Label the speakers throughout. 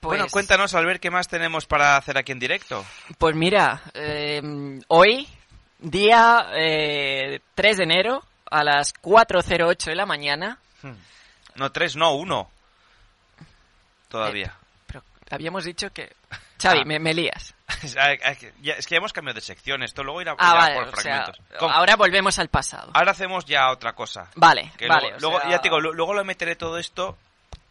Speaker 1: Pues,
Speaker 2: Bueno, cuéntanos, Albert, qué más tenemos para hacer aquí en directo.
Speaker 1: Pues mira, eh, hoy, día eh, 3 de enero, a las 4.08 de la mañana.
Speaker 2: No, tres, no, uno. Todavía.
Speaker 1: Pero habíamos dicho que. Xavi,
Speaker 2: Ah.
Speaker 1: me, me lías.
Speaker 2: Ah, ah, que- ya- es que ya hemos cambiado de sección, esto luego irá,
Speaker 1: Ah,
Speaker 2: irá
Speaker 1: vale,
Speaker 2: por
Speaker 1: o sea,
Speaker 2: fragmentos. Con-
Speaker 1: ahora volvemos al pasado.
Speaker 2: ahora hacemos ya otra cosa.
Speaker 1: Vale,
Speaker 2: Que
Speaker 1: vale.
Speaker 2: luego,
Speaker 1: o
Speaker 2: luego-
Speaker 1: sea,
Speaker 2: ya te digo, lu- luego lo meteré todo esto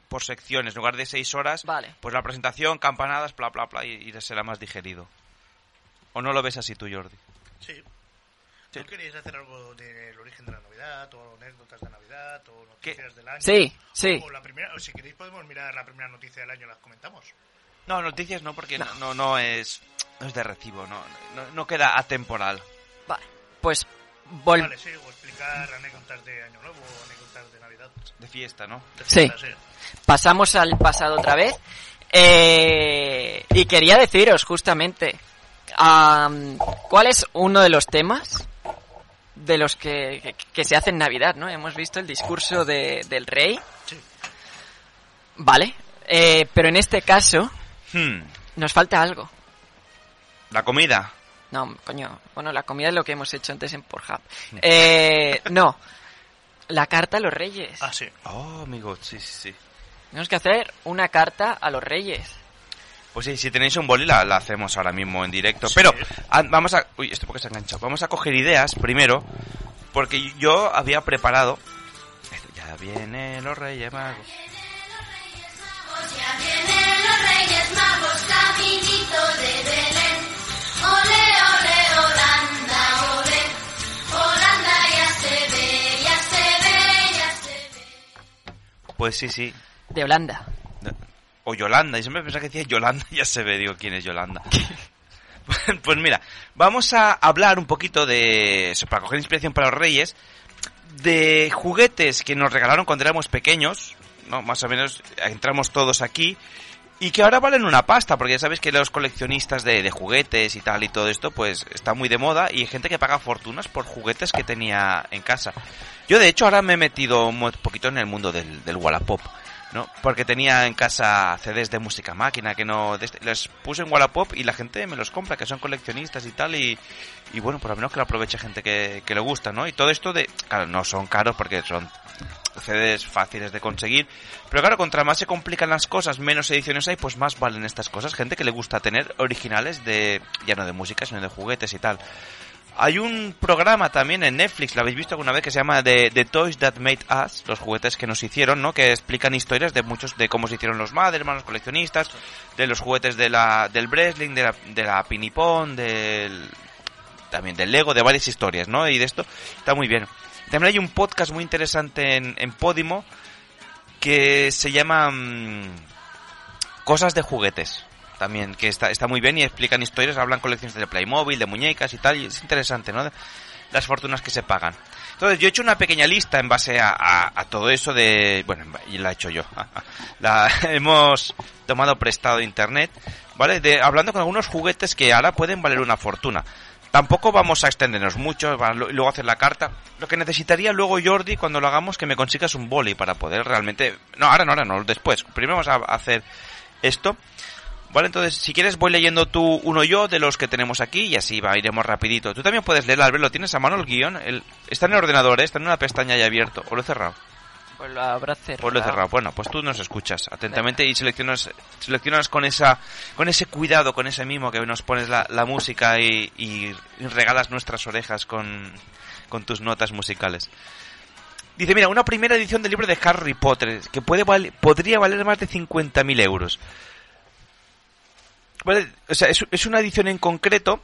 Speaker 2: por secciones, en lugar de seis horas,
Speaker 1: Vale.
Speaker 2: pues la presentación, campanadas, bla, bla, bla, y, y será más digerido. ¿O no lo ves así tú, Jordi?
Speaker 3: Sí.
Speaker 2: Sí.
Speaker 3: ¿No queréis hacer algo del origen de la Navidad, o anécdotas de Navidad, o noticias del año?
Speaker 1: Sí, sí.
Speaker 3: O la primera, o si queréis podemos mirar la primera noticia del año, las comentamos.
Speaker 2: No, noticias no, porque no, no, no es, no es de recibo, no, no, no queda atemporal.
Speaker 1: Vale. Pues vol-
Speaker 3: Vale, sí, o explicar anécdotas de Año Nuevo, o anécdotas de Navidad. Ah,
Speaker 2: De fiesta, ¿no?
Speaker 3: de
Speaker 1: Sí.
Speaker 3: fiestas,
Speaker 1: pasamos al pasado otra vez. Eh, y quería deciros justamente am, cuál es uno de los temas de los que, que- que se hace en Navidad, ¿no? Hemos visto el discurso de- del rey,
Speaker 3: Sí.
Speaker 1: ¿vale? Eh, pero en este caso
Speaker 2: Hmm,
Speaker 1: nos falta algo.
Speaker 2: La comida.
Speaker 1: No, coño. Bueno, la comida es lo que hemos hecho antes en Pornhub. Eh, no. La carta a los reyes.
Speaker 3: Ah, sí.
Speaker 2: Oh, amigo, sí, sí, sí.
Speaker 1: Tenemos que hacer una carta a los reyes.
Speaker 2: Pues sí, si tenéis un boli la, la hacemos ahora mismo en directo. Pero a- vamos a... Uy, esto porque se ha enganchado. Vamos a coger ideas primero, porque yo había preparado... Ya vienen los Reyes Magos.
Speaker 4: Ya vienen los Reyes Magos, caminito de Belén. Ole, ole, Holanda, ole. Holanda ya se ve, ya se ve, ya se ve.
Speaker 2: Pues sí, sí.
Speaker 1: De Holanda.
Speaker 2: O Yolanda. Y siempre pensaba que decía Yolanda. Ya se ve, digo, quién es Yolanda. pues mira, vamos a hablar un poquito de... Para coger inspiración para los Reyes. De juguetes que nos regalaron cuando éramos pequeños. ¿no? Más o menos entramos todos aquí. Y que ahora valen una pasta, porque ya sabéis que los coleccionistas de, de juguetes y tal y todo esto, pues está muy de moda y hay gente que paga fortunas por juguetes que tenía en casa. Yo de hecho ahora me he metido un mo- poquito en el mundo del, del Wallapop, ¿no? Porque tenía en casa CDs de música máquina que no... de este- los puse en Wallapop y la gente me los compra, que son coleccionistas y tal, y, y bueno, por lo menos que lo aproveche gente que, que le gusta, ¿no? Y todo esto de... Claro, no son caros porque son CDs fáciles de conseguir. Pero claro, contra más se complican las cosas, menos ediciones hay, pues más valen estas cosas. Gente que le gusta tener originales de, ya no de música, sino de juguetes y tal. Hay un programa también en Netflix, ¿lo habéis visto alguna vez? Que se llama The, The Toys That Made Us, los juguetes que nos hicieron, ¿no? Que explican historias de muchos, de cómo se hicieron los madres, hermanos coleccionistas, de los juguetes de la, del wrestling, de la, de la pinipón, del, también del Lego, de varias historias, ¿no? Y de esto está muy bien. También hay un podcast muy interesante en, en Podimo que se llama mm, Cosas de juguetes. También, que está, está muy bien y explican historias, hablan colecciones de Playmobil, de muñecas y tal, y es interesante, ¿no? Las fortunas que se pagan. Entonces, yo he hecho una pequeña lista en base a, a- a todo eso de... Bueno, y la he hecho yo. la hemos tomado prestado de internet, ¿vale? De, hablando con algunos juguetes que ahora pueden valer una fortuna. Tampoco vamos a extendernos mucho, va, lo- y luego hacer la carta. Lo que necesitaría luego Jordi cuando lo hagamos que me consigas un boli para poder realmente... No, ahora no, ahora no, después. Primero vamos a hacer esto. Vale, entonces si quieres voy leyendo tú uno yo de los que tenemos aquí y así va, iremos rapidito. Tú también puedes leer, Albert, lo tienes a mano el guión. El... Está en el ordenador, ¿eh? está en una pestaña ya abierto. O lo he cerrado.
Speaker 1: Pues lo habrá cerrado.
Speaker 2: Pues lo he cerrado. Bueno, pues tú nos escuchas atentamente y seleccionas, seleccionas con esa, con ese cuidado, con ese mimo que nos pones la, la música y, y regalas nuestras orejas con, con tus notas musicales. Dice, mira, una primera edición del libro de Harry Potter que puede val- podría valer más de 50.000 euros. Vale, o sea, es, es una edición en concreto,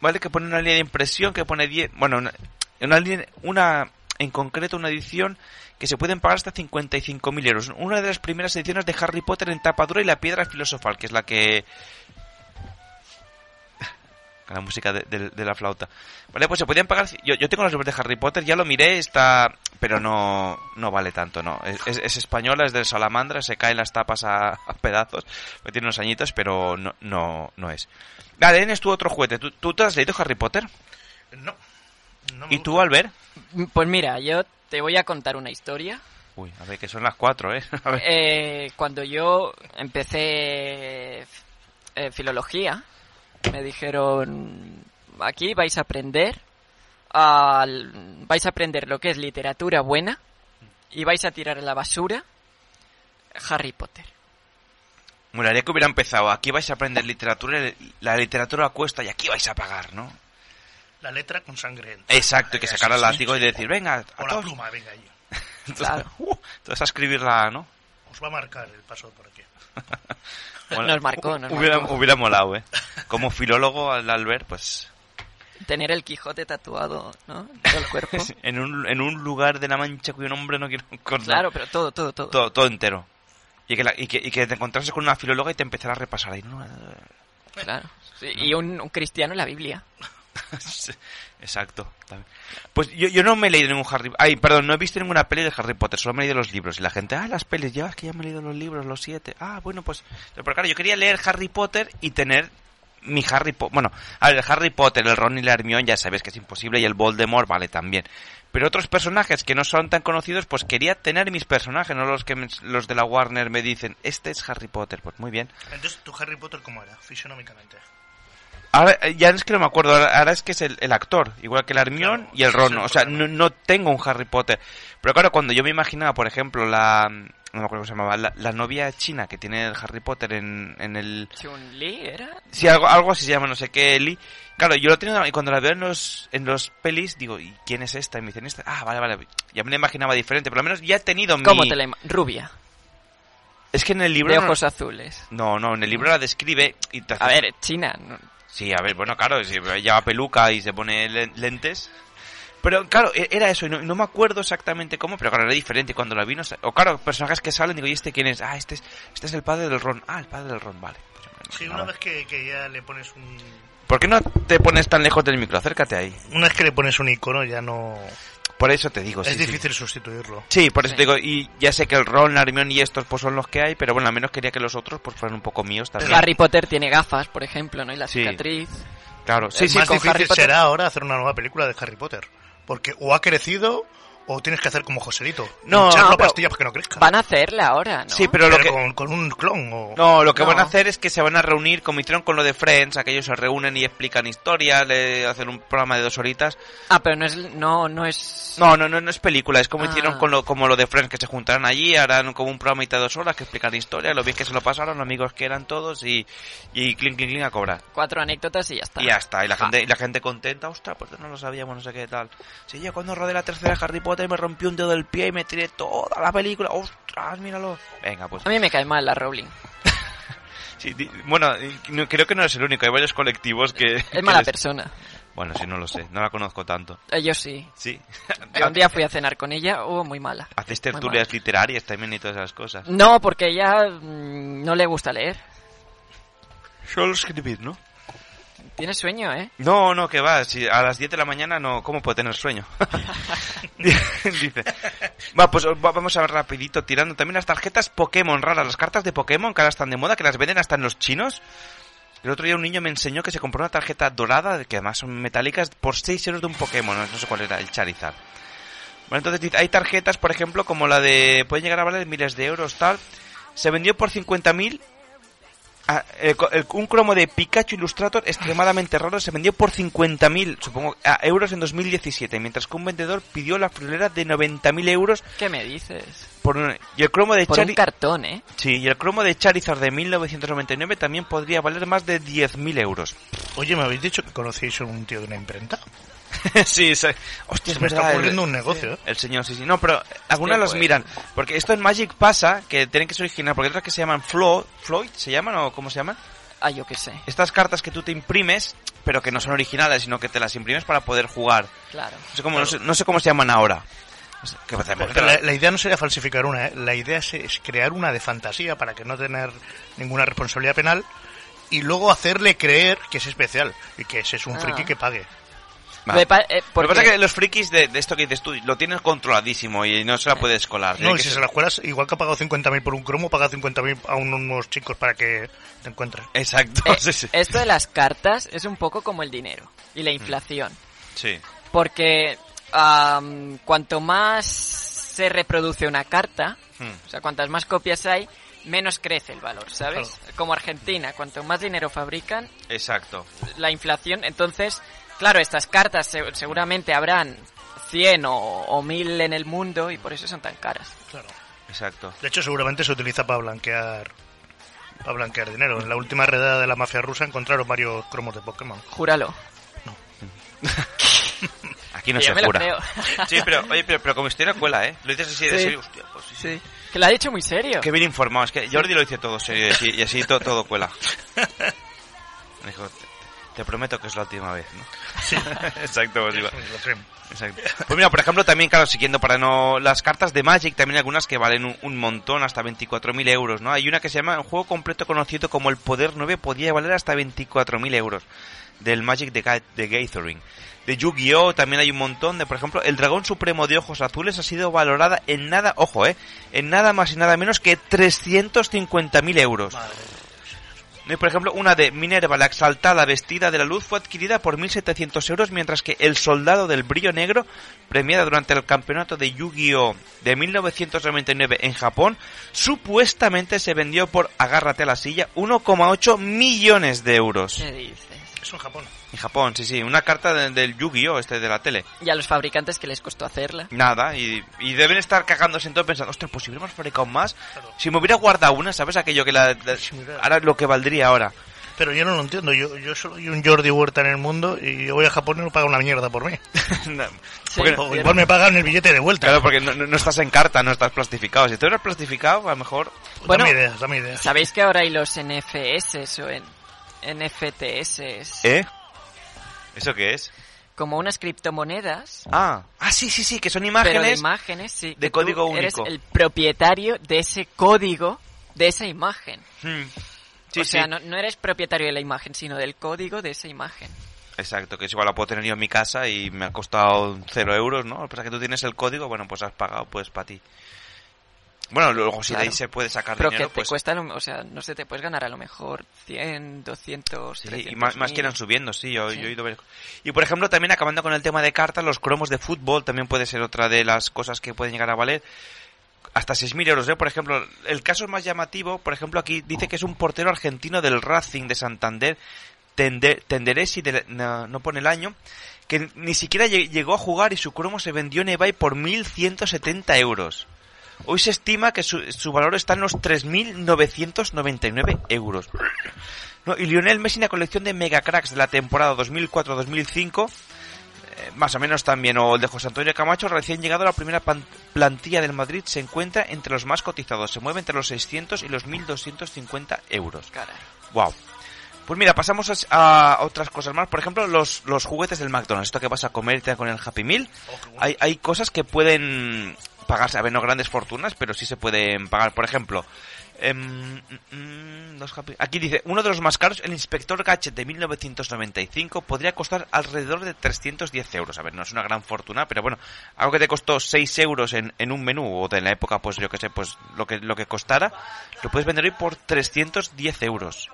Speaker 2: ¿vale? Que pone una línea de impresión, que pone 10, bueno, una, una línea, una, en concreto una edición que se pueden pagar hasta 55.000 euros. Una de las primeras ediciones de Harry Potter en tapa dura y la piedra filosofal, que es la que... La música de, de- de la flauta. Vale, pues se podían pagar... Yo, yo tengo los libros de Harry Potter, ya lo miré, está... Pero no, no vale tanto, no. Es, es- es española, es del Salamandra, se caen las tapas a, a pedazos. Me tiene unos añitos, pero no, no, no es. Dale, es tu otro juguete. ¿Tú, tú te has leído Harry Potter?
Speaker 3: No. no me
Speaker 2: ¿Y
Speaker 3: gusta.
Speaker 2: tú, Albert?
Speaker 1: Pues mira, yo te voy a contar una historia
Speaker 2: Uy, a ver, que son las cuatro, ¿eh? A ver.
Speaker 1: Eh, cuando yo empecé eh, filología, me dijeron, aquí vais a aprender, al- vais a aprender lo que es literatura buena y vais a tirar a la basura Harry Potter.
Speaker 2: Molaría que hubiera empezado. Aquí vais a aprender literatura, la literatura cuesta y aquí vais a pagar, ¿no?
Speaker 3: La letra con sangre. en-
Speaker 2: Exacto, y que
Speaker 3: Así,
Speaker 2: sacar el
Speaker 3: sí,
Speaker 2: látigo
Speaker 3: sí.
Speaker 2: y decir, venga, a
Speaker 3: O la
Speaker 2: todos.
Speaker 3: pluma, venga ahí.
Speaker 2: Entonces,
Speaker 1: Claro.
Speaker 2: uh, entonces a escribirla, ¿no?
Speaker 3: Os va a marcar el paso por aquí.
Speaker 2: Mola-
Speaker 1: Nos marcó, nos
Speaker 2: hubiera,
Speaker 1: marcó.
Speaker 2: hubiera molado, ¿eh? Como filólogo, al Albert, pues...
Speaker 1: Tener el Quijote tatuado, ¿no? En todo el cuerpo.
Speaker 2: En un, en un lugar de la mancha cuyo nombre no quiero recordar.
Speaker 1: Claro, pero todo, todo, todo.
Speaker 2: Todo, todo entero. Y que, la- y, que, y que te encontrases con una filóloga y te empezara a repasar ahí. ¿no?
Speaker 1: Claro. Sí, y un, un cristiano en la Biblia.
Speaker 2: Sí, Exacto. también. Pues yo, yo no me he leído ningún Harry Ay, perdón, no he visto ninguna peli de Harry Potter, solo me he leído los libros. Y la gente, ah, las pelis, ya es que ya me he leído los libros, los siete. Ah, bueno, pues. Pero claro, yo quería leer Harry Potter y tener mi Harry Potter. Bueno, a ver, el Harry Potter, el Ron y la Hermione, ya sabes que es imposible, y el Voldemort, vale, también. Pero otros personajes que no son tan conocidos, pues quería tener mis personajes, no los que me- los de la Warner me dicen, este es Harry Potter, pues muy bien.
Speaker 3: Entonces, ¿tu Harry Potter cómo era? Fisionómicamente.
Speaker 2: Ahora, eh, ya es que no me acuerdo, ahora, ahora es que es el, el actor, igual que el Hermión
Speaker 3: Claro,
Speaker 2: y el
Speaker 3: ese es
Speaker 2: Ron.
Speaker 3: el
Speaker 2: O sea, no,
Speaker 3: problema.
Speaker 2: no tengo un Harry Potter. Pero claro, cuando yo me imaginaba, por ejemplo, la. No me acuerdo cómo se llamaba, la, la novia china que tiene el Harry Potter en, en el.
Speaker 1: Chun-Li era.
Speaker 2: Sí, algo, algo así se llama, no sé qué, Eli. Claro, yo lo tengo, y cuando la veo en los, en los pelis, digo, ¿y quién es esta? Y me dicen, esta. Ah, vale, vale. Ya me la imaginaba diferente, pero al menos ya he tenido mi.
Speaker 1: ¿Cómo te la ima- Rubia.
Speaker 2: Es que en el libro.
Speaker 1: De
Speaker 2: no-
Speaker 1: ojos azules.
Speaker 2: No, no, en el libro la describe y te
Speaker 1: A
Speaker 2: hace-
Speaker 1: ver, China. no-
Speaker 2: Sí, a ver, bueno, claro, si lleva peluca y se pone len- lentes. Pero claro, e- era eso, y no, y no me acuerdo exactamente cómo, pero claro, era diferente cuando la vi. No sé- o claro, personajes que salen, digo, ¿y este quién es? Ah, este es, este es el padre del Ron. Ah, el padre del Ron, vale. Pues yo me
Speaker 3: Sí,
Speaker 2: imaginaba.
Speaker 3: una vez que, que ya le pones un...
Speaker 2: ¿Por qué no te pones tan lejos del micro? Acércate ahí.
Speaker 3: Una vez que le pones un icono ya no...
Speaker 2: Por eso te digo, Pues sí,
Speaker 3: es
Speaker 2: sí.
Speaker 3: difícil sustituirlo.
Speaker 2: Sí, por eso
Speaker 1: Sí.
Speaker 2: te digo, y ya sé que el Ron, la Hermione y estos pues son los que hay, pero bueno, al menos quería que los otros pues fueran un poco míos también.
Speaker 1: Harry Potter tiene gafas, por ejemplo, ¿no? Y la
Speaker 2: Sí.
Speaker 1: cicatriz.
Speaker 2: Claro, sí,
Speaker 1: Es
Speaker 2: sí,
Speaker 3: Más
Speaker 2: con
Speaker 3: difícil
Speaker 2: Harry Potter.
Speaker 3: será ahora hacer una nueva película de Harry Potter. Porque o ha crecido o tienes que hacer como Joselito.
Speaker 2: No,
Speaker 3: hincharlo
Speaker 2: no, pero-
Speaker 3: pastillas para que no crezca.
Speaker 1: Van a hacerla ahora, ¿no?
Speaker 2: Sí, pero lo
Speaker 3: Pero
Speaker 2: que...
Speaker 3: con, con un clon o...
Speaker 2: No, lo que
Speaker 1: No.
Speaker 2: van a hacer es que se van a reunir, como hicieron con lo de Friends, aquellos se reúnen y explican historias, le hacen un programa de dos horitas.
Speaker 1: Ah, pero no es... No, no es...
Speaker 2: No, no, no, no es película, es como
Speaker 1: Ah.
Speaker 2: hicieron con lo, como lo de Friends, que se juntaron allí, harán como un programa de dos horas que explican historias, lo bien que se lo pasaron, los amigos que eran todos y, y clink, clink, clink a cobrar.
Speaker 1: Cuatro anécdotas y ya está.
Speaker 2: Y ya está, y la gente, y la gente contenta, ostras, pues no lo sabíamos, no sé qué tal. Sí, yo cuando rodé la tercera Harry Potter me rompí un dedo del pie y me tiré toda la película, ostras, míralo. Venga, pues
Speaker 1: A mí me cae mal la Rowling.
Speaker 2: Sí, di- bueno, y no- creo que no es el único. Hay varios colectivos que. que
Speaker 1: Es mala
Speaker 2: les-
Speaker 1: persona.
Speaker 2: Bueno, sí, no lo sé. No la conozco tanto.
Speaker 1: Eh, Yo sí.
Speaker 2: Sí.
Speaker 1: Yo un día fui a cenar con ella, oh, muy mala.
Speaker 2: Hacéis
Speaker 1: Muy
Speaker 2: tertulias literarias también y todas esas cosas.
Speaker 1: mala. No, porque ella mm, no le gusta leer.
Speaker 2: Solo escribir, ¿no?
Speaker 1: Tiene sueño, ¿eh?
Speaker 2: No, no, que va. Si a las 10 de la mañana no. ¿Cómo puede tener sueño? Dice. Va, pues va- vamos a ver rapidito tirando también las tarjetas Pokémon raras. Las cartas de Pokémon que ahora están de moda, que las venden hasta en los chinos. El otro día un niño me enseñó que se compró una tarjeta dorada, que además son metálicas, por 6 euros de un Pokémon. No sé cuál era, el Charizard. Bueno, entonces dice, hay tarjetas, por ejemplo, como la de... Pueden llegar a valer miles de euros, tal. Se vendió por 50.000... ah, el co- el- un cromo de Pikachu Illustrator extremadamente raro se vendió por 50.000, supongo, a euros en 2017, mientras que un vendedor pidió la friolera de 90.000 euros
Speaker 1: ¿Qué me dices?
Speaker 2: por un- y el cromo de
Speaker 1: Por un
Speaker 2: Charizard...
Speaker 1: cartón, ¿eh?
Speaker 2: Sí, y el cromo de Charizard de 1999 también podría valer más de 10.000 euros.
Speaker 3: Oye, me habéis dicho que conocíais a un tío de una imprenta.
Speaker 2: sí, se... Hostia,
Speaker 3: Se
Speaker 2: es
Speaker 3: me está
Speaker 2: verdad, el-
Speaker 3: ocurriendo un negocio, ¿eh?
Speaker 2: El señor, sí, sí. No, pero
Speaker 1: Hostia,
Speaker 2: algunas los
Speaker 1: pues.
Speaker 2: miran. Porque esto en Magic pasa, que tienen que ser original, porque hay otras que se llaman Flo, Floyd, ¿se llaman o cómo se llaman?
Speaker 1: Ah, yo qué sé.
Speaker 2: Estas cartas que tú te imprimes, pero que no son originales, sino que te las imprimes para poder jugar.
Speaker 1: Claro.
Speaker 2: No sé cómo, no sé, no sé cómo se llaman ahora. No sé, ¿Qué hacemos?
Speaker 3: Pero la, la idea no sería falsificar una, ¿eh? la idea es, es crear una de fantasía para que no tener ninguna responsabilidad penal y luego hacerle creer que es especial y que ese es un
Speaker 1: Ah.
Speaker 3: friki que pague.
Speaker 2: Va.
Speaker 1: Lo de pa- eh,
Speaker 2: Lo que
Speaker 1: porque-
Speaker 2: pasa es que los frikis de, de esto que dices tú lo tienes controladísimo y no
Speaker 1: Eh,
Speaker 2: se la puedes colar. Pues
Speaker 3: No,
Speaker 2: Tiene
Speaker 3: y
Speaker 2: que
Speaker 3: si
Speaker 2: ser-
Speaker 3: se la cuelas, igual que ha pagado 50.000 por un cromo, paga 50.000 a un- unos chicos para que te encuentren.
Speaker 2: Exacto,
Speaker 1: eh,
Speaker 2: sí, Mm. sí.
Speaker 1: esto de las cartas es un poco como el dinero y la inflación.
Speaker 2: Sí.
Speaker 1: Porque am, cuanto más se reproduce una carta,
Speaker 2: Hmm.
Speaker 1: o sea, cuantas más copias hay, menos crece el valor, ¿sabes? Como Argentina, cuanto más dinero fabrican,
Speaker 2: Exacto.
Speaker 1: la inflación. Entonces, claro, estas cartas se- seguramente habrán 100 o, o 1000 en el mundo y por eso son tan caras.
Speaker 3: Claro.
Speaker 2: Exacto.
Speaker 3: De hecho, seguramente se utiliza para blanquear para blanquear dinero. En la última redada de la mafia rusa encontraron varios cromos de Pokémon.
Speaker 1: Júralo.
Speaker 2: Aquí no
Speaker 1: Que yo
Speaker 2: se
Speaker 1: me lo
Speaker 2: cura.
Speaker 1: creo.
Speaker 2: Sí, pero, oye, pero, pero como historia cuela, ¿eh? Lo dices así de
Speaker 1: Sí.
Speaker 2: serio. Hostia, pues sí, sí.
Speaker 1: Sí. Que lo ha dicho muy serio.
Speaker 2: Qué bien informado. Es que Jordi lo dice todo serio y así, y así to- todo, cuela. Me dijo, te, te prometo que es la última vez, ¿no? Sí. Exacto, pues iba.
Speaker 3: Lo creen.
Speaker 2: Exacto. Pues mira, por ejemplo, también, claro, siguiendo para no... Las cartas de Magic también hay algunas que valen un, un montón, hasta 24.000 euros, ¿no? Hay una que se llama, un juego completo conocido como el Poder 9 podía valer hasta 24.000 euros, del Magic de, Ga- de Gathering. De Yu-Gi-Oh! también hay un montón de, por ejemplo, el Dragón Supremo de Ojos Azules ha sido valorada en nada, ojo, eh, en nada más y nada menos que 350.000 euros. No, y por ejemplo, una de Minerva, la exaltada vestida de la luz, fue adquirida por 1.700 euros, mientras que El Soldado del Brillo Negro, premiada durante el campeonato de Yu-Gi-Oh! de 1999 en Japón, supuestamente se vendió por, agárrate a la silla, 1,8 millones de euros.
Speaker 1: ¿Qué dices?
Speaker 3: Eso en Japón.
Speaker 2: En Japón, sí, sí, una carta de- del Yu-Gi-Oh! este de la tele.
Speaker 1: Y a los fabricantes que les costó hacerla.
Speaker 2: Nada, y, y deben estar cagándose en todo pensando, ostras, pues si hubiéramos fabricado más,
Speaker 3: Claro.
Speaker 2: si me hubiera guardado una, ¿sabes? Aquello que la, la-
Speaker 3: Sí, mira.
Speaker 2: ahora lo que valdría ahora.
Speaker 3: Pero yo no lo entiendo. Yo, yo soy un Jordi Huerta en el mundo y yo voy a Japón y no pagan una mierda por mí.
Speaker 2: No,
Speaker 1: Sí,
Speaker 2: porque-
Speaker 3: O igual me pagan el billete de vuelta.
Speaker 2: Claro, porque no, no- no estás en carta, no estás plastificado. Si tú eres plastificado, a lo mejor...
Speaker 3: Pues
Speaker 1: Bueno,
Speaker 3: dame ideas, dame ideas.
Speaker 1: ¿sabéis que ahora hay los NFS o en NFTS?
Speaker 2: ¿Eh? ¿Eso qué es?
Speaker 1: Como unas criptomonedas,
Speaker 2: Ah, ah sí, sí, sí, que son
Speaker 1: pero de
Speaker 2: imágenes...
Speaker 1: imágenes, sí.
Speaker 2: de
Speaker 1: que tú
Speaker 2: código único.
Speaker 1: Eres el propietario de ese código, de esa imagen.
Speaker 2: Hmm. Sí,
Speaker 1: o sea,
Speaker 2: sí.
Speaker 1: no, no eres propietario de la imagen, sino del código de esa imagen.
Speaker 2: Exacto, que es igual la puedo tener yo en mi casa y me ha costado cero euros, ¿no? Lo que pasa es que tú tienes el código, bueno, pues has pagado, pues, para ti. Bueno, luego si de ahí
Speaker 1: Claro.
Speaker 2: se puede sacar
Speaker 1: Pero
Speaker 2: dinero,
Speaker 1: que te
Speaker 2: pues...
Speaker 1: cuesta, lo- o sea, no sé, te puedes ganar a lo mejor 100, 200,
Speaker 2: Sí,
Speaker 1: 300
Speaker 2: y más,
Speaker 1: pues
Speaker 2: más que
Speaker 1: mil.
Speaker 2: irán subiendo, sí, yo,
Speaker 1: Sí.
Speaker 2: yo he oído varias cosas. Y por ejemplo, también acabando con el tema de cartas, los cromos de fútbol también puede ser otra de las cosas que pueden llegar a valer. Hasta 6.000 euros, ¿eh? Por ejemplo, el caso más llamativo, por ejemplo, aquí dice que es un portero argentino del Racing de Santander, Tende- Tenderesi, de la- no, no pone el año, que ni siquiera lle- llegó a jugar y su cromo se vendió en eBay por 1.170 euros. Hoy se estima que su, su valor está en los 3.999 euros. No, y Lionel Messi en la colección de mega cracks de la temporada 2004-2005, eh, más o menos también, o el de José Antonio Camacho, recién llegado a la primera pan- plantilla del Madrid, se encuentra entre los más cotizados. Se mueve entre los 600 y los 1.250 euros.
Speaker 1: Caray.
Speaker 2: Wow. Pues mira, pasamos a, a otras cosas más. Por ejemplo, los, los juguetes del McDonald's. Esto que vas a comer te dan con el Happy Meal.
Speaker 3: Oh, qué bueno.
Speaker 2: Hay, hay cosas que pueden pagarse. A ver, no grandes fortunas, pero sí se pueden pagar. Por ejemplo, em, mm, los Happy- aquí dice, uno de los más caros, el Inspector Gadget de 1995, podría costar alrededor de 310 euros. A ver, no es una gran fortuna, pero bueno, algo que te costó 6 euros en, en un menú o de la época, pues yo que sé, pues lo que, lo que costara, lo puedes vender hoy por 310 euros.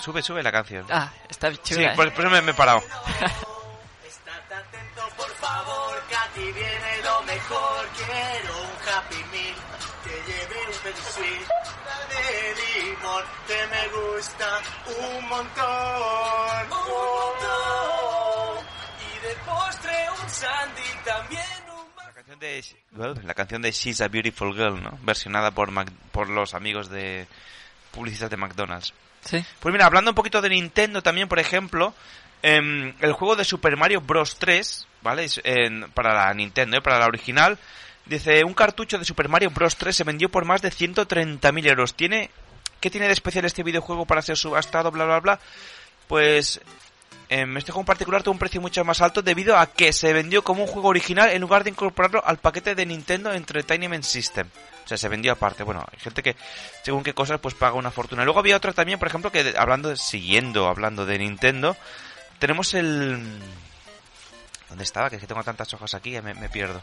Speaker 2: Sube, sube la canción.
Speaker 1: Ah, está chula.
Speaker 2: Sí,
Speaker 1: ¿eh?
Speaker 2: por, por eso me, me he parado.
Speaker 5: Estad atento por favor, que a ti viene lo mejor. Quiero un Happy Meal, que lleve un persuit de limón, que me gusta un montón. Un montón. Y de postre un sandy, también un...
Speaker 2: La canción de well, la canción de She's a Beautiful Girl, ¿no? Versionada por Mac- por los amigos de publicistas de McDonald's.
Speaker 1: Sí.
Speaker 2: Pues mira, hablando un poquito de Nintendo también, por ejemplo, em, el juego de Super Mario Bros 3, ¿vale? Es en- para la Nintendo, ¿eh? para la original. Dice, un cartucho de Super Mario Bros 3 se vendió por más de 130.000 euros. Tiene, ¿Qué tiene de especial este videojuego para ser subastado, bla, bla, bla? Pues em, este juego en particular tuvo un precio mucho más alto debido a que se vendió como un juego original en lugar de incorporarlo al paquete de Nintendo Entertainment System. O sea, se vendió aparte. Bueno, hay gente que, según qué cosas, pues paga una fortuna. Luego había otra también, por ejemplo, que de- hablando, de- siguiendo hablando de Nintendo, tenemos el... ¿Dónde estaba? Que es que tengo tantas hojas aquí, ya me, me pierdo.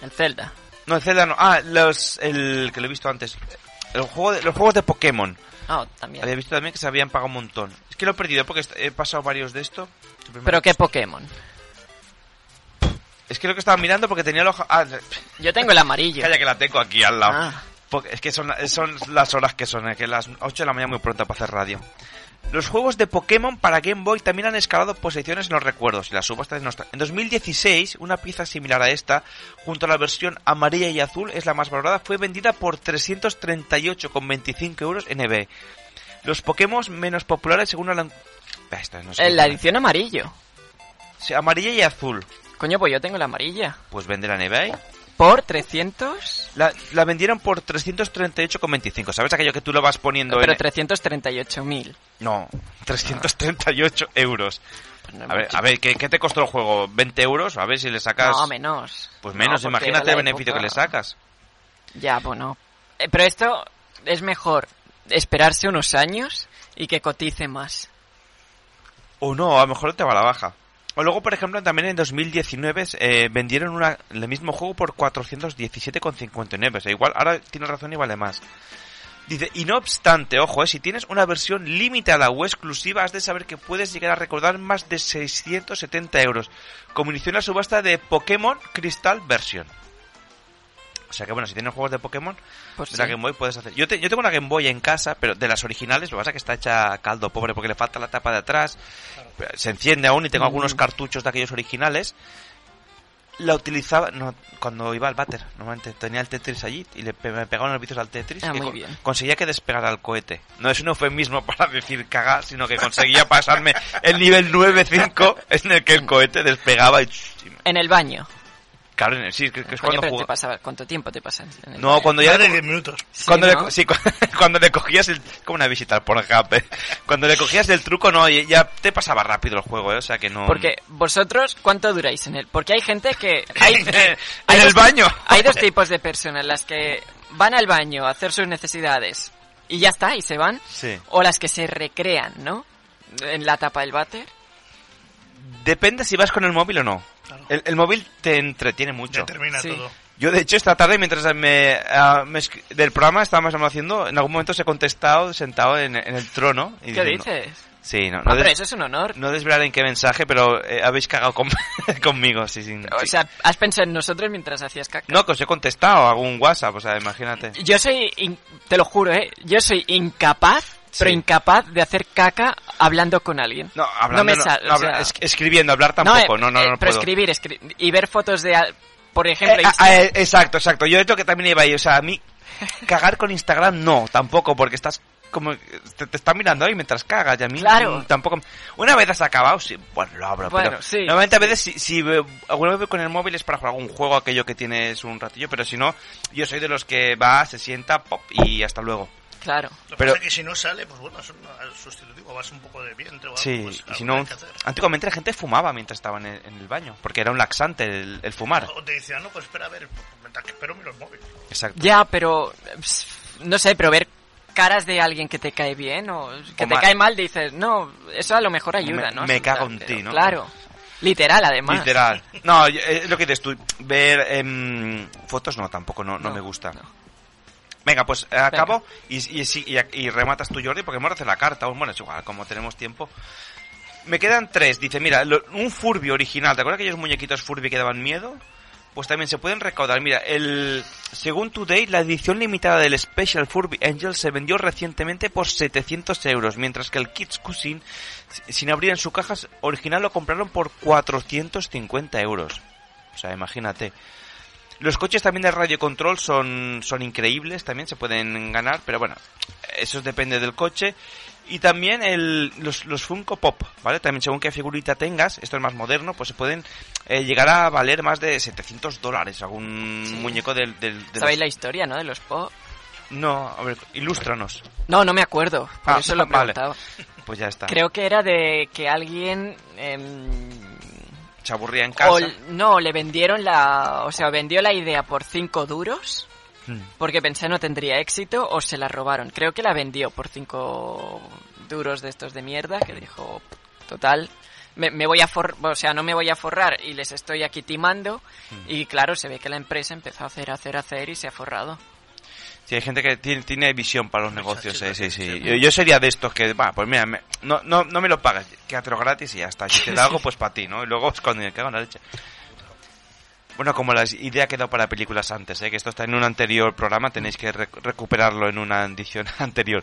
Speaker 1: El Zelda.
Speaker 2: No, el Zelda no. Ah, los, el que lo he visto antes. El juego de- los juegos de Pokémon.
Speaker 1: Ah, también.
Speaker 2: Había visto también que se habían pagado un montón. Es que lo he perdido porque est- he pasado varios de esto.
Speaker 1: Pero qué Pokémon.
Speaker 2: Es que lo que estaba mirando porque tenía el ojo... ah,
Speaker 1: Yo tengo el amarillo.
Speaker 2: Calla que la tengo aquí al lado.
Speaker 1: Ah.
Speaker 2: Porque es que son, son las horas que son, eh, que las 8 de la mañana muy pronto para hacer radio. Los juegos de Pokémon para Game Boy también han escalado posiciones en los recuerdos y las subastas en los... En 2016, una pieza similar a esta, junto a la versión amarilla y azul, es la más valorada, fue vendida por 338,25 euros en eBay. Los Pokémon menos populares según la... Ah, esta no sé
Speaker 1: Eh,
Speaker 2: qué
Speaker 1: La
Speaker 2: pone.
Speaker 1: edición amarillo.
Speaker 2: Sí, amarilla y azul.
Speaker 1: Coño, pues yo tengo la amarilla.
Speaker 2: Pues venderán en eBay.
Speaker 1: Por 300...
Speaker 2: La, la vendieron por 338,25. ¿Sabes aquello que tú lo vas poniendo
Speaker 1: Pero
Speaker 2: en...
Speaker 1: 338.000.
Speaker 2: No, 338 euros.
Speaker 1: Pues no es
Speaker 2: A ver,
Speaker 1: mucho.
Speaker 2: a ver ¿qué, qué te costó el juego? ¿20 euros? A ver si le sacas...
Speaker 1: No, menos.
Speaker 2: Pues menos,
Speaker 1: No, porque
Speaker 2: imagínate
Speaker 1: era
Speaker 2: el
Speaker 1: la
Speaker 2: beneficio
Speaker 1: época-
Speaker 2: que le sacas.
Speaker 1: Ya, bueno. Eh, pero esto es mejor esperarse unos años y que cotice más.
Speaker 2: O no, a lo mejor te va a la baja. O luego, por ejemplo, también en 2019 eh, vendieron una, el mismo juego por 417,59. O sea, igual, ahora tienes razón y vale más. Dice, y no obstante, ojo, eh, si tienes una versión limitada o E exclusiva, has de saber que puedes llegar a recordar más de 670 euros. Como inició la subasta de Pokémon Crystal Version. O sea que bueno, si tienes juegos de Pokémon,
Speaker 1: Pues
Speaker 2: de la
Speaker 1: sí.
Speaker 2: Game Boy puedes hacer. Yo, te- yo tengo una Game Boy en casa, pero de las originales, lo que pasa es que está hecha caldo pobre porque le falta la tapa de atrás. pero Se enciende aún y tengo
Speaker 1: Mm.
Speaker 2: algunos cartuchos de aquellos originales. La utilizaba no, cuando iba al váter. Normalmente tenía el Tetris allí y le pe- me pegaban los vicios al Tetris.
Speaker 1: Ah,
Speaker 2: que
Speaker 1: muy
Speaker 2: con-
Speaker 1: bien.
Speaker 2: Conseguía que despegara el cohete. No es un eufemismo para decir cagar, sino que conseguía pasarme el nivel 9.5 en el que el cohete despegaba y.
Speaker 1: En el baño.
Speaker 2: Claro, en el- sí, que, que es
Speaker 1: Coño,
Speaker 2: cuando
Speaker 1: pero
Speaker 2: jugaba.
Speaker 1: te pasaba- ¿Cuánto tiempo te pasas? en el
Speaker 2: No,
Speaker 1: baño?
Speaker 2: cuando ya
Speaker 3: Más de 10 minutos.
Speaker 1: Sí,
Speaker 2: cuando, le,
Speaker 1: ¿no?
Speaker 2: co- sí, cu- cuando le cogías el... Como una visita por Gap, eh. Cuando le cogías el truco, no, y ya te pasaba rápido el juego, eh, o sea que no...
Speaker 1: Porque vosotros, ¿cuánto duráis en él? Porque hay gente que... Hay,
Speaker 2: En
Speaker 1: hay
Speaker 2: el
Speaker 1: dos-
Speaker 2: baño.
Speaker 1: Hay dos tipos de personas, las que van al baño a hacer sus necesidades y ya está, y se van.
Speaker 2: Sí.
Speaker 1: O las que se recrean, ¿no? En la tapa del váter.
Speaker 2: Depende si vas con el móvil o no.
Speaker 3: Claro.
Speaker 2: El, el móvil te entretiene mucho.
Speaker 3: Ya termina
Speaker 1: Sí.
Speaker 3: todo.
Speaker 2: Yo, de hecho, esta tarde, mientras me, ah, me escri- del programa estábamos haciendo, en algún momento se he contestado sentado en, en el trono. Y
Speaker 1: ¿Qué
Speaker 2: diciendo-
Speaker 1: dices?
Speaker 2: Sí, no, no,
Speaker 1: No, pero
Speaker 2: des-
Speaker 1: eso es un honor.
Speaker 2: no desvelaré en qué mensaje, pero eh, habéis cagado con- conmigo. Sí, sí,
Speaker 1: O
Speaker 2: sí.
Speaker 1: sea, has pensado en nosotros mientras hacías caca.
Speaker 2: no, que os he contestado a algún WhatsApp, o sea, imagínate.
Speaker 1: Yo soy, in- te lo juro, ¿eh? Yo soy incapaz, pero
Speaker 2: Sí.
Speaker 1: incapaz de hacer caca hablando con alguien.
Speaker 2: No, hablando,
Speaker 1: me
Speaker 2: no,
Speaker 1: sal-
Speaker 2: no,
Speaker 1: o
Speaker 2: habla-
Speaker 1: sea-
Speaker 2: es- escribiendo, hablar tampoco,
Speaker 1: eh,
Speaker 2: no, no,
Speaker 1: eh,
Speaker 2: no,
Speaker 1: Pero
Speaker 2: puedo.
Speaker 1: escribir, escri- y ver fotos de, al- por
Speaker 2: Eh,
Speaker 1: ejemplo,
Speaker 2: ah,
Speaker 1: Instagram.
Speaker 2: eh, exacto, exacto. Yo creo que también iba ahí, o sea, a mí cagar con Instagram no, tampoco, porque estás como te, te están mirando ahí mientras cagas y a mí
Speaker 1: Claro.
Speaker 2: mm, tampoco. Una vez has acabado, sí, bueno, lo abro,
Speaker 1: Bueno,
Speaker 2: pero
Speaker 1: sí,
Speaker 2: normalmente a veces si, si veo- alguna vez voy con el móvil es para jugar algún juego aquello que tienes un ratillo, pero si no, yo soy de los que va, se sienta, pop y hasta luego.
Speaker 1: Claro.
Speaker 3: Lo que
Speaker 2: Pero-
Speaker 3: pasa es que si no sale, pues bueno, es un es sustitutivo. Vas un poco de vientre o algo.
Speaker 2: Sí,
Speaker 3: pues,
Speaker 2: y si no,
Speaker 3: algo hay que hacer.
Speaker 2: antiguamente la gente fumaba mientras estaba en el, en el baño, porque era un laxante el, el fumar.
Speaker 3: O te dice, ah, no, pues espera, a ver, pues, mientras que espero miro el móvil.
Speaker 2: Exacto.
Speaker 1: Ya, pero... pss, No sé, pero ver caras de alguien que te cae bien o que
Speaker 2: O
Speaker 1: te
Speaker 2: mal.
Speaker 1: cae mal, dices, no, eso a lo mejor ayuda,
Speaker 2: Me-
Speaker 1: ¿no?
Speaker 2: me cago en
Speaker 1: Pero,
Speaker 2: ti, ¿no?
Speaker 1: Claro. Literal, además.
Speaker 2: Literal. No, yo- eh, es lo que dices tú. Ver em, fotos no, tampoco, no, no,
Speaker 1: No,
Speaker 2: me gusta.
Speaker 1: no.
Speaker 2: Venga, pues eh, acabo y, y, sí, y ac- y rematas tú, Jordi, porque hemos hacer la carta. Bueno, es igual, como tenemos tiempo. Me quedan tres. Dice, mira, lo- un Furby original. ¿Te acuerdas aquellos muñequitos Furby que daban miedo? Pues también se pueden recaudar. Mira, el según Today, la edición limitada del Special Furby Angel se vendió recientemente por 700 euros, mientras que el Kids Cousin, si- sin abrir en su caja original, lo compraron por 450 euros. O sea, imagínate. Los coches también de radio control son, son increíbles, también se pueden ganar, pero bueno, eso depende del coche. Y también el, los, los Funko Pop, ¿vale? También según qué figurita tengas, esto es más moderno, pues se pueden eh, llegar a valer más de 700 dólares algún
Speaker 1: Sí.
Speaker 2: muñeco del... del, de
Speaker 1: ¿Sabéis
Speaker 2: los-
Speaker 1: la historia, no? De los pop.
Speaker 2: No, a ver, ilústranos.
Speaker 1: No, no me acuerdo. Por
Speaker 2: Ah,
Speaker 1: eso lo
Speaker 2: vale.
Speaker 1: preguntaba.
Speaker 2: Pues ya está.
Speaker 1: Creo que era de que alguien... em,
Speaker 2: Se aburría en casa.
Speaker 1: O l- no, le vendieron la... O sea, vendió la idea por 5 duros
Speaker 2: Mm.
Speaker 1: porque pensé no tendría éxito o se la robaron. Creo que la vendió por 5 duros de estos de mierda que dijo, total, me, me voy a for o sea, no me voy a forrar y les estoy aquí timando
Speaker 2: Hmm.
Speaker 1: y claro, se ve que la empresa empezó a hacer, hacer, hacer y se ha forrado.
Speaker 2: Sí, hay gente que tiene, tiene visión para los negocios, eh,
Speaker 3: Muchachos,
Speaker 2: sí, sí.
Speaker 3: sí.
Speaker 2: Yo, yo sería de estos que, va, pues mira, me- no, no, no pues, me lo pagas, quédatelo gratis y ya está. Si te lo hago, pues para ti, ¿no? Y luego es cuando me cago en la leche. Bueno, como la idea que he dado para películas antes, ¿eh? que esto está en un anterior programa, tenéis que re- recuperarlo en una edición anterior.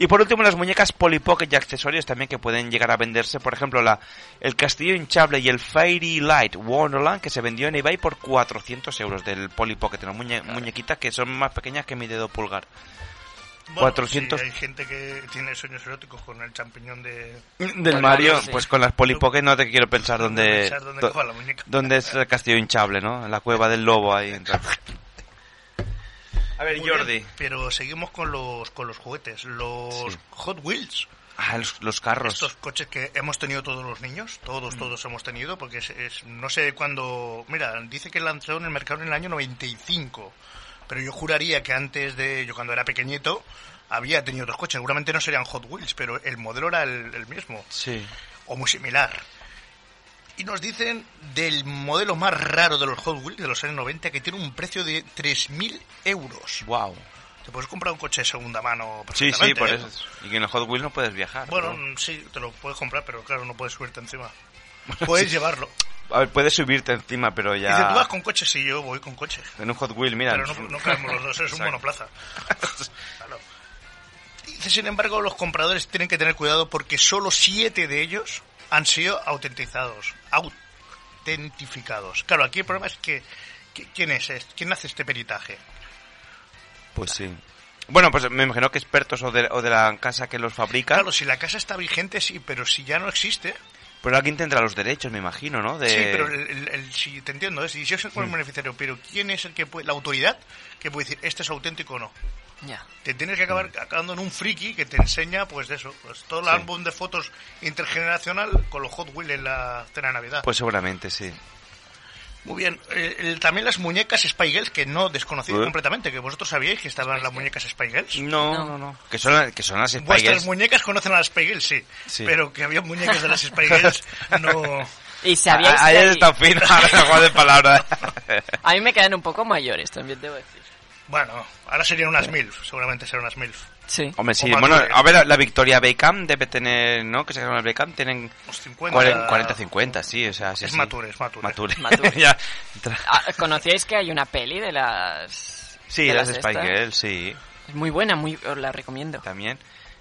Speaker 2: Y por último, las muñecas Polly Pocket y accesorios también que pueden llegar a venderse. Por ejemplo, la, el castillo hinchable y el Fairy Light Wonderland que se vendió en eBay por 400 euros del Polly Pocket. Una muñe- muñequita que son más pequeñas que mi dedo pulgar.
Speaker 3: Bueno,
Speaker 2: 400.
Speaker 3: sí, hay gente que tiene sueños eróticos con el champiñón de...
Speaker 2: Del
Speaker 1: Con
Speaker 2: Mario,
Speaker 1: Mario, sí.
Speaker 2: pues con las Polly Pocket no te quiero pensar dónde...
Speaker 3: pensar dónde
Speaker 2: do-
Speaker 3: coja la muñeca.
Speaker 2: ¿Dónde es el castillo hinchable, no? En la cueva del lobo ahí. A ver,
Speaker 3: Muy
Speaker 2: Jordi.
Speaker 3: bien, pero seguimos con los, con los juguetes. Los
Speaker 2: Sí.
Speaker 3: Hot Wheels.
Speaker 2: Ah, los, los carros.
Speaker 3: Estos coches que hemos tenido todos los niños,
Speaker 2: Mm.
Speaker 3: todos, todos hemos tenido, porque es, es- no sé cuándo... Mira, dice que lanzó en el mercado en el año 95, pero yo juraría que antes de... Yo cuando era pequeñito había tenido otros coches, seguramente no serían Hot Wheels, pero el modelo era el, el mismo,
Speaker 2: Sí.
Speaker 3: o muy similar. Y nos dicen del modelo más raro de los Hot Wheels de los años 90 que tiene un precio de 3.000 euros.
Speaker 2: Wow.
Speaker 3: Te puedes comprar un coche de segunda mano.
Speaker 2: Sí, sí,
Speaker 3: perfectamente,
Speaker 2: por
Speaker 3: ¿eh?
Speaker 2: eso. Y que en los Hot Wheels no puedes viajar.
Speaker 3: Bueno,
Speaker 2: ¿no?
Speaker 3: mm, sí, te lo puedes comprar, pero claro, no puedes subirte encima. Puedes llevarlo.
Speaker 2: A ver, puedes subirte encima, pero
Speaker 3: Dice, tú vas
Speaker 2: ya...
Speaker 3: con coche, sí, yo voy con coche.
Speaker 2: En un Hot Wheel, mira.
Speaker 3: Pero no, no caemos los dos, es un
Speaker 2: Exacto.
Speaker 3: monoplaza. Claro. Dice, sin embargo, los compradores tienen que tener cuidado porque solo siete de ellos han sido autentizados. Autentificados. Claro, aquí el problema es que... que- ¿Quién es? este? ¿Quién hace este peritaje?
Speaker 2: Pues sí. Bueno, pues me imagino que expertos o de, o de la casa que los fabrica.
Speaker 3: Claro, si la casa está vigente, sí, pero si ya no existe...
Speaker 2: Pero alguien tendrá los derechos, me imagino, ¿no? De...
Speaker 3: Sí, pero el, el- el- si te entiendo, ¿eh? si yo soy el beneficiario, pero ¿quién es el que puede, la autoridad que puede decir este es auténtico o no?
Speaker 1: Ya.
Speaker 3: Te tienes que acabar acabando en un friki que te enseña, pues de eso, pues todo el
Speaker 2: Sí.
Speaker 3: álbum de fotos intergeneracional con los Hot Wheels en la cena de Navidad.
Speaker 2: Pues seguramente, sí.
Speaker 3: Muy bien, eh, el- también las muñecas Spy Girls, que no desconocí
Speaker 2: ¿Eh?
Speaker 3: completamente, que vosotros sabíais que estaban las muñecas Spy Girls.
Speaker 2: No, no, no. Que, son, que son las
Speaker 3: Vuestras
Speaker 2: Spiders.
Speaker 3: muñecas conocen a las Spy Girls, sí,
Speaker 2: Sí.
Speaker 3: pero que había muñecas de las Spy Girls, no...
Speaker 1: Y este- sabíais que
Speaker 2: Ayer
Speaker 1: hay-
Speaker 2: está fino, juego de palabras.
Speaker 1: a mí me quedan un poco mayores, también debo decir.
Speaker 3: Bueno, ahora serían unas MILF, seguramente serán unas MILF.
Speaker 1: Sí.
Speaker 2: Hombre, sí,
Speaker 3: O más
Speaker 2: bueno,
Speaker 3: dure.
Speaker 2: a ver, la Victoria Beckham debe tener, ¿no? Que se llama Beckham, tienen
Speaker 3: Unos 50.
Speaker 2: 40, 50, sí, o sea, sí,
Speaker 3: Es
Speaker 2: sí.
Speaker 3: mature, es mature.
Speaker 2: Mature.
Speaker 1: Mature.
Speaker 2: Ya, entra-
Speaker 1: Ah, ¿Conocíais que hay una peli de las...
Speaker 2: Sí,
Speaker 1: de
Speaker 2: las eh.
Speaker 1: estas?
Speaker 2: Spy Girls, sí,
Speaker 1: Es Muy buena, muy os la recomiendo.
Speaker 2: también.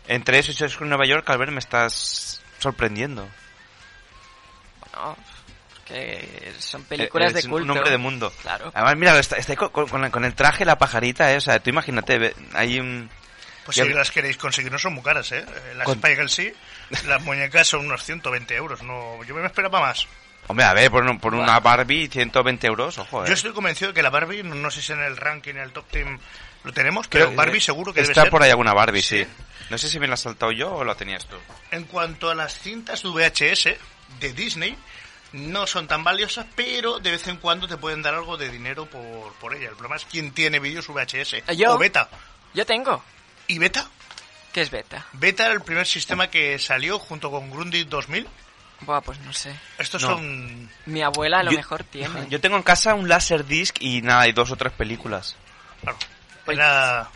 Speaker 2: Entre eso y Sexo en Nueva York, Albert, me estás sorprendiendo.
Speaker 1: Bueno, que son películas
Speaker 2: Eres
Speaker 1: de culto.
Speaker 2: Eh, un hombre de mundo.
Speaker 1: Claro.
Speaker 2: Además, mira, está, está con, con la- con el traje, la pajarita, eh, o sea, tú imagínate, ve- hay un...
Speaker 3: Pues
Speaker 2: Ya-
Speaker 3: si las queréis conseguir, no son muy caras, ¿eh? Eh, Las
Speaker 2: Con-
Speaker 3: Spy Girls sí, las muñecas son unos 120 euros. No, yo me esperaba más.
Speaker 2: Hombre, a ver, por, un- por una Barbie, 120 euros, ojo, eh.
Speaker 3: Yo estoy convencido de que la Barbie, no, no sé si en el ranking, en el top team lo tenemos,
Speaker 2: Creo
Speaker 3: pero
Speaker 2: que-
Speaker 3: Barbie seguro que debe
Speaker 2: Está
Speaker 3: ser.
Speaker 2: por ahí alguna Barbie,
Speaker 3: Sí.
Speaker 2: sí. No sé si me la has saltado yo o la tenías tú.
Speaker 3: En cuanto a las cintas VHS de Disney, no son tan valiosas, pero de vez en cuando te pueden dar algo de dinero por, por ella. El problema es quién tiene vídeos VHS.
Speaker 1: Yo.
Speaker 3: O Beta.
Speaker 1: Yo tengo,
Speaker 3: ¿Y Beta?
Speaker 1: que es beta.
Speaker 3: Beta era el primer sistema que salió junto con Grundy 2000.
Speaker 1: Buah, pues no sé.
Speaker 3: Estos
Speaker 2: No.
Speaker 3: son
Speaker 1: Mi abuela a lo
Speaker 2: Yo-
Speaker 1: mejor tiene.
Speaker 2: Yo tengo en casa un laser disc y nada, hay dos o tres películas.
Speaker 3: Claro. Era- Pues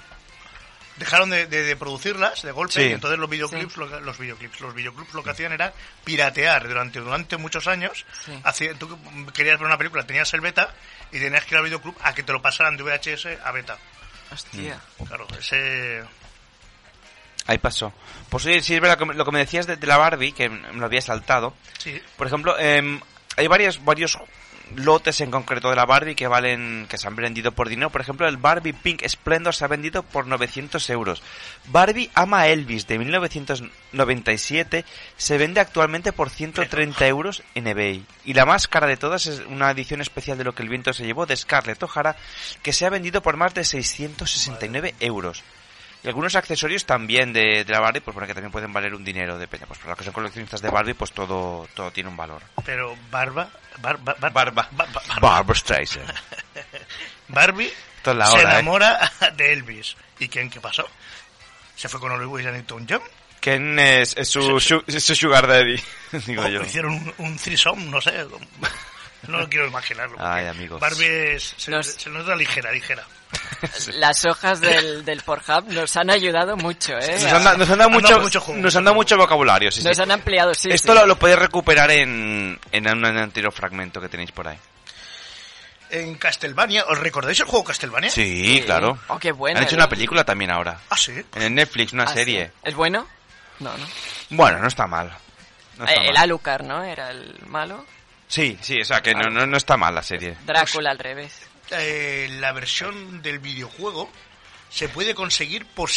Speaker 3: Dejaron de, de- de producirlas de golpe
Speaker 2: Sí.
Speaker 3: y entonces los videoclips, lo que- los videoclips, los videoclips lo que hacían era piratear durante, durante muchos años.
Speaker 1: Sí.
Speaker 3: Hacía- tú querías ver una película, tenías el beta y tenías que ir al videoclub a que te lo pasaran de VHS a beta.
Speaker 1: Hostia.
Speaker 3: Claro, ese...
Speaker 2: Ahí pasó. Pues oye, sí, es verdad, lo que- lo que me decías de, de la Barbie, que me lo había saltado.
Speaker 3: Sí.
Speaker 2: Por ejemplo, em, hay varios, varios lotes en concreto de la Barbie que valen que se han vendido por dinero. Por ejemplo, el Barbie Pink Splendor se ha vendido por 900 euros. Barbie Ama a Elvis de 1997 se vende actualmente por 130 euros en eBay. Y la más cara de todas es una edición especial de Lo que el viento se llevó de Scarlett O'Hara que se ha vendido por más de 669 euros. Y algunos accesorios también de, de la Barbie, pues bueno, que también pueden valer un dinero, depende. Pues para los que son coleccionistas de Barbie, pues todo, todo tiene un valor.
Speaker 3: Pero Barba... Bar- bar- bar-
Speaker 2: Barba.
Speaker 3: bar- bar-
Speaker 2: Barbra Streisand.
Speaker 3: Barbie
Speaker 2: Esto es la
Speaker 3: se
Speaker 2: hora, ¿eh?
Speaker 3: enamora de Elvis. ¿Y quién qué pasó? ¿Se fue con Oliver y Newton John?
Speaker 2: ¿Quién es, es su, su- es su sugar daddy? Digo
Speaker 3: O
Speaker 2: yo.
Speaker 3: Hicieron un, un threesome, no sé. No lo quiero imaginarlo. porque
Speaker 2: Ay, amigos.
Speaker 3: Barbie es- se,
Speaker 1: Nos-
Speaker 3: se nota ligera, ligera.
Speaker 1: Las hojas del, del Pornhub nos han ayudado mucho, ¿eh?
Speaker 2: Nos han, da- nos han dado
Speaker 3: Han
Speaker 2: mucho,
Speaker 3: dado mucho juego.
Speaker 2: nos han dado mucho vocabulario, sí, sí.
Speaker 1: Nos han ampliado, sí.
Speaker 2: Esto
Speaker 1: sí.
Speaker 2: lo, lo podéis recuperar en, en un anterior fragmento que tenéis por ahí.
Speaker 3: en Castlevania. ¿Os recordáis el juego Castlevania?
Speaker 2: Sí, claro.
Speaker 1: ¿Eh? Oh, qué bueno.
Speaker 2: Han hecho una película también ahora.
Speaker 3: Ah, sí.
Speaker 2: En el Netflix, una
Speaker 1: Ah, sí.
Speaker 2: serie.
Speaker 1: ¿Es bueno? No, no.
Speaker 2: Bueno, no está mal. No está
Speaker 1: Eh, el
Speaker 2: mal.
Speaker 1: Alucard, ¿no? Era el malo.
Speaker 2: Sí, sí, o sea que no, no, no está mal la serie.
Speaker 1: Drácula al revés.
Speaker 3: Eh, la versión del videojuego se puede conseguir por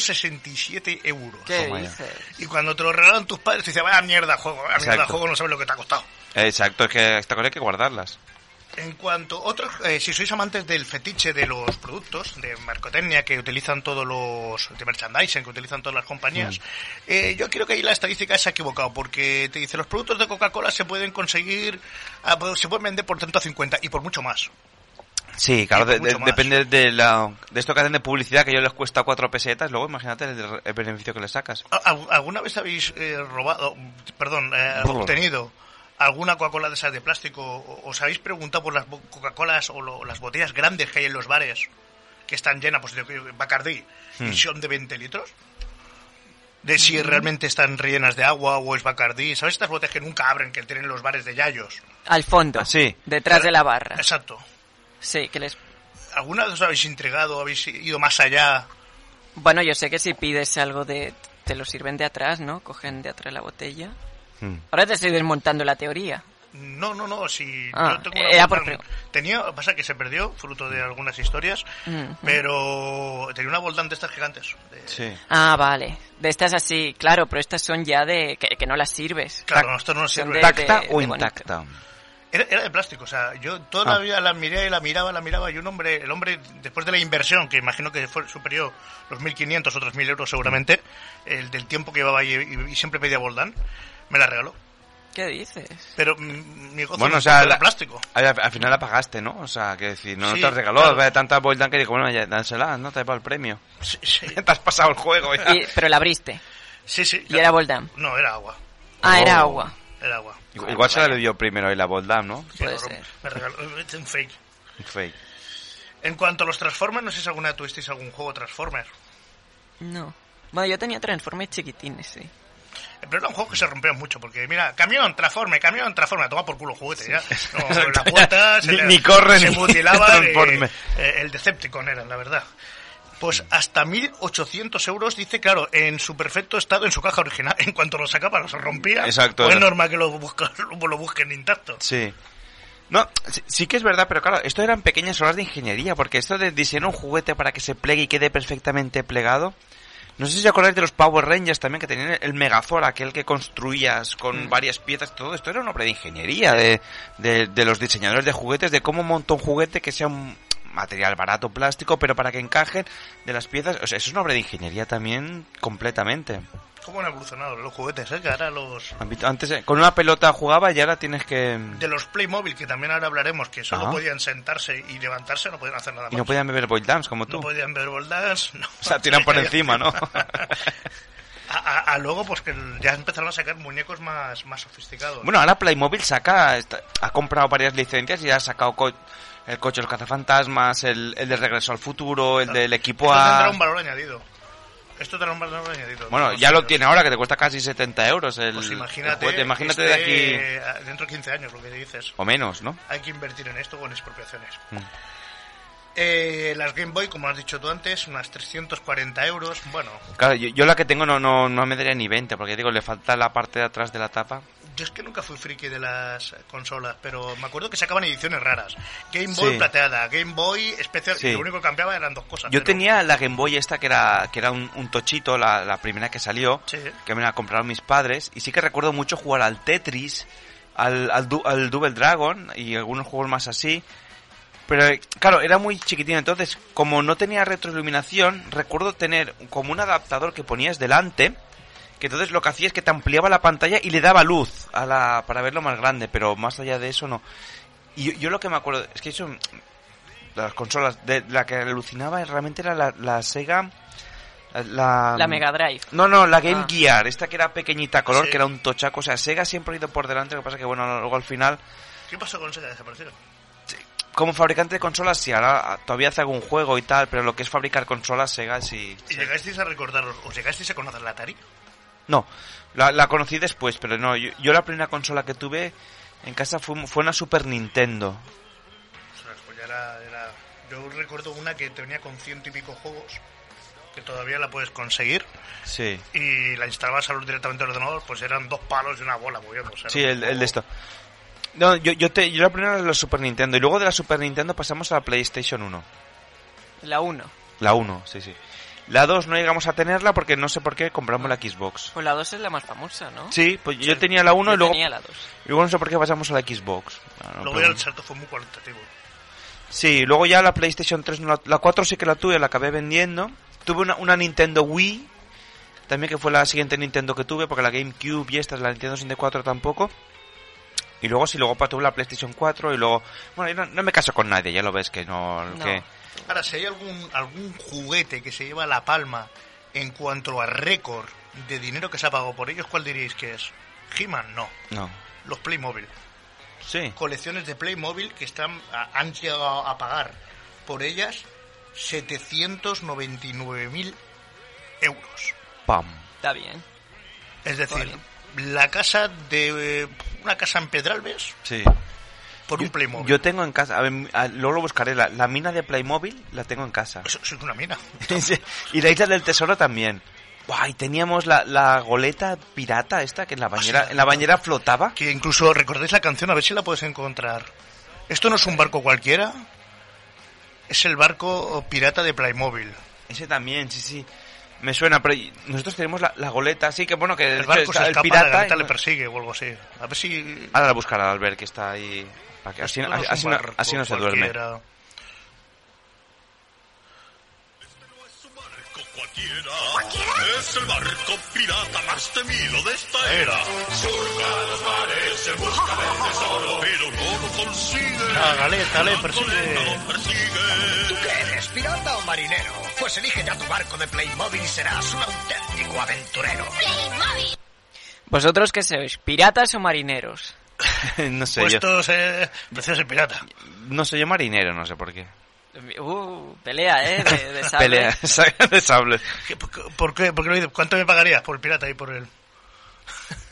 Speaker 3: 667 euros.
Speaker 1: ¿Qué
Speaker 2: Toma ya.
Speaker 1: dices?
Speaker 3: Y cuando te lo regalan tus padres, te dicen, vaya mierda juego, vaya mierda
Speaker 2: Exacto.
Speaker 3: juego, no sabes lo que te ha costado.
Speaker 2: Exacto, es que esta cosa hay que guardarlas.
Speaker 3: En cuanto otros, eh, si sois amantes del fetiche de los productos de mercotecnia que utilizan todos los de merchandising que utilizan todas las compañías, eh, yo creo que ahí la estadística se ha equivocado porque te dice los productos de Coca-Cola se pueden conseguir, ah, pues, se pueden vender por 150 y por mucho más.
Speaker 2: Sí, claro, de-
Speaker 3: mucho
Speaker 2: de-
Speaker 3: más.
Speaker 2: depende de, la, de esto que hacen de publicidad, que a ellos les cuesta cuatro pesetas, luego imagínate el, el beneficio que le sacas.
Speaker 3: ¿Al- al- ¿Alguna vez habéis eh, robado, perdón, eh,
Speaker 2: Brr.
Speaker 3: obtenido alguna Coca-Cola de esas de plástico? O- ¿Os habéis preguntado por las bo- Coca-Colas o lo- las botellas grandes que hay en los bares que están llenas pues, de Bacardí y
Speaker 2: Hmm.
Speaker 3: son de 20 litros? De
Speaker 1: Mm.
Speaker 3: si realmente están rellenas de agua o es Bacardí. ¿Sabes estas botellas que nunca abren, que tienen los bares de Yayos?
Speaker 1: Al fondo.
Speaker 2: Ah, sí.
Speaker 1: Detrás de la barra.
Speaker 3: Exacto.
Speaker 1: Sí, que les...
Speaker 3: ¿Alguna vez os habéis intrigado, habéis ido más allá?
Speaker 1: Bueno, yo sé que si pides algo de... Te lo sirven de atrás, ¿no? Cogen de atrás la botella.
Speaker 2: Mm.
Speaker 1: Ahora te estoy desmontando la teoría.
Speaker 3: No, no, no, si
Speaker 1: Ah,
Speaker 3: yo tengo una
Speaker 1: era por
Speaker 3: bolsa- tenía, pasa que se perdió fruto de algunas historias,
Speaker 1: Mm.
Speaker 3: pero tenía una volante de estas gigantes. de-
Speaker 2: Sí.
Speaker 1: Ah, vale. De estas así, claro, pero estas son ya de... Que, que no las sirves.
Speaker 3: Claro, esto no nos
Speaker 1: Son
Speaker 3: sirve.
Speaker 1: de-
Speaker 2: ¿Tacta o
Speaker 1: de bonito.
Speaker 2: intacta?
Speaker 3: Era, era de plástico, o sea, yo toda
Speaker 2: Ah.
Speaker 3: la vida la miré, la miraba, la miraba, y un hombre, el hombre, después de la inversión, que imagino que fue, superó los 1.500 o 3.000 euros seguramente, el del tiempo que llevaba ahí y, y siempre pedía Boldán, me la regaló.
Speaker 1: ¿Qué dices?
Speaker 3: Pero mm, mi gozo
Speaker 2: Bueno,
Speaker 3: no
Speaker 2: o sea,
Speaker 3: fue de
Speaker 2: la-
Speaker 3: plástico.
Speaker 2: Al, al final la pagaste, ¿no? O sea, que decir, no
Speaker 3: Sí,
Speaker 2: te regaló,
Speaker 3: claro.
Speaker 2: vaya, tanta boildan que digo, bueno, ya, dánsela, no te va el premio.
Speaker 3: Sí, sí,
Speaker 2: te has pasado el juego, ya.
Speaker 1: Y- pero la abriste.
Speaker 3: sí, sí,
Speaker 1: Y era Boldam.
Speaker 3: No, era agua,
Speaker 1: Ah, era
Speaker 2: Oh.
Speaker 1: agua.
Speaker 3: era agua.
Speaker 2: Igual se la bebió primero y la boildan, ¿no?
Speaker 1: Puede
Speaker 3: Qué
Speaker 1: ser.
Speaker 3: Me regaló, es un fake.
Speaker 2: Fake.
Speaker 3: En cuanto a los Transformers, no sé si alguna vez tuvisteis algún juego Transformers.
Speaker 1: No. Bueno, yo tenía Transformers chiquitines, sí.
Speaker 3: Pero era un juego que se rompía mucho, porque mira, camión, transforme, camión, transforme, toma por culo juguete, ya. No, en la puerta se,
Speaker 2: Ni-
Speaker 3: le-
Speaker 2: ni corre,
Speaker 3: se
Speaker 2: ni
Speaker 3: mutilaba eh,
Speaker 2: transforme.
Speaker 3: eh, el Decepticon eran, la verdad. Pues hasta 1.800 euros, dice, claro, en su perfecto estado, en su caja original, en cuanto lo sacaba, lo se rompía.
Speaker 2: Exacto.
Speaker 3: O es normal que lo, busca- lo busquen intacto.
Speaker 2: Sí. No, sí, sí que es verdad, pero claro, esto eran pequeñas horas de ingeniería, porque esto de diseñar un juguete para que se plegue y quede perfectamente plegado. No sé si os acordáis de los Power Rangers también, que tenían el Megazord, aquel que construías con varias piezas, todo esto era una obra de ingeniería de, de, de los diseñadores de juguetes, de cómo monta un juguete que sea un material barato, plástico, pero para que encajen de las piezas. O sea, eso es una obra de ingeniería también completamente.
Speaker 3: ¿Cómo han evolucionado los juguetes, eh? Que ahora los...
Speaker 2: Han visto- Antes eh, con una pelota jugaba y ahora tienes que...
Speaker 3: De los Playmobil, que también ahora hablaremos, que solo
Speaker 2: Ah.
Speaker 3: podían sentarse y levantarse, no podían hacer nada más.
Speaker 2: Y no podían beber boil dams como tú.
Speaker 3: No podían ver voldas, no.
Speaker 2: O sea, tiran por encima, ¿no?
Speaker 3: A, a- a luego, pues que ya empezaron a sacar muñecos más, más sofisticados.
Speaker 2: Bueno, ahora Playmobil saca, está- ha comprado varias licencias y ha sacado co- el coche de los cazafantasmas, el, el de Regreso al Futuro, el del equipo
Speaker 3: esto tendrá
Speaker 2: A.
Speaker 3: un valor añadido. Esto tendrá un valor añadido.
Speaker 2: Bueno,
Speaker 3: No
Speaker 2: ya
Speaker 3: sé,
Speaker 2: lo
Speaker 3: pero-
Speaker 2: tiene ahora, que te cuesta casi 70 euros el,
Speaker 3: Pues
Speaker 2: el
Speaker 3: imagínate,
Speaker 2: juguete. Imagínate
Speaker 3: este,
Speaker 2: de aquí.
Speaker 3: eh, Dentro de 15 años, lo que dices.
Speaker 2: O menos, ¿no?
Speaker 3: Hay que invertir en esto con expropiaciones.
Speaker 2: Mm.
Speaker 3: Eh, las Game Boy, como has dicho tú antes, unas 340 euros. Bueno,
Speaker 2: Claro, yo, yo la que tengo no, no, no me daría ni 20, porque digo, le falta la parte de atrás de la tapa.
Speaker 3: yo es que nunca fui friki de las consolas, pero me acuerdo que sacaban ediciones raras. Game Boy
Speaker 2: Sí.
Speaker 3: plateada, Game Boy especial,
Speaker 2: Sí.
Speaker 3: y lo único que cambiaba eran dos cosas.
Speaker 2: Yo
Speaker 3: pero-
Speaker 2: tenía la Game Boy esta que era, que era un, un tochito, la, la primera que salió,
Speaker 3: Sí.
Speaker 2: que me la compraron mis padres, y sí que recuerdo mucho jugar al Tetris, al, al, Du- al Double Dragon y algunos juegos más así. Pero eh, claro, era muy chiquitino, entonces como no tenía retroiluminación, recuerdo tener como un adaptador que ponías delante, que entonces lo que hacía es que te ampliaba la pantalla y le daba luz a la, para verlo más grande, pero más allá de eso no. Y yo, yo lo que me acuerdo, es que eso de las consolas, de la que alucinaba realmente era la, la Sega. La,
Speaker 1: La Mega Drive.
Speaker 2: No, no, la Game
Speaker 1: Ah.
Speaker 2: Gear, esta que era pequeñita a color,
Speaker 3: Sí.
Speaker 2: que era un tochaco. O sea, Sega siempre ha ido por delante, lo que pasa que, bueno, luego al final,
Speaker 3: ¿Qué pasó con Sega? ¿Desaparecieron?
Speaker 2: como fabricante de consolas, sí, ahora ah, todavía hace algún juego y tal, pero lo que es fabricar consolas, Sega sí.
Speaker 3: ¿Y llegasteis a recordaros, o llegasteis a conocer la Atari?
Speaker 2: No, la, la conocí después, pero no, yo, yo la primera consola que tuve en casa fue, fue una Super Nintendo.
Speaker 3: pues Yo recuerdo una que tenía con ciento y pico juegos, que todavía la puedes conseguir,
Speaker 2: Sí.
Speaker 3: y la instalabas al- directamente al ordenador, pues eran dos palos y una bola moviéndose.
Speaker 2: Sí,
Speaker 3: era un
Speaker 2: el, el
Speaker 3: juego-
Speaker 2: de esto. No, yo, yo, te, yo la primera era la Super Nintendo y luego de la Super Nintendo pasamos a la PlayStation 1.
Speaker 1: La 1.
Speaker 2: La 1, sí, sí. La 2 no llegamos a tenerla porque no sé por qué compramos la Xbox.
Speaker 1: Pues la 2 es la más famosa, ¿no?
Speaker 2: Sí, pues yo tenía la 1
Speaker 1: Yo
Speaker 2: y luego,
Speaker 1: tenía la 2.
Speaker 2: y luego no sé por qué pasamos a la Xbox. Ah, no,
Speaker 3: Luego
Speaker 2: pero-
Speaker 3: ya el salto fue muy cualitativo.
Speaker 2: Sí, luego ya la PlayStation 3, no la, la 4 sí que la tuve, la acabé vendiendo. Tuve una, una Nintendo Wii, también que fue la siguiente Nintendo que tuve, porque la GameCube y esta, la Nintendo 64 tampoco. Y luego sí, luego pa- tuve la PlayStation 4 y luego... Bueno, yo no, no me caso con nadie, ya lo ves que no...
Speaker 1: No.
Speaker 2: Que,
Speaker 3: Ahora, si hay algún, algún juguete que se lleva la palma en cuanto a récord de dinero que se ha pagado por ellos, ¿cuál diríais que es? He-Man, no.
Speaker 2: no.
Speaker 3: Los Playmobil.
Speaker 2: Sí.
Speaker 3: Colecciones de Playmobil que están, a- han llegado a pagar por ellas 799.000 euros.
Speaker 2: Pam.
Speaker 1: Está bien.
Speaker 3: Es decir, la casa de... eh, Una casa en Pedralbes
Speaker 2: Sí.
Speaker 3: por un
Speaker 2: Yo,
Speaker 3: Playmobil.
Speaker 2: yo tengo en casa... a ver, a- luego lo buscaré. La, la mina de Playmobil la tengo en casa.
Speaker 3: Eso, eso es una mina.
Speaker 2: Sí, y la isla del tesoro también. Guay, teníamos la, la goleta pirata esta que en
Speaker 3: Ah,
Speaker 2: la bañera, en la bañera flotaba.
Speaker 3: Que incluso recordéis la canción, a ver si la puedes encontrar. Esto no es un barco cualquiera. Es el barco pirata de Playmobil.
Speaker 2: Ese también, sí, sí. Me suena, pero y- nosotros tenemos la, la goleta, así que bueno, que
Speaker 3: El barco
Speaker 2: está
Speaker 3: se
Speaker 2: el
Speaker 3: escapa, la
Speaker 2: pirata.
Speaker 3: garita
Speaker 2: y-
Speaker 3: le persigue o algo así. A ver si...
Speaker 2: Ahora la buscará al ver que está ahí. para que así,
Speaker 3: Esto no es
Speaker 2: así,
Speaker 3: un
Speaker 2: así no,
Speaker 3: barco
Speaker 2: así no se duerme.
Speaker 3: cualquiera.
Speaker 6: barco cualquiera. Es el barco pirata más temido de esta era. Surca los mares en busca del tesoro, pero no lo consigue.
Speaker 2: Ah,
Speaker 3: La galeta le
Speaker 6: No
Speaker 3: persigue.
Speaker 6: lo persigue.
Speaker 7: ¿Qué eres, pirata o marinero? Pues elige ya tu barco de Playmobil y serás un auténtico aventurero.
Speaker 4: Playmobil.
Speaker 1: ¿Vosotros qué sois? ¿Piratas o marineros?
Speaker 2: no sé, yo,
Speaker 3: Puestos, eh... Precioso pirata.
Speaker 2: no soy yo marinero, no sé por qué.
Speaker 1: Uh, pelea, ¿eh? De, de sable.
Speaker 2: Pelea, saca de sable.
Speaker 3: ¿Qué- ¿Por qué? ¿Por qué? ¿Por qué lo dices? ¿Cuánto me pagarías por el pirata y por el...?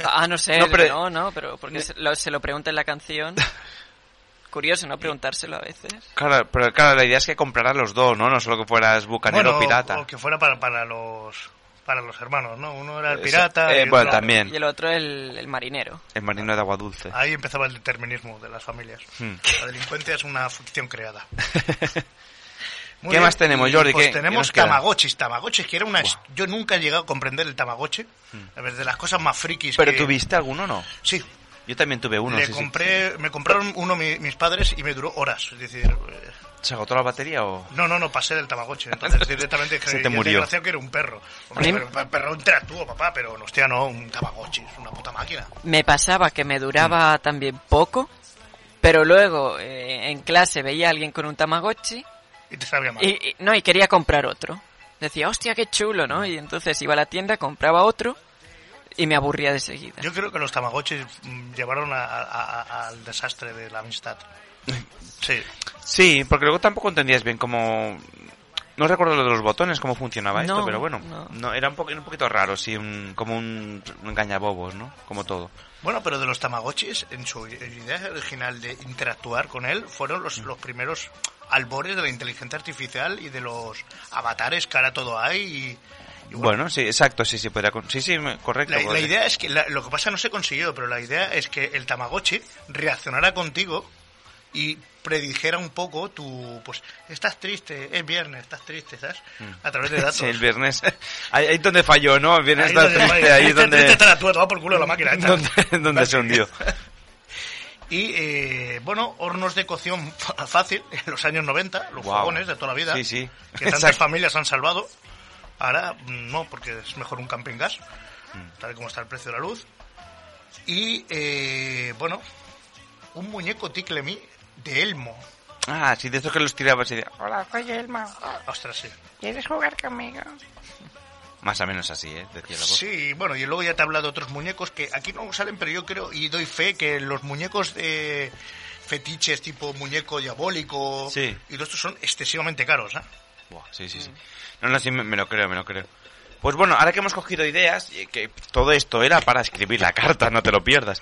Speaker 1: Ah, no sé.
Speaker 2: No,
Speaker 1: No,
Speaker 2: pero-
Speaker 1: no, pero porque se lo, se lo pregunta en la canción. Curioso, ¿no? Preguntárselo a veces.
Speaker 2: Claro, pero claro, la idea es que comprara los dos, ¿no? No solo que fueras bucanero
Speaker 3: Bueno,
Speaker 2: pirata.
Speaker 3: O que fuera para, para los... Para los hermanos, ¿no? Uno era el
Speaker 2: Eso-
Speaker 3: pirata...
Speaker 2: eh,
Speaker 3: y Ah.
Speaker 2: bueno,
Speaker 3: otro-
Speaker 2: también.
Speaker 1: Y el otro, el, el marinero.
Speaker 2: El marino de agua dulce.
Speaker 3: Ahí empezaba el determinismo de las familias.
Speaker 2: Hmm.
Speaker 3: La delincuencia es una ficción creada. Muy
Speaker 2: ¿Qué más tenemos,
Speaker 3: y
Speaker 2: Jordi?
Speaker 3: Pues
Speaker 2: ¿Qué- qué
Speaker 3: tenemos
Speaker 2: nos queda?
Speaker 3: Tamagotchis. Tamagotchis, que era una... Yo nunca he llegado a comprender el Tamagotchi. A ver, de las cosas más frikis
Speaker 2: Hmm. Pero
Speaker 3: que...
Speaker 2: tuviste alguno, o ¿no?
Speaker 3: Sí.
Speaker 2: Yo también tuve uno.
Speaker 3: le
Speaker 2: sí, sí.
Speaker 3: compré... Me compraron uno mi- mis padres y me duró horas. Es decir... eh,
Speaker 2: ¿Se agotó la batería o...?
Speaker 3: No, no, no, pasé del Tamagotchi. Entonces directamente... dije,
Speaker 2: Se te
Speaker 3: "Yo
Speaker 2: murió".
Speaker 3: desgraciado que era un perro. Hombre,
Speaker 1: A mí-
Speaker 3: pero, pero, perro interactúo, papá, pero hostia, no, un Tamagotchi. Es una puta máquina.
Speaker 1: Me pasaba que me
Speaker 2: Mm.
Speaker 1: duraba también poco, pero luego eh, en clase veía a alguien con un Tamagotchi
Speaker 3: Y te sabía mal.
Speaker 1: y, y- no, y quería comprar otro. Decía, hostia, qué chulo,
Speaker 2: Mm.
Speaker 1: ¿no? Y entonces iba a la tienda, compraba otro y me aburría de seguida.
Speaker 3: Yo creo que los tamagotchis mm, llevaron a- a- a- al desastre de la amistad. Sí.
Speaker 2: Sí, porque luego tampoco entendías bien cómo... No recuerdo lo de los botones, cómo funcionaba esto,
Speaker 1: No,
Speaker 2: pero bueno.
Speaker 1: no.
Speaker 2: no, era, un poco, era un poquito raro, sí, un- como un, un engañabobos, ¿no? Como todo.
Speaker 3: Bueno, pero de los tamagotchis, en su idea original de interactuar con él, fueron los, los primeros albores de la inteligencia artificial y de los avatares que ahora todo hay. Y, y
Speaker 2: Bueno, sí, exacto, sí, sí, podría... con- Sí, sí, me- correcto.
Speaker 3: La, la
Speaker 2: podría-
Speaker 3: idea es que, la- lo que pasa no se consiguió, pero la idea es que el Tamagotchi reaccionara contigo y predijera un poco tu, pues, estás triste, es viernes, estás triste, ¿sabes? A través de datos.
Speaker 2: Mm. Sí, el viernes. ahí, ahí es donde falló, ¿no? El viernes está triste, ahí es
Speaker 3: Te
Speaker 2: donde...
Speaker 3: la tuya, toma por culo la máquina. esta.
Speaker 2: donde, donde se hundió.
Speaker 3: Y, eh, bueno, hornos de cocción fa- fácil en los años 90, los
Speaker 2: Guau.
Speaker 3: fogones de toda la vida.
Speaker 2: Sí, sí.
Speaker 3: Que tantas
Speaker 2: Exacto.
Speaker 3: familias han salvado. Ahora mm, no, porque es mejor un camping gas,
Speaker 2: Mm.
Speaker 3: tal y como está el precio de la luz. Y, eh, bueno, un muñeco Tickle Me de Elmo.
Speaker 2: Ah, sí, de esos que los tirabas y... de- ah,
Speaker 8: Hola, soy Elma.
Speaker 3: Ostras, sí.
Speaker 8: ¿Quieres jugar conmigo?
Speaker 2: Más o menos así, ¿eh? Decía la voz.
Speaker 3: Sí, bueno, y luego ya te he hablado de otros muñecos que aquí no salen, pero yo creo y doy fe que los muñecos de fetiches tipo muñeco diabólico
Speaker 2: Sí.
Speaker 3: y los estos son excesivamente caros, ¿eh?
Speaker 2: Buah, sí, sí, sí. No, no, sí, me, me lo creo, me lo creo. Pues bueno, ahora que hemos cogido ideas, y que todo esto era para escribir la carta, no te lo pierdas.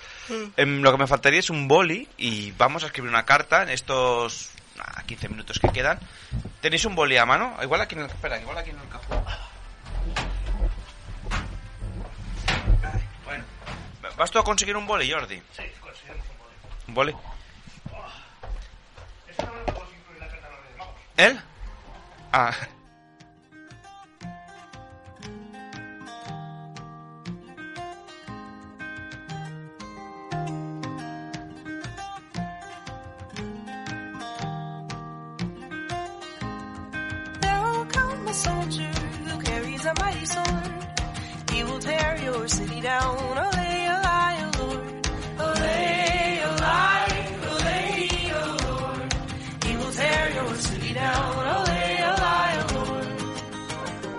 Speaker 2: Em, lo que me faltaría es un boli y vamos a escribir una carta en estos ah, 15 minutos que quedan. ¿Tenéis un boli a mano? Igual aquí en el... Espera, igual aquí en el cajón. Ay, Bueno. ¿Vas tú a conseguir un boli, Jordi? Sí, conseguimos un boli. ¿Un boli? ¿Él? Ah.
Speaker 9: Now come a soldier who carries a mighty sword. He will tear your city down. Olay, olay, O Lord. Olay, olay, olay, O Lord. He will tear your city down. Olay, olay, O Lord.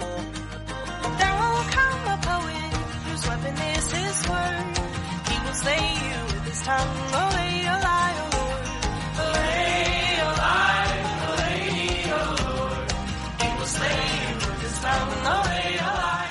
Speaker 9: There will come a poet whose weapon is his word. He will slay you with his tongue. Olay, olay, O Lord. Olay, olay, olay, O Lord. He will slay you with his tongue. Olay, olay.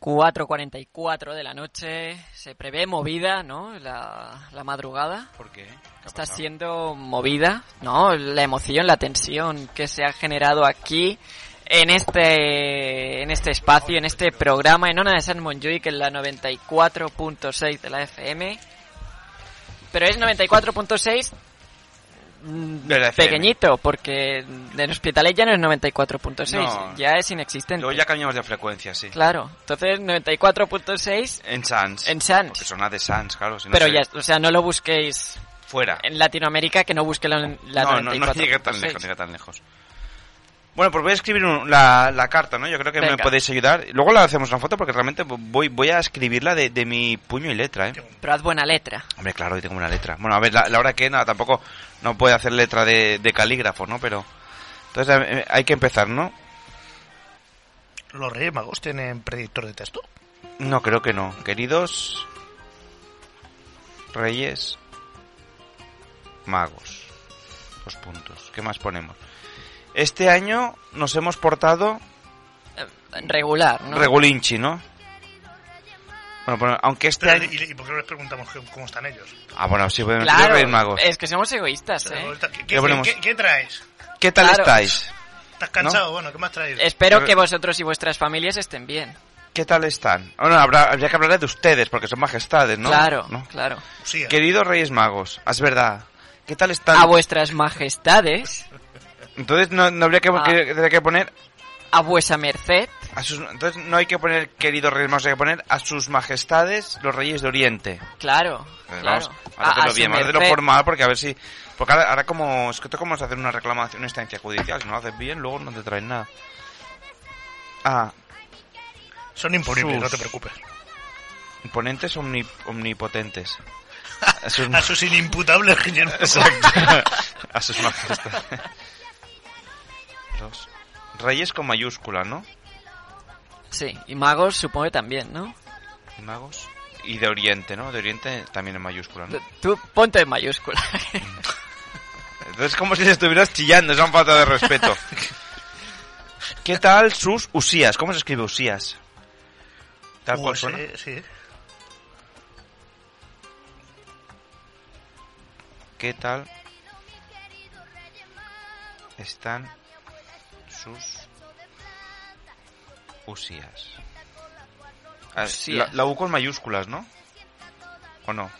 Speaker 1: 4.44 de la noche. Se prevé movida, ¿no? La, la madrugada.
Speaker 2: ¿Por qué? ¿Qué ha
Speaker 1: Está
Speaker 2: pasado?
Speaker 1: siendo movida, ¿no? La emoción, la tensión que se ha generado aquí en este en este espacio, en este programa en Ona de San Monjuic en la 94.6 de la FM. Pero es 94.6 mm,
Speaker 2: De la FM.
Speaker 1: pequeñito, porque en Hospitalet ya no es 94.6,
Speaker 2: No.
Speaker 1: ya es inexistente.
Speaker 2: Luego ya cambiamos de frecuencia, sí.
Speaker 1: Claro, entonces 94.6
Speaker 2: En Sans.
Speaker 1: En Sans.
Speaker 2: Porque son de Sans, claro. si no
Speaker 1: pero
Speaker 2: sé,
Speaker 1: ya, o sea, no lo busquéis
Speaker 2: Fuera.
Speaker 1: en Latinoamérica, que no busque la, la
Speaker 2: no, no, no
Speaker 1: 94.6.
Speaker 2: llega tan lejos, no llega tan lejos. Bueno, pues voy a escribir un- la, la carta, ¿no? Yo creo que me
Speaker 1: Venga.
Speaker 2: podéis ayudar. Luego la hacemos una foto porque realmente voy, voy a escribirla de, de mi puño y letra, ¿eh?
Speaker 1: Pero haz buena letra.
Speaker 2: Hombre, claro, hoy tengo una letra. Bueno, a ver, la, la hora que nada, tampoco no puede hacer letra de, de calígrafo, ¿no? Pero... Entonces eh, hay que empezar, ¿no?
Speaker 3: ¿Los Reyes Magos tienen predictor de texto?
Speaker 2: No, creo que no. Queridos Reyes Magos. Dos puntos. ¿Qué más ponemos? Este año nos hemos portado
Speaker 1: Eh, Regular, ¿no?
Speaker 2: regulinchi, ¿no? Bueno, bueno, aunque este
Speaker 3: Pero,
Speaker 2: año...
Speaker 3: ¿Y, y por qué no les preguntamos qué- cómo están ellos?
Speaker 2: Ah, bueno, sí podemos decir
Speaker 1: Claro, eh,
Speaker 2: Reyes Magos.
Speaker 1: es que somos egoístas, ¿eh?
Speaker 3: Pero, ¿Qué,
Speaker 2: Ya
Speaker 3: qué,
Speaker 2: ponemos.
Speaker 3: qué- qué traes?
Speaker 2: ¿Qué tal
Speaker 1: claro.
Speaker 2: estáis?
Speaker 3: ¿Estás cansado? Bueno, ¿qué más traes?
Speaker 1: Espero
Speaker 2: Pero-
Speaker 1: que vosotros y vuestras familias estén bien.
Speaker 2: ¿Qué tal están? Bueno, habrá, habría que hablar de ustedes, porque son majestades, ¿no?
Speaker 1: claro,
Speaker 2: ¿No?
Speaker 1: claro.
Speaker 3: Sí,
Speaker 2: Queridos Reyes Magos, ah, es verdad. ¿Qué tal están?
Speaker 1: A vuestras majestades,
Speaker 2: Entonces no, no habría que,
Speaker 1: Ah.
Speaker 2: que- tendría que poner
Speaker 1: a vuesa merced,
Speaker 2: A sus- entonces no hay que poner queridos reyes magos, hay que poner a sus majestades los reyes de Oriente.
Speaker 1: claro,
Speaker 2: Eh,
Speaker 1: claro.
Speaker 2: Vamos, ahora hazlo
Speaker 1: su
Speaker 2: bien, hazlo
Speaker 1: merced.
Speaker 2: formal porque a ver si... Porque ahora, ahora como... Es que esto es como es hacer una reclamación, una instancia judicial. Si no lo haces bien, luego no te traen nada. Ah,
Speaker 3: son imponibles,
Speaker 2: Sus.
Speaker 3: no te preocupes.
Speaker 2: imponentes omni- omnipotentes. A sus,
Speaker 3: A Ah, sus inimputables que yo no-
Speaker 2: Exacto. a sus majestades. Los reyes con mayúscula, ¿no?
Speaker 1: Sí, y magos supongo que también, ¿no?
Speaker 2: Y magos. Y de Oriente, ¿no? De Oriente también en mayúscula, ¿no?
Speaker 1: Tú ponte en mayúscula.
Speaker 2: Entonces es como si estuvieras chillando, es una falta de respeto. ¿Qué tal sus usías? ¿Cómo se escribe usías? Tal cual
Speaker 3: Uh,
Speaker 2: suena.
Speaker 3: sí, sí.
Speaker 2: ¿Qué tal están sus usías? A ver,
Speaker 1: Usías.
Speaker 2: La, la U con mayúsculas, ¿no? ¿O no?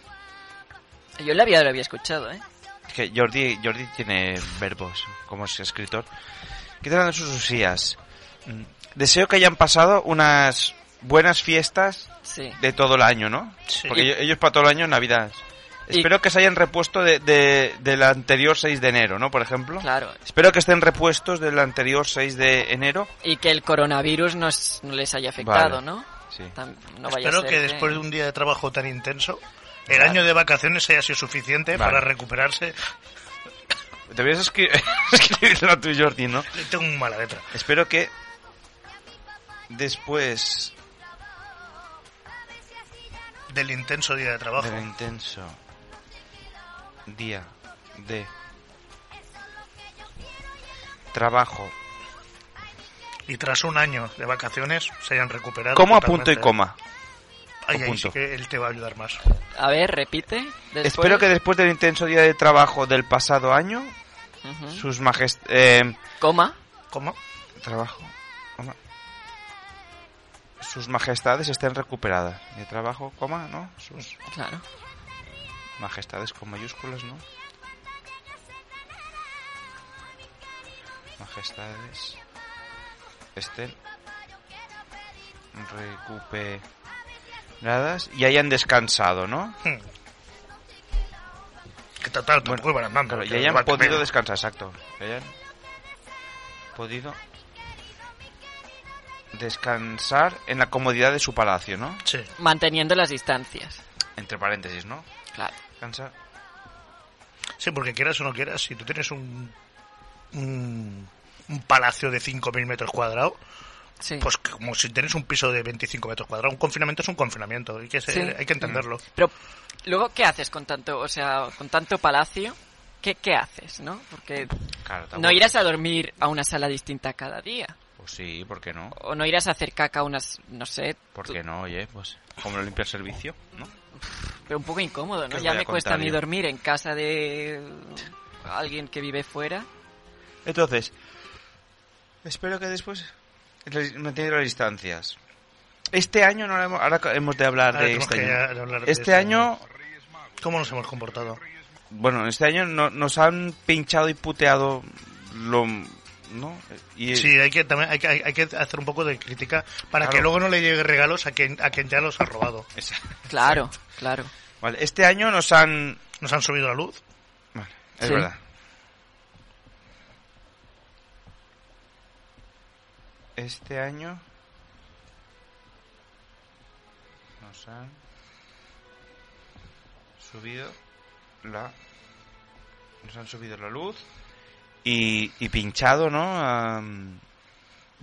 Speaker 1: Yo la había, lo había escuchado, ¿eh?
Speaker 2: Es que Jordi, Jordi tiene verbos, como es escritor. ¿Qué tal sus usías? Mm, Deseo que hayan pasado unas buenas fiestas
Speaker 1: Sí.
Speaker 2: de todo el año, ¿no?
Speaker 3: Sí.
Speaker 2: Porque ellos, ellos para todo el año Navidad.
Speaker 1: Y-
Speaker 2: Espero que se hayan repuesto de, de- del anterior 6 de enero, ¿no? Por ejemplo.
Speaker 1: Claro.
Speaker 2: Espero que estén repuestos del anterior 6 de enero.
Speaker 1: Y que el coronavirus nos- no les haya afectado,
Speaker 2: Vale.
Speaker 1: ¿no?
Speaker 2: Sí.
Speaker 1: Tam- no vaya a
Speaker 3: Espero
Speaker 1: ser
Speaker 3: que después de un día de trabajo tan intenso, el
Speaker 1: Vale.
Speaker 3: año de vacaciones haya sido suficiente
Speaker 2: Vale.
Speaker 3: para recuperarse.
Speaker 2: Deberías escri- escribirlo a tu Jordi, ¿no?
Speaker 3: Tengo una mala letra.
Speaker 2: Espero que después
Speaker 3: Del intenso día de trabajo.
Speaker 2: del intenso día de trabajo.
Speaker 3: Y tras un año de vacaciones, se hayan recuperado.
Speaker 2: ¿Cómo a
Speaker 3: totalmente.
Speaker 2: punto y coma?
Speaker 3: Ay, ahí sí
Speaker 2: punto.
Speaker 3: que él te va a ayudar más.
Speaker 1: A ver, repite. después.
Speaker 2: Espero que después del intenso día de trabajo del pasado año,
Speaker 1: Ujú.
Speaker 2: sus majestades... Eh,
Speaker 1: Coma.
Speaker 3: ¿Cómo?
Speaker 2: trabajo. coma. Sus majestades estén recuperadas. De trabajo, coma, ¿no? Sus
Speaker 1: Claro.
Speaker 2: majestades con mayúsculas, ¿no? Majestades Este, estén recuperadas y hayan descansado, ¿no?
Speaker 3: Hmm. Que total,
Speaker 2: Bueno,
Speaker 3: tampoco iban andando.
Speaker 2: Claro,
Speaker 3: que
Speaker 2: ya hayan
Speaker 3: igual que
Speaker 2: podido
Speaker 3: menos.
Speaker 2: descansar, exacto. Ya hayan podido descansar en la comodidad de su palacio, ¿no?
Speaker 3: Sí.
Speaker 1: Manteniendo las distancias.
Speaker 2: Entre paréntesis, ¿no?
Speaker 1: Claro.
Speaker 2: Descansar.
Speaker 3: Sí, porque quieras o no quieras, si tú tienes un, un, un palacio de 5.000 metros cuadrados,
Speaker 1: Sí.
Speaker 3: pues como si tienes un piso de 25 metros cuadrados, un confinamiento es un confinamiento, hay que, ser-
Speaker 1: Sí.
Speaker 3: hay que entenderlo.
Speaker 2: Mm.
Speaker 1: Pero luego qué haces con tanto, o sea, con tanto palacio? ¿Qué, qué haces, no? Porque
Speaker 2: Claro, está
Speaker 1: no
Speaker 2: bueno.
Speaker 1: irás a dormir a una sala distinta cada día.
Speaker 2: Pues sí, ¿por qué no?
Speaker 1: O no irás a hacer caca a unas, no sé,
Speaker 2: ¿Por
Speaker 1: tú-
Speaker 2: qué no? Oye, pues como lo limpia el servicio, ¿no?
Speaker 1: pero un poco incómodo,
Speaker 2: ¿Qué
Speaker 1: ¿no?
Speaker 2: os
Speaker 1: Ya
Speaker 2: voy a
Speaker 1: me cuesta a
Speaker 2: contar
Speaker 1: mí
Speaker 2: yo?
Speaker 1: dormir en casa de alguien que vive fuera.
Speaker 2: Entonces, espero que después les- mantener las distancias. Este año no lo hemos, ahora hemos de hablar de
Speaker 3: Ahora tenemos
Speaker 2: este
Speaker 3: que
Speaker 2: año.
Speaker 3: ya hablar de
Speaker 2: Este
Speaker 3: este
Speaker 2: año
Speaker 3: año. ¿Cómo nos hemos comportado?
Speaker 2: Bueno, este año no- nos han pinchado y puteado lo... ¿No? Y,
Speaker 3: Sí, hay que, también, hay, que, hay- hay que hacer un poco de crítica para
Speaker 2: Claro.
Speaker 3: que luego no le llegue regalos a quien, a quien ya los ha robado.
Speaker 2: Esa-
Speaker 1: Claro, claro.
Speaker 2: Vale, este año nos han...
Speaker 3: Nos han subido la luz,
Speaker 2: Vale, es
Speaker 1: Sí.
Speaker 2: verdad. Este año... Nos han... Subido la... Nos han subido la luz. Y, y pinchado, ¿no? Am,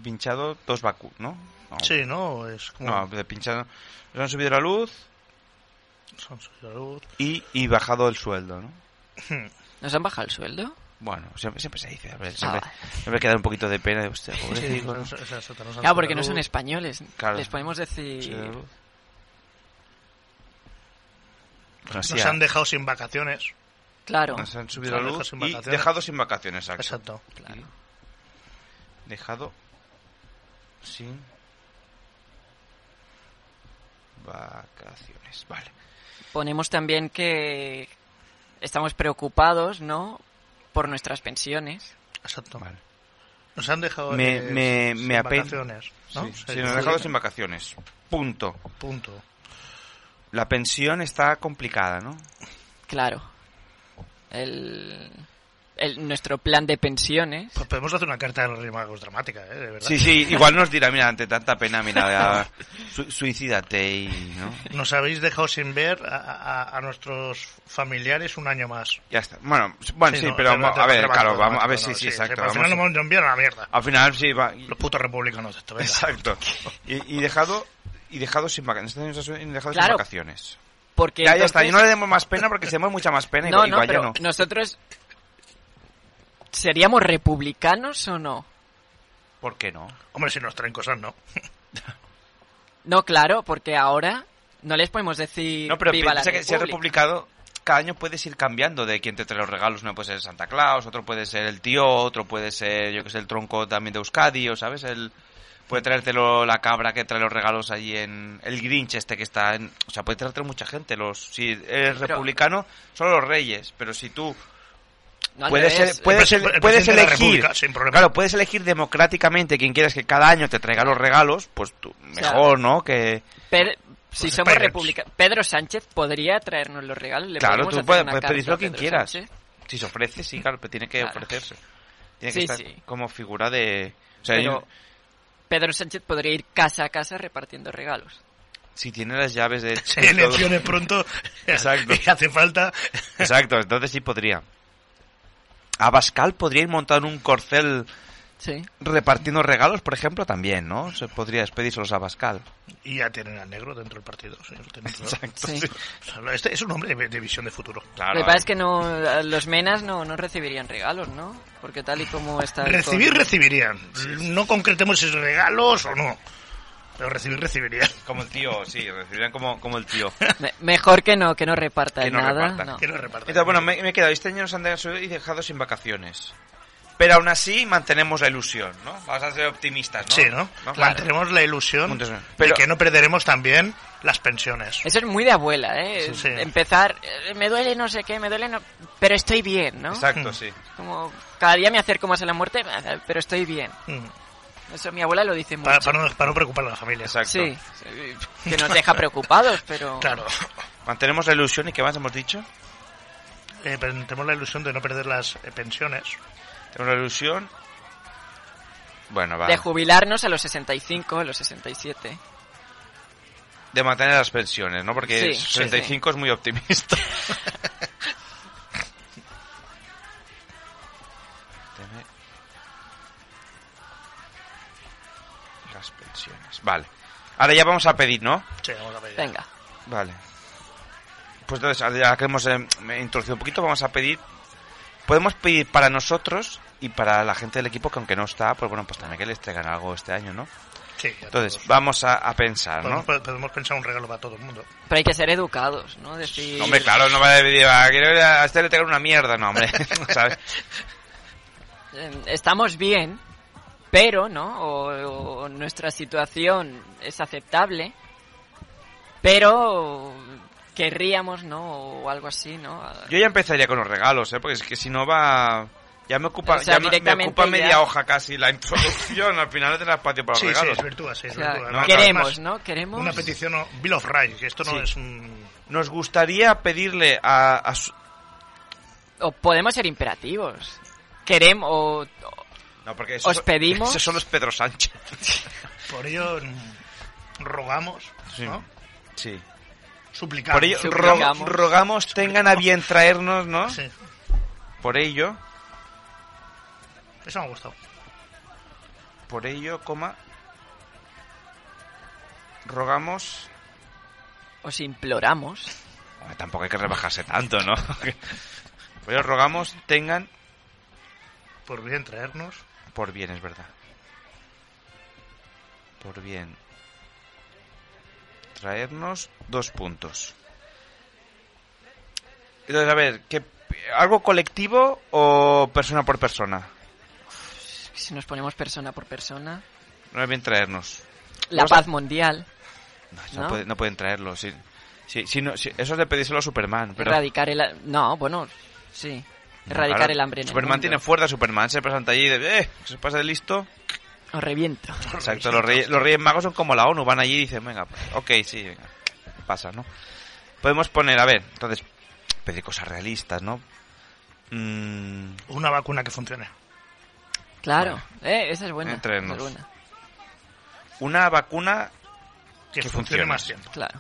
Speaker 2: pinchado dos vacu, ¿no? No,
Speaker 3: sí, ¿no? Es como...
Speaker 2: No, de pinchado. Nos han subido la luz
Speaker 3: Nos han subido la luz.
Speaker 2: y, y bajado el sueldo, ¿no?
Speaker 1: ¿Nos han bajado el sueldo?
Speaker 2: Bueno, siempre, siempre se dice. a ver,
Speaker 1: Ah,
Speaker 2: siempre,
Speaker 1: vale.
Speaker 2: siempre queda un poquito de pena de usted,
Speaker 3: Sí,
Speaker 2: pobrecito, ¿no?
Speaker 3: nos han- exacto, nos han
Speaker 1: Claro,
Speaker 3: subido
Speaker 1: porque
Speaker 3: la
Speaker 1: no son
Speaker 3: luz.
Speaker 1: españoles.
Speaker 2: Claro.
Speaker 1: Les podemos decir...
Speaker 2: Subido la luz. Bueno, sí,
Speaker 3: Nos
Speaker 2: ah,
Speaker 3: han dejado sin vacaciones.
Speaker 1: Claro,
Speaker 2: nos han subido
Speaker 3: nos
Speaker 2: la
Speaker 3: han
Speaker 2: luz
Speaker 3: dejado sin
Speaker 2: y
Speaker 3: vacaciones.
Speaker 2: dejado sin vacaciones, exacto.
Speaker 3: Exacto.
Speaker 1: claro.
Speaker 2: Dejado sin vacaciones, vale.
Speaker 1: Ponemos también que estamos preocupados, ¿no? Por nuestras pensiones.
Speaker 3: Exacto.
Speaker 2: vale.
Speaker 3: Nos han dejado
Speaker 2: Me-
Speaker 3: eh,
Speaker 2: me-
Speaker 3: sin
Speaker 2: me apen-
Speaker 3: vacaciones, ¿no?
Speaker 2: Sí,
Speaker 3: Sí,
Speaker 2: sí, nos han dejado sin vacaciones. Punto.
Speaker 3: Punto.
Speaker 2: La pensión está complicada, ¿no?
Speaker 1: Claro. El, el- nuestro plan de pensiones.
Speaker 3: Pues podemos hacer una carta de los Reyes Magos dramática, ¿eh? De verdad.
Speaker 2: Sí, sí, igual nos dirá, mira, ante tanta pena, mira, ya, su- suicídate y, ¿no?
Speaker 3: Nos habéis dejado sin ver a, a- a nuestros familiares un año más.
Speaker 2: Ya está. Bueno, s- bueno sí,
Speaker 3: no,
Speaker 2: pero
Speaker 3: dramático,
Speaker 2: a ver,
Speaker 3: dramático,
Speaker 2: claro, vamos a
Speaker 3: dramático,
Speaker 2: ver,
Speaker 3: no,
Speaker 2: sí, sí,
Speaker 3: Al
Speaker 2: exacto.
Speaker 3: final
Speaker 2: vamos
Speaker 3: nos hemos enviado a la mierda.
Speaker 2: a- Al final sí, va. y-
Speaker 3: Los putos republicanos de esto, este, venga.
Speaker 2: Exacto. Y, y dejado y dejado sin vacaciones. Este año nos han dejado sin
Speaker 1: Claro.
Speaker 2: vacaciones.
Speaker 1: Porque
Speaker 2: Ya, ya está. Y
Speaker 1: entonces-
Speaker 2: no le demos más pena porque si damos mucha más pena,
Speaker 1: No,
Speaker 2: igual,
Speaker 1: no,
Speaker 2: igual
Speaker 1: pero
Speaker 2: ya no.
Speaker 1: nosotros seríamos republicanos o no?
Speaker 2: ¿Por qué no?
Speaker 3: Hombre, si nos traen cosas, ¿no?
Speaker 1: No, claro, porque ahora no les podemos decir
Speaker 2: No, pero
Speaker 1: viva la
Speaker 2: piensa que si es
Speaker 1: república.
Speaker 2: republicado, cada año puedes ir cambiando de quién te trae los regalos. Uno puede ser Santa Claus, otro puede ser el tío, otro puede ser, yo que sé, el tronco también de Euskadi, o sabes, el... Puede traértelo la cabra que trae los regalos allí en... El Grinch este que está en... O sea, puede traértelo mucha gente. Los, si eres
Speaker 1: Pero-
Speaker 2: republicano, solo los reyes. Pero si tú
Speaker 1: No, al
Speaker 2: puedes,
Speaker 1: revés.
Speaker 2: el- puedes,
Speaker 3: presi-
Speaker 2: el-
Speaker 3: el
Speaker 2: puedes
Speaker 3: presidente de la
Speaker 2: elegir...
Speaker 3: República, sin problema.
Speaker 2: Claro, puedes elegir democráticamente quién quieres que cada año te traiga los regalos, pues tú,
Speaker 1: sea,
Speaker 2: mejor, ¿no? Que...
Speaker 1: Per- si
Speaker 3: Pues
Speaker 1: somos
Speaker 3: espérense.
Speaker 1: republicanos, Pedro Sánchez podría traernos los regalos. ¿le
Speaker 2: Claro,
Speaker 1: podemos
Speaker 2: tú
Speaker 1: hacer
Speaker 2: puedes,
Speaker 1: una
Speaker 2: puedes
Speaker 1: carta
Speaker 2: pedirlo a
Speaker 1: a
Speaker 2: quien
Speaker 1: Pedro
Speaker 2: quieras.
Speaker 1: Sánchez?
Speaker 2: Si se ofrece, sí, claro, pero tiene que
Speaker 1: Claro.
Speaker 2: ofrecerse. Tiene
Speaker 1: Sí,
Speaker 2: que estar
Speaker 1: sí.
Speaker 2: como figura de... O sea,
Speaker 1: Pero
Speaker 2: yo-
Speaker 1: Pedro Sánchez podría ir casa a casa repartiendo regalos.
Speaker 2: si tiene las llaves de...
Speaker 3: Sí,
Speaker 2: de todo-
Speaker 3: elecciones pronto.
Speaker 2: Exacto.
Speaker 3: Y hace falta.
Speaker 2: Exacto, entonces sí podría. Abascal podría ir montado en un corcel
Speaker 1: Sí.
Speaker 2: repartiendo regalos, por ejemplo, también, ¿no? Se podría despedírselos a Abascal.
Speaker 3: Y ya tienen al negro dentro del partido. sí, lo tienen todo.
Speaker 2: Exacto,
Speaker 1: Sí.
Speaker 2: sí.
Speaker 3: O sea, Este es un hombre de, de visión de futuro.
Speaker 2: Claro.
Speaker 1: Lo que pasa es que no, los menas no, no recibirían regalos, ¿no? Porque tal y como está... el
Speaker 3: Recibir,
Speaker 1: COVID-
Speaker 3: recibirían. No concretemos si es regalos o no. Pero recibir recibiría.
Speaker 2: Como el tío, sí, recibirían como, como el tío.
Speaker 1: Me- mejor que no, que no repartan
Speaker 2: Que no
Speaker 1: nada.
Speaker 2: repartan.
Speaker 1: no.
Speaker 3: Que no reparten.
Speaker 2: Entonces, bueno, me, me he quedado. Este año nos han dejado y dejado sin vacaciones. Pero aún así mantenemos la ilusión, ¿no? Vamos a ser optimistas, ¿no?
Speaker 3: Sí, ¿no? Mantenemos la ilusión
Speaker 2: Entonces,
Speaker 3: de
Speaker 2: pero-
Speaker 3: que no perderemos también las pensiones.
Speaker 1: Eso es muy de abuela, ¿eh?
Speaker 3: Sí, sí.
Speaker 1: Empezar, eh, me duele no sé qué, me duele no... Pero estoy bien, ¿no?
Speaker 2: Exacto,
Speaker 3: Mm.
Speaker 2: sí.
Speaker 1: Como cada día me acerco más a la muerte, pero estoy bien.
Speaker 3: Mm.
Speaker 1: Eso mi abuela lo dice mucho.
Speaker 3: Para, para no, para no preocupar a la familia.
Speaker 2: Exacto.
Speaker 1: Sí, sí, que nos deja preocupados, pero...
Speaker 3: Claro.
Speaker 2: Mantenemos la ilusión y ¿qué más hemos dicho?
Speaker 3: Eh, pero tenemos la ilusión de no perder las eh, pensiones.
Speaker 2: Tenemos la ilusión... Bueno, va.
Speaker 1: De jubilarnos a los 65, a los 67.
Speaker 2: De mantener las pensiones, ¿no? Porque
Speaker 1: Sí,
Speaker 2: el 65 es muy optimista. Tener Las pensiones. Vale. Ahora ya vamos a pedir, ¿no?
Speaker 3: Sí, vamos a pedir.
Speaker 1: Venga.
Speaker 2: Vale. Pues entonces, ahora ya que hemos eh, introducido un poquito, vamos a pedir... Podemos pedir para nosotros y para la gente del equipo que aunque no está, pues bueno, pues también que les traigan algo este año, ¿no?
Speaker 3: Sí, a
Speaker 2: Entonces,
Speaker 3: todos.
Speaker 2: vamos a, a pensar, ¿no?
Speaker 3: podemos, pe- podemos pensar un regalo para todo el mundo.
Speaker 1: Pero hay que ser educados, ¿no? Decir...
Speaker 2: No, hombre, claro, no va a dividir. ah, Quiero ir a a este le tengo una mierda, no, hombre. ¿Sabes?
Speaker 1: eh, estamos bien, pero, ¿no? O, o nuestra situación es aceptable, pero querríamos, ¿no? O algo así, ¿no?
Speaker 2: Yo ya empezaría con los regalos, ¿eh? Porque es que si no va. Ya me ocupa,
Speaker 1: O sea,
Speaker 2: ya me- me,
Speaker 1: directamente
Speaker 2: ocupa
Speaker 1: ya.
Speaker 2: media hoja casi la introducción. Al final no tendrá espacio para los
Speaker 3: sí,
Speaker 2: regalos.
Speaker 3: sí, es virtud, sí,
Speaker 1: O
Speaker 3: es
Speaker 1: sea,
Speaker 3: virtud.
Speaker 2: no,
Speaker 3: Además,
Speaker 1: queremos,
Speaker 3: además,
Speaker 1: ¿no? Queremos...
Speaker 3: Una petición, o Bill of Rights, que esto no
Speaker 2: Sí.
Speaker 3: es un...
Speaker 2: Nos gustaría pedirle a. a su-
Speaker 1: O podemos ser imperativos. Queremos... o- o-
Speaker 2: No, porque eso,
Speaker 1: Os pedimos-
Speaker 2: Eso solo es Pedro Sánchez.
Speaker 3: Por ello, mm, rogamos,
Speaker 2: Sí.
Speaker 3: ¿no?
Speaker 2: Sí.
Speaker 3: Suplicamos.
Speaker 2: Por ello, ro-
Speaker 1: Suplicamos.
Speaker 2: rogamos tengan a bien traernos, ¿no?
Speaker 3: Sí,
Speaker 2: Por ello,
Speaker 3: eso me ha gustado.
Speaker 2: por ello, coma. Rogamos.
Speaker 1: os imploramos.
Speaker 2: Hombre, tampoco hay que rebajarse tanto, ¿no? Pero rogamos tengan
Speaker 3: Por bien traernos.
Speaker 2: por bien, es verdad. Por bien. Traernos dos puntos. Entonces, a ver, ¿qué, ¿algo colectivo o persona por persona?
Speaker 1: Si nos ponemos persona por persona.
Speaker 2: No es bien traernos.
Speaker 1: La
Speaker 2: Vamos a-
Speaker 1: paz mundial.
Speaker 2: No, no
Speaker 1: ¿No?
Speaker 2: puede- no pueden traerlo. Sí, sí, sí, no, sí, eso es de pedírselo a Superman. Pero
Speaker 1: Erradicar el... ha- No, bueno, sí.
Speaker 2: No,
Speaker 1: Erradicar
Speaker 2: claro,
Speaker 1: el hambre en el
Speaker 2: Superman
Speaker 1: mundo.
Speaker 2: tiene fuerza, Superman se presenta allí y dice, eh, se pasa de listo.
Speaker 1: Os reviento.
Speaker 2: Exacto, los reyes, los reyes magos son como la ONU, van allí y dicen, venga, pues, ok, sí, venga, pasa, ¿no? Podemos poner, a ver, entonces, pedir cosas realistas, ¿no? Mm,
Speaker 3: Una vacuna que funcione.
Speaker 1: Claro. Eh, esa es buena.
Speaker 2: Entre
Speaker 1: esa es
Speaker 2: nos.
Speaker 1: buena.
Speaker 2: una vacuna,
Speaker 3: Que,
Speaker 2: Que funcione.
Speaker 3: funcione más tiempo.
Speaker 1: Claro.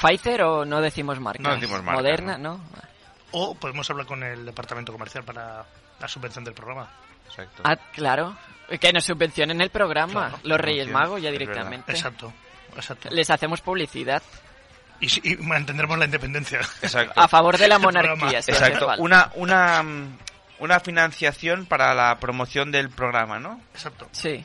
Speaker 1: ¿Pfizer o no decimos marcas?
Speaker 2: No decimos marcas,
Speaker 1: ¿Moderna? ¿no?
Speaker 3: O podemos hablar con el departamento comercial para la subvención del programa.
Speaker 2: exacto,
Speaker 1: Ah, claro. Que nos subvencionen el programa.
Speaker 3: Claro,
Speaker 1: Los Reyes
Speaker 2: subvenciones,
Speaker 1: Magos ya
Speaker 2: es
Speaker 1: directamente.
Speaker 3: Exacto. Exacto.
Speaker 1: Les hacemos publicidad.
Speaker 3: Y, si- y mantendremos la independencia.
Speaker 2: exacto,
Speaker 1: A favor de la
Speaker 3: Este programa.
Speaker 1: monarquía. si hace
Speaker 2: exacto,
Speaker 1: falta.
Speaker 2: una, una, mm, una financiación para la promoción del programa, ¿no?
Speaker 3: Exacto.
Speaker 1: Sí.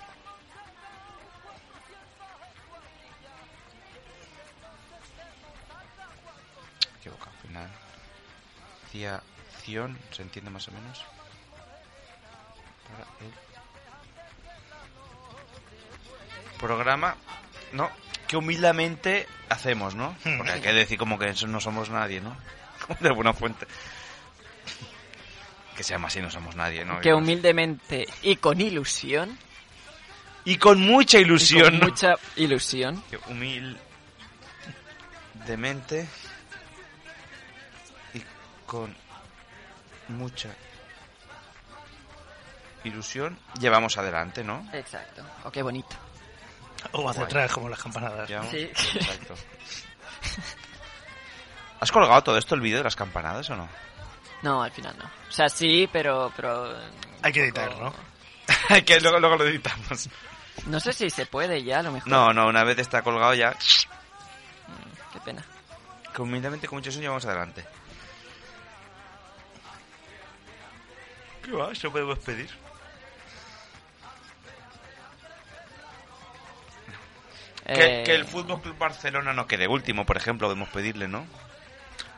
Speaker 2: Me equivoco, al final. Financiación, ¿se entiende más o menos? Para el programa, ¿no? Que humildemente hacemos, ¿no?
Speaker 1: Hmm.
Speaker 2: Porque hay que decir como que eso no somos nadie, ¿no? De buena fuente. Que se llama así, no somos nadie, ¿no?
Speaker 1: que humildemente y con ilusión.
Speaker 2: Y con mucha
Speaker 1: y
Speaker 2: ilusión,
Speaker 1: con
Speaker 2: ¿no?
Speaker 1: mucha ilusión.
Speaker 2: que humildemente y con mucha ilusión llevamos adelante, ¿no?
Speaker 1: Exacto. Oh, qué bonito.
Speaker 3: O hacia
Speaker 2: Guay.
Speaker 3: atrás, como las campanadas.
Speaker 2: Llevamos-
Speaker 1: Sí.
Speaker 2: Exacto. ¿Has colgado todo esto el vídeo de las campanadas o no?
Speaker 1: No, al final no. O sea, sí, pero... pero
Speaker 3: Hay que
Speaker 1: un poco-
Speaker 3: editar, ¿no?
Speaker 2: que luego, luego lo editamos.
Speaker 1: No sé si se puede ya, a lo mejor.
Speaker 2: No, no, una vez está colgado ya,
Speaker 1: Qué pena.
Speaker 2: que humildemente con mucha ilusión llevamos adelante. ¿Qué va? ¿Eso podemos pedir? Que,
Speaker 1: Eh,
Speaker 2: que el Fútbol Club Barcelona no quede último, por ejemplo, podemos pedirle, ¿no?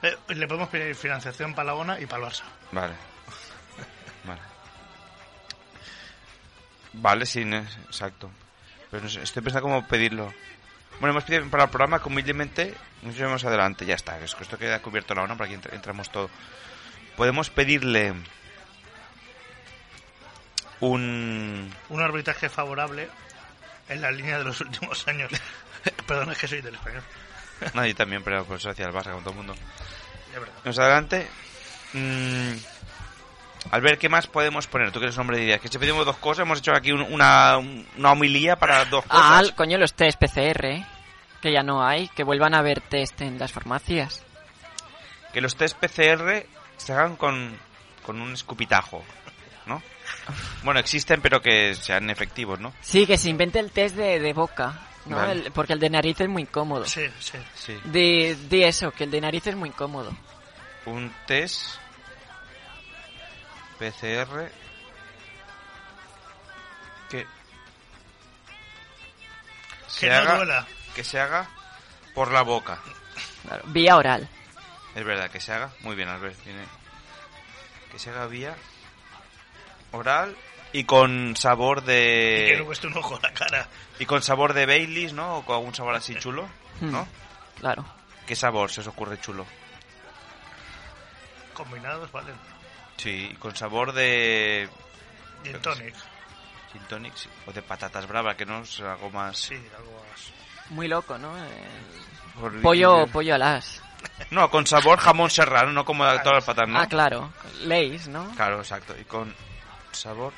Speaker 3: Eh, le podemos pedir financiación para la ONA y para el Barça.
Speaker 2: Vale. Vale. Vale, sí, no es- exacto. Pero no sé, estoy pensando cómo pedirlo. Bueno, hemos pedido para el programa que humildemente nos llevamos adelante. Ya está, es que esto queda cubierto la ONU para que entr- entramos todo. Podemos pedirle un...
Speaker 3: Un arbitraje favorable en la línea de los últimos años. Perdón, es que soy del español.
Speaker 2: Nadie también, pero por eso hacia el Barça con todo el mundo.
Speaker 3: De verdad.
Speaker 2: Nos adelante. Mm, Albert, ¿qué más podemos poner? Tú que eres un hombre de ideas. Que si pedimos dos cosas, hemos hecho aquí un- una, un- una homilía para dos cosas.
Speaker 1: Ah, al- coño, los test PCR, ¿eh? que ya no hay, que vuelvan a ver test en las farmacias.
Speaker 2: Que los test PCR se hagan con, con un escupitajo, ¿no? Bueno, existen, pero que sean efectivos, ¿no?
Speaker 1: Sí, que se invente el test de, de boca, ¿no?
Speaker 2: Vale.
Speaker 1: El- porque el de nariz es muy incómodo.
Speaker 3: Sí, sí.
Speaker 2: Sí.
Speaker 1: Di, di eso, que el de nariz es muy incómodo.
Speaker 2: Un test PCR que se
Speaker 3: Que no
Speaker 2: haga
Speaker 3: duela.
Speaker 2: que se haga por la boca.
Speaker 1: Claro, Vía oral.
Speaker 2: Es verdad, que se haga. Muy bien, Albert. tiene- Que se haga vía oral y con sabor
Speaker 3: Y que no
Speaker 2: de.
Speaker 3: cueste un ojo la cara.
Speaker 2: Y con sabor de Baileys, ¿no? O con algún sabor así chulo,
Speaker 1: Hmm.
Speaker 2: ¿no?
Speaker 1: Claro.
Speaker 2: ¿Qué sabor se os ocurre chulo?
Speaker 3: Combinados, ¿vale?
Speaker 2: Sí, y con sabor de.
Speaker 3: Y
Speaker 2: Yo
Speaker 3: el
Speaker 2: qué sé.
Speaker 3: tonic.
Speaker 2: Gin tonic, sí, O de patatas bravas, que no es algo más.
Speaker 3: Sí, algo más.
Speaker 1: Muy loco, ¿no? El
Speaker 2: horrible.
Speaker 1: pollo, pollo alas.
Speaker 2: No, con sabor jamón serrano, no como todas las patatas, ¿no?
Speaker 1: Ah, claro. Leis, ¿no?
Speaker 2: Claro, exacto. Y con sabor.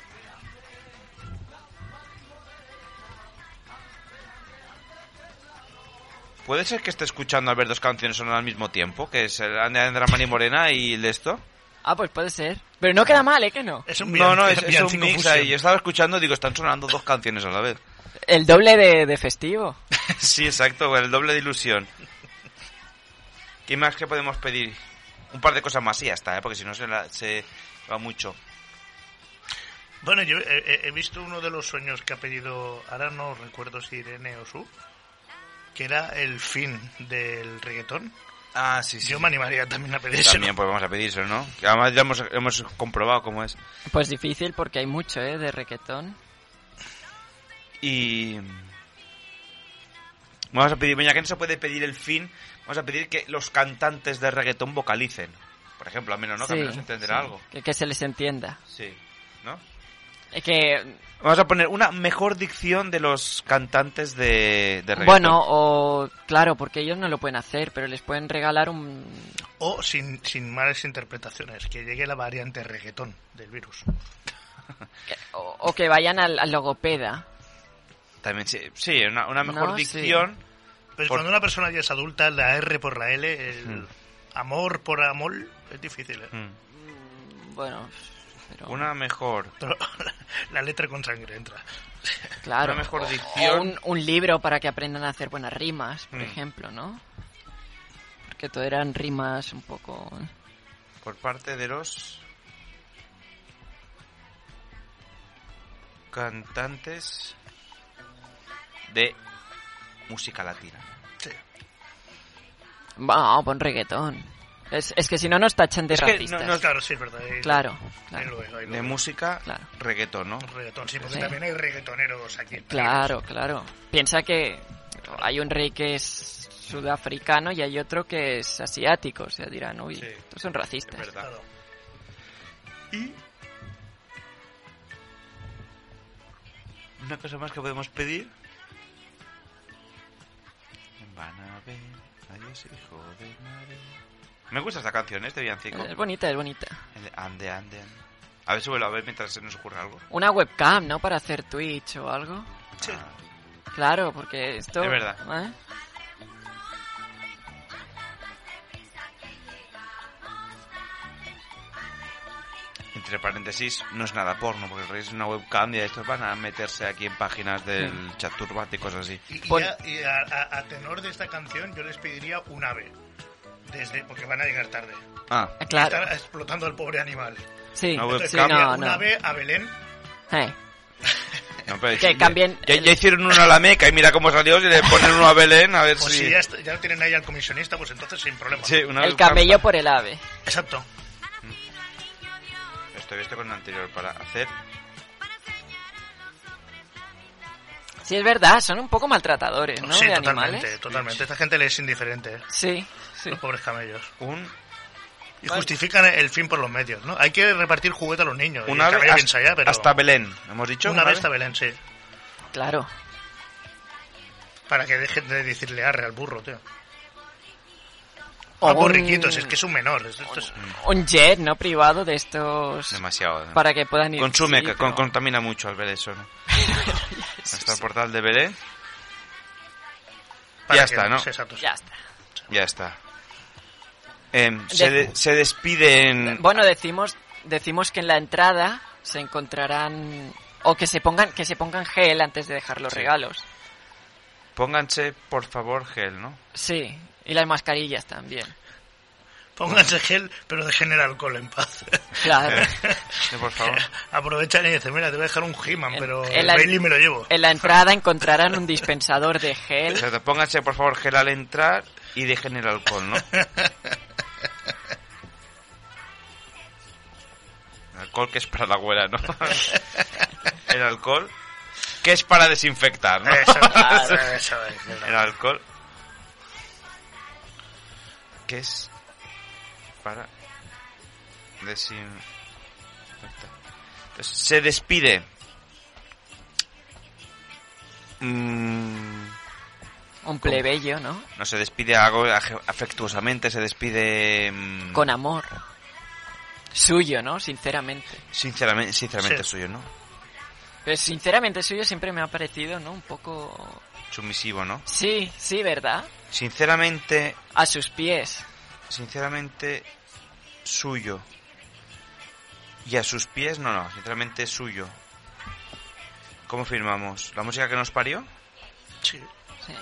Speaker 2: ¿Puede ser que esté escuchando a ver dos canciones sonando al mismo tiempo? Que es el Ana de Mani Morena y el de esto.
Speaker 1: Ah, pues puede ser. Pero no queda mal, ¿eh? Que no.
Speaker 3: Es un
Speaker 2: No, no,
Speaker 3: villan-
Speaker 2: es, es un
Speaker 3: villancico
Speaker 2: mix
Speaker 3: fusion.
Speaker 2: ahí. Yo estaba escuchando y digo, están sonando dos canciones a la vez.
Speaker 1: El doble de, de festivo.
Speaker 2: Sí, exacto, con el doble de ilusión. ¿Qué más que podemos pedir? Un par de cosas más y ya está, ¿eh? porque si no se, la- se va mucho.
Speaker 3: Bueno, yo he, he- he visto uno de los sueños que ha pedido, ahora no recuerdo si Irene o Su, que era el fin del reggaetón.
Speaker 2: Ah, sí, sí.
Speaker 3: Yo me animaría también a pedir eso.
Speaker 2: También pues vamos a pedir eso, ¿no? Que además ya hemos, hemos comprobado cómo es.
Speaker 1: Pues difícil porque hay mucho, ¿eh? De requetón.
Speaker 2: Y... Vamos a pedir, ya que no se puede pedir el fin, vamos a pedir que los cantantes de reggaetón vocalicen. Por ejemplo, al menos, ¿no? Que al menos entenderá
Speaker 1: sí.
Speaker 2: algo.
Speaker 1: Que, que se les entienda.
Speaker 2: Sí, ¿no?
Speaker 1: Es que,
Speaker 2: Vamos a poner una mejor dicción de los cantantes de, de reggaetón.
Speaker 1: bueno, o claro, porque ellos no lo pueden hacer, pero les pueden regalar un...
Speaker 3: O sin, sin malas interpretaciones, que llegue la variante reggaetón del virus.
Speaker 1: que- O, o que vayan al, al logopeda.
Speaker 2: También sí, sí, una, una mejor
Speaker 1: No, sí.
Speaker 2: dicción.
Speaker 3: Pues
Speaker 2: Por-
Speaker 3: cuando una persona ya es adulta, la R por la L, el
Speaker 2: Hmm.
Speaker 3: amor por amor, es difícil, ¿eh?
Speaker 2: Mm.
Speaker 1: Bueno, pero...
Speaker 2: Una mejor.
Speaker 3: Pero
Speaker 2: Hmm.
Speaker 3: la letra con sangre entra.
Speaker 1: claro.
Speaker 2: una mejor
Speaker 1: o-
Speaker 2: dicción.
Speaker 1: o un, un libro para que aprendan a hacer buenas rimas, por
Speaker 2: Mm.
Speaker 1: ejemplo, ¿no? Porque todo eran rimas un poco...
Speaker 2: por parte de los cantantes de música latina.
Speaker 3: Sí.
Speaker 1: Vamos, pon reggaetón. Es, es que si no nos tachan de
Speaker 2: Es que
Speaker 1: racistas.
Speaker 2: no-
Speaker 3: No, claro, sí, es verdad. ahí-
Speaker 1: Claro,
Speaker 3: ahí
Speaker 1: claro.
Speaker 3: lo veo, ahí lo
Speaker 2: De
Speaker 3: veo.
Speaker 2: música
Speaker 1: Claro.
Speaker 2: reggaetón, ¿no?
Speaker 3: Reggaetón, sí, porque
Speaker 1: Sí.
Speaker 3: también hay reggaetoneros aquí.
Speaker 1: Claro, claro. Piensa que hay un rey que es sudafricano y hay otro que es asiático. O sea, dirán, uy,
Speaker 2: Sí.
Speaker 1: estos son racistas.
Speaker 2: Es verdad.
Speaker 3: Claro.
Speaker 2: Una cosa más que podemos pedir. Van a ver a ese hijo de madre. Me gusta esta canción, este villancico.
Speaker 1: Es bonita, es bonita.
Speaker 2: El de Ande, ande, ande. A ver si vuelvo a ver mientras se nos ocurre algo.
Speaker 1: Una webcam, ¿no? Para hacer Twitch o algo.
Speaker 3: Sí.
Speaker 2: Ah.
Speaker 1: Claro, porque esto...
Speaker 2: Es verdad.
Speaker 1: ¿eh?
Speaker 2: Entre paréntesis, no es nada porno, porque el rey es una webcam y estos van a meterse aquí en páginas del chat turbat y cosas así.
Speaker 3: Y, y
Speaker 1: Pon-
Speaker 3: a, y a- a- a tenor de esta canción yo les pediría un ave. Desde, porque van a llegar tarde.
Speaker 2: Ah, Pues
Speaker 1: Claro,
Speaker 3: Están explotando al pobre animal.
Speaker 1: sí, Eh,
Speaker 2: Una
Speaker 1: sí,
Speaker 2: webcam.
Speaker 1: no,
Speaker 3: un
Speaker 1: no.
Speaker 3: ave a Belén
Speaker 1: Eh,
Speaker 2: No, pero
Speaker 1: Que
Speaker 2: sí,
Speaker 1: cambien
Speaker 2: Ya,
Speaker 1: el-
Speaker 2: ya hicieron uno a la Meca y mira cómo salió. Si le ponen uno a Belén, a ver
Speaker 3: Pues
Speaker 2: si.
Speaker 3: si ya, est- ya lo tienen ahí al comisionista, pues entonces sin problema.
Speaker 2: Sí, una-
Speaker 1: El camello por el ave.
Speaker 3: Exacto.
Speaker 2: Estoy visto con el anterior para hacer.
Speaker 1: Sí, es verdad, son un poco maltratadores, ¿no?
Speaker 3: sí,
Speaker 1: de
Speaker 3: totalmente,
Speaker 1: animales.
Speaker 3: totalmente. Esta gente le es indiferente, ¿eh?
Speaker 1: Sí, sí.
Speaker 3: los pobres camellos.
Speaker 2: Un,
Speaker 3: Y justifican el fin por los medios, ¿no? Hay que repartir juguete a los niños.
Speaker 2: una
Speaker 3: y el
Speaker 2: ave
Speaker 3: camello
Speaker 2: hasta,
Speaker 3: piensa ya, pero...
Speaker 2: hasta Belén, hemos dicho.
Speaker 3: una
Speaker 2: ¿vale?
Speaker 3: vez hasta Belén, sí.
Speaker 1: Claro.
Speaker 3: Para que dejen de decirle arre al burro, tío.
Speaker 1: O
Speaker 3: Algo
Speaker 1: un-
Speaker 3: riquitos, es que es un menor. es- esto es-
Speaker 1: Un jet, ¿no? Privado de estos...
Speaker 2: Demasiado. ¿no?
Speaker 1: Para que puedan ir...
Speaker 2: Consume,
Speaker 1: sí,
Speaker 2: co-
Speaker 1: pero-
Speaker 2: contamina mucho al ver eso, ¿no? Hasta el portal de Belén,
Speaker 3: para
Speaker 2: Ya
Speaker 3: que-
Speaker 2: está, ¿no?
Speaker 3: sí, exacto, sí.
Speaker 1: Ya está.
Speaker 2: ya está. Em, se, de- se despiden.
Speaker 1: Bueno, decimos, decimos que en la entrada se encontrarán... O que se pongan, que se pongan gel antes de dejar los
Speaker 2: Sí.
Speaker 1: regalos.
Speaker 2: Pónganse, por favor, gel, ¿no?
Speaker 1: Sí, y las mascarillas también.
Speaker 3: Pónganse gel, pero dejen el alcohol en paz.
Speaker 1: Claro.
Speaker 2: Sí, por favor.
Speaker 3: Aprovechan y dicen, mira, te voy a dejar un He-Man,
Speaker 1: En-
Speaker 3: pero
Speaker 1: en
Speaker 3: el
Speaker 1: la-
Speaker 3: Bailey me lo llevo.
Speaker 1: En la entrada encontrarán un dispensador de
Speaker 2: O
Speaker 1: gel.
Speaker 2: sea, pónganse, por favor, gel al entrar y dejen el alcohol, ¿no? El alcohol que es para la abuela, ¿no? El alcohol que es para desinfectar, ¿no?
Speaker 3: Eso, eso, eso, eso.
Speaker 2: El alcohol que es para desinfectar. Entonces, Pues, se despide. Mm,
Speaker 1: Un plebeyo, ¿no?
Speaker 2: no se despide algo aje- afectuosamente, se despide mm,
Speaker 1: Con amor. Suyo, ¿no? Sinceramente.
Speaker 2: sinceramente, sinceramente
Speaker 3: Sí.
Speaker 2: suyo, ¿no?
Speaker 1: Pero sinceramente suyo siempre me ha parecido, ¿no? Un poco...
Speaker 2: Sumisivo, ¿no?
Speaker 1: Sí, sí, ¿verdad?
Speaker 2: Sinceramente,
Speaker 1: A sus pies.
Speaker 2: sinceramente suyo. Y a sus pies, no, no, sinceramente suyo. ¿Cómo firmamos? ¿La música que nos parió?
Speaker 3: Sí.
Speaker 1: Sí.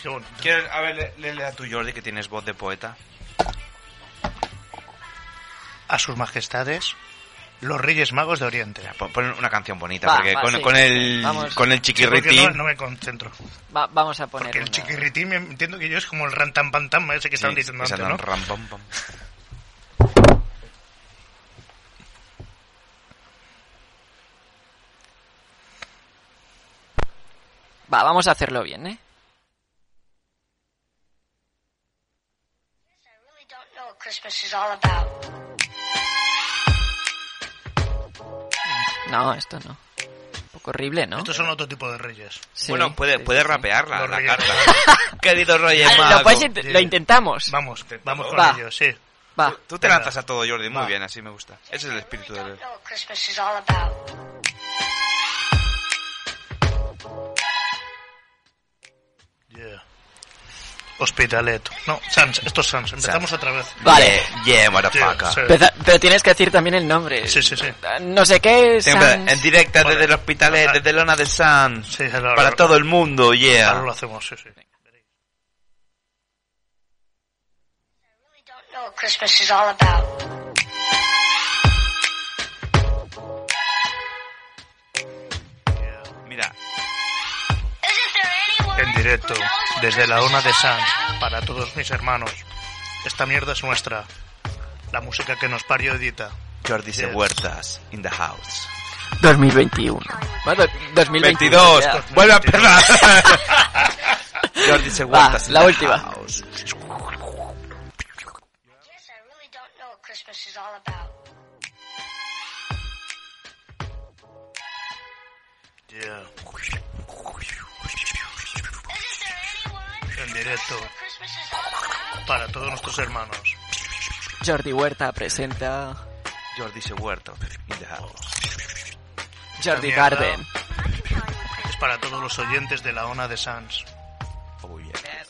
Speaker 3: Qué bonito.
Speaker 2: ¿Quieres, a ver, lé- léele a tu Jordi que tienes voz de poeta.
Speaker 3: A sus majestades, los Reyes Magos de Oriente.
Speaker 2: Pon, pon una canción bonita,
Speaker 1: Va,
Speaker 2: porque
Speaker 1: va,
Speaker 2: con,
Speaker 1: sí,
Speaker 2: con
Speaker 1: sí,
Speaker 2: el,
Speaker 1: vamos.
Speaker 2: con el
Speaker 3: Sí, porque
Speaker 2: chiquirritín...
Speaker 3: no, no me concentro.
Speaker 1: Va- vamos a poner
Speaker 3: Porque el
Speaker 1: una-
Speaker 3: chiquirritín, me- entiendo que yo es como el rantampantam ese que estaban
Speaker 2: Sí,
Speaker 3: diciendo
Speaker 2: esa
Speaker 3: antes,
Speaker 2: no,
Speaker 3: ¿no?
Speaker 2: ram, pam, pam.
Speaker 1: Va, vamos a hacerlo bien, ¿eh?
Speaker 4: I really don't know what Christmas is all about.
Speaker 1: No, esto no. Un poco horrible, ¿no?
Speaker 3: Estos son otro tipo de reyes.
Speaker 1: Sí,
Speaker 2: bueno, puede,
Speaker 1: sí,
Speaker 2: puede
Speaker 1: sí.
Speaker 2: rapearla,
Speaker 3: Los
Speaker 2: la
Speaker 3: Reyes
Speaker 2: carta.
Speaker 3: Magos.
Speaker 2: Querido Roger
Speaker 1: Ah,
Speaker 2: Mago.
Speaker 1: ¿Lo, puedes int-
Speaker 3: sí.
Speaker 1: lo intentamos.
Speaker 3: Vamos, vamos con
Speaker 1: Va.
Speaker 3: ellos, sí.
Speaker 1: Va.
Speaker 2: Tú te
Speaker 3: Venga.
Speaker 2: lanzas a todo, Jordi. Muy
Speaker 3: Va.
Speaker 2: bien, así me gusta. Ese es el espíritu
Speaker 4: I really
Speaker 2: del...
Speaker 4: don't know what Christmas is all about.
Speaker 3: Yeah. Hospitalet. No, Sans, estos Sans. Empezamos otra vez.
Speaker 1: Vale.
Speaker 2: Yeah,
Speaker 3: Yeah,
Speaker 2: motherfucker.
Speaker 3: sí.
Speaker 1: Empeza- Pero tienes que decir también el nombre.
Speaker 3: Sí, sí, sí.
Speaker 1: No sé qué es.
Speaker 2: Siempre en directa
Speaker 3: Vale.
Speaker 2: desde el hospital, eh, desde Lona de San.
Speaker 3: Sí, ahora-
Speaker 2: Para todo el mundo,
Speaker 3: Ahora
Speaker 2: yeah.
Speaker 3: lo hacemos, sí, sí.
Speaker 4: I don't know what Christmas is all about.
Speaker 2: Mira,
Speaker 4: Isn't there anyone
Speaker 3: En directo,
Speaker 4: who knows what
Speaker 3: desde la
Speaker 4: Christmas
Speaker 3: ONA
Speaker 4: is
Speaker 3: de
Speaker 4: all
Speaker 3: Sans,
Speaker 4: about?
Speaker 3: para todos mis hermanos. Esta mierda es nuestra. La música que nos parió Edita.
Speaker 2: Jordi
Speaker 3: Yeah.
Speaker 2: Huertas, in the house.
Speaker 1: 2021. Va, do- 2022.
Speaker 2: 22,
Speaker 1: ya.
Speaker 2: vuelve a perrar. Jordi Se Huertas, in
Speaker 1: la
Speaker 2: the
Speaker 1: última.
Speaker 2: house.
Speaker 4: Yes, I really don't know what Christmas is all about. Isn't there anyone who
Speaker 3: En directo,
Speaker 4: knows what Christmas is all about?
Speaker 3: para todos nuestros hermanos.
Speaker 1: Jordi Huerta presenta
Speaker 2: Jordi Se Huertas, in the house.
Speaker 1: Jordi
Speaker 3: Mierda.
Speaker 1: Garden.
Speaker 3: Es para todos los oyentes de la ONA de Sans.
Speaker 2: Oh, yeah.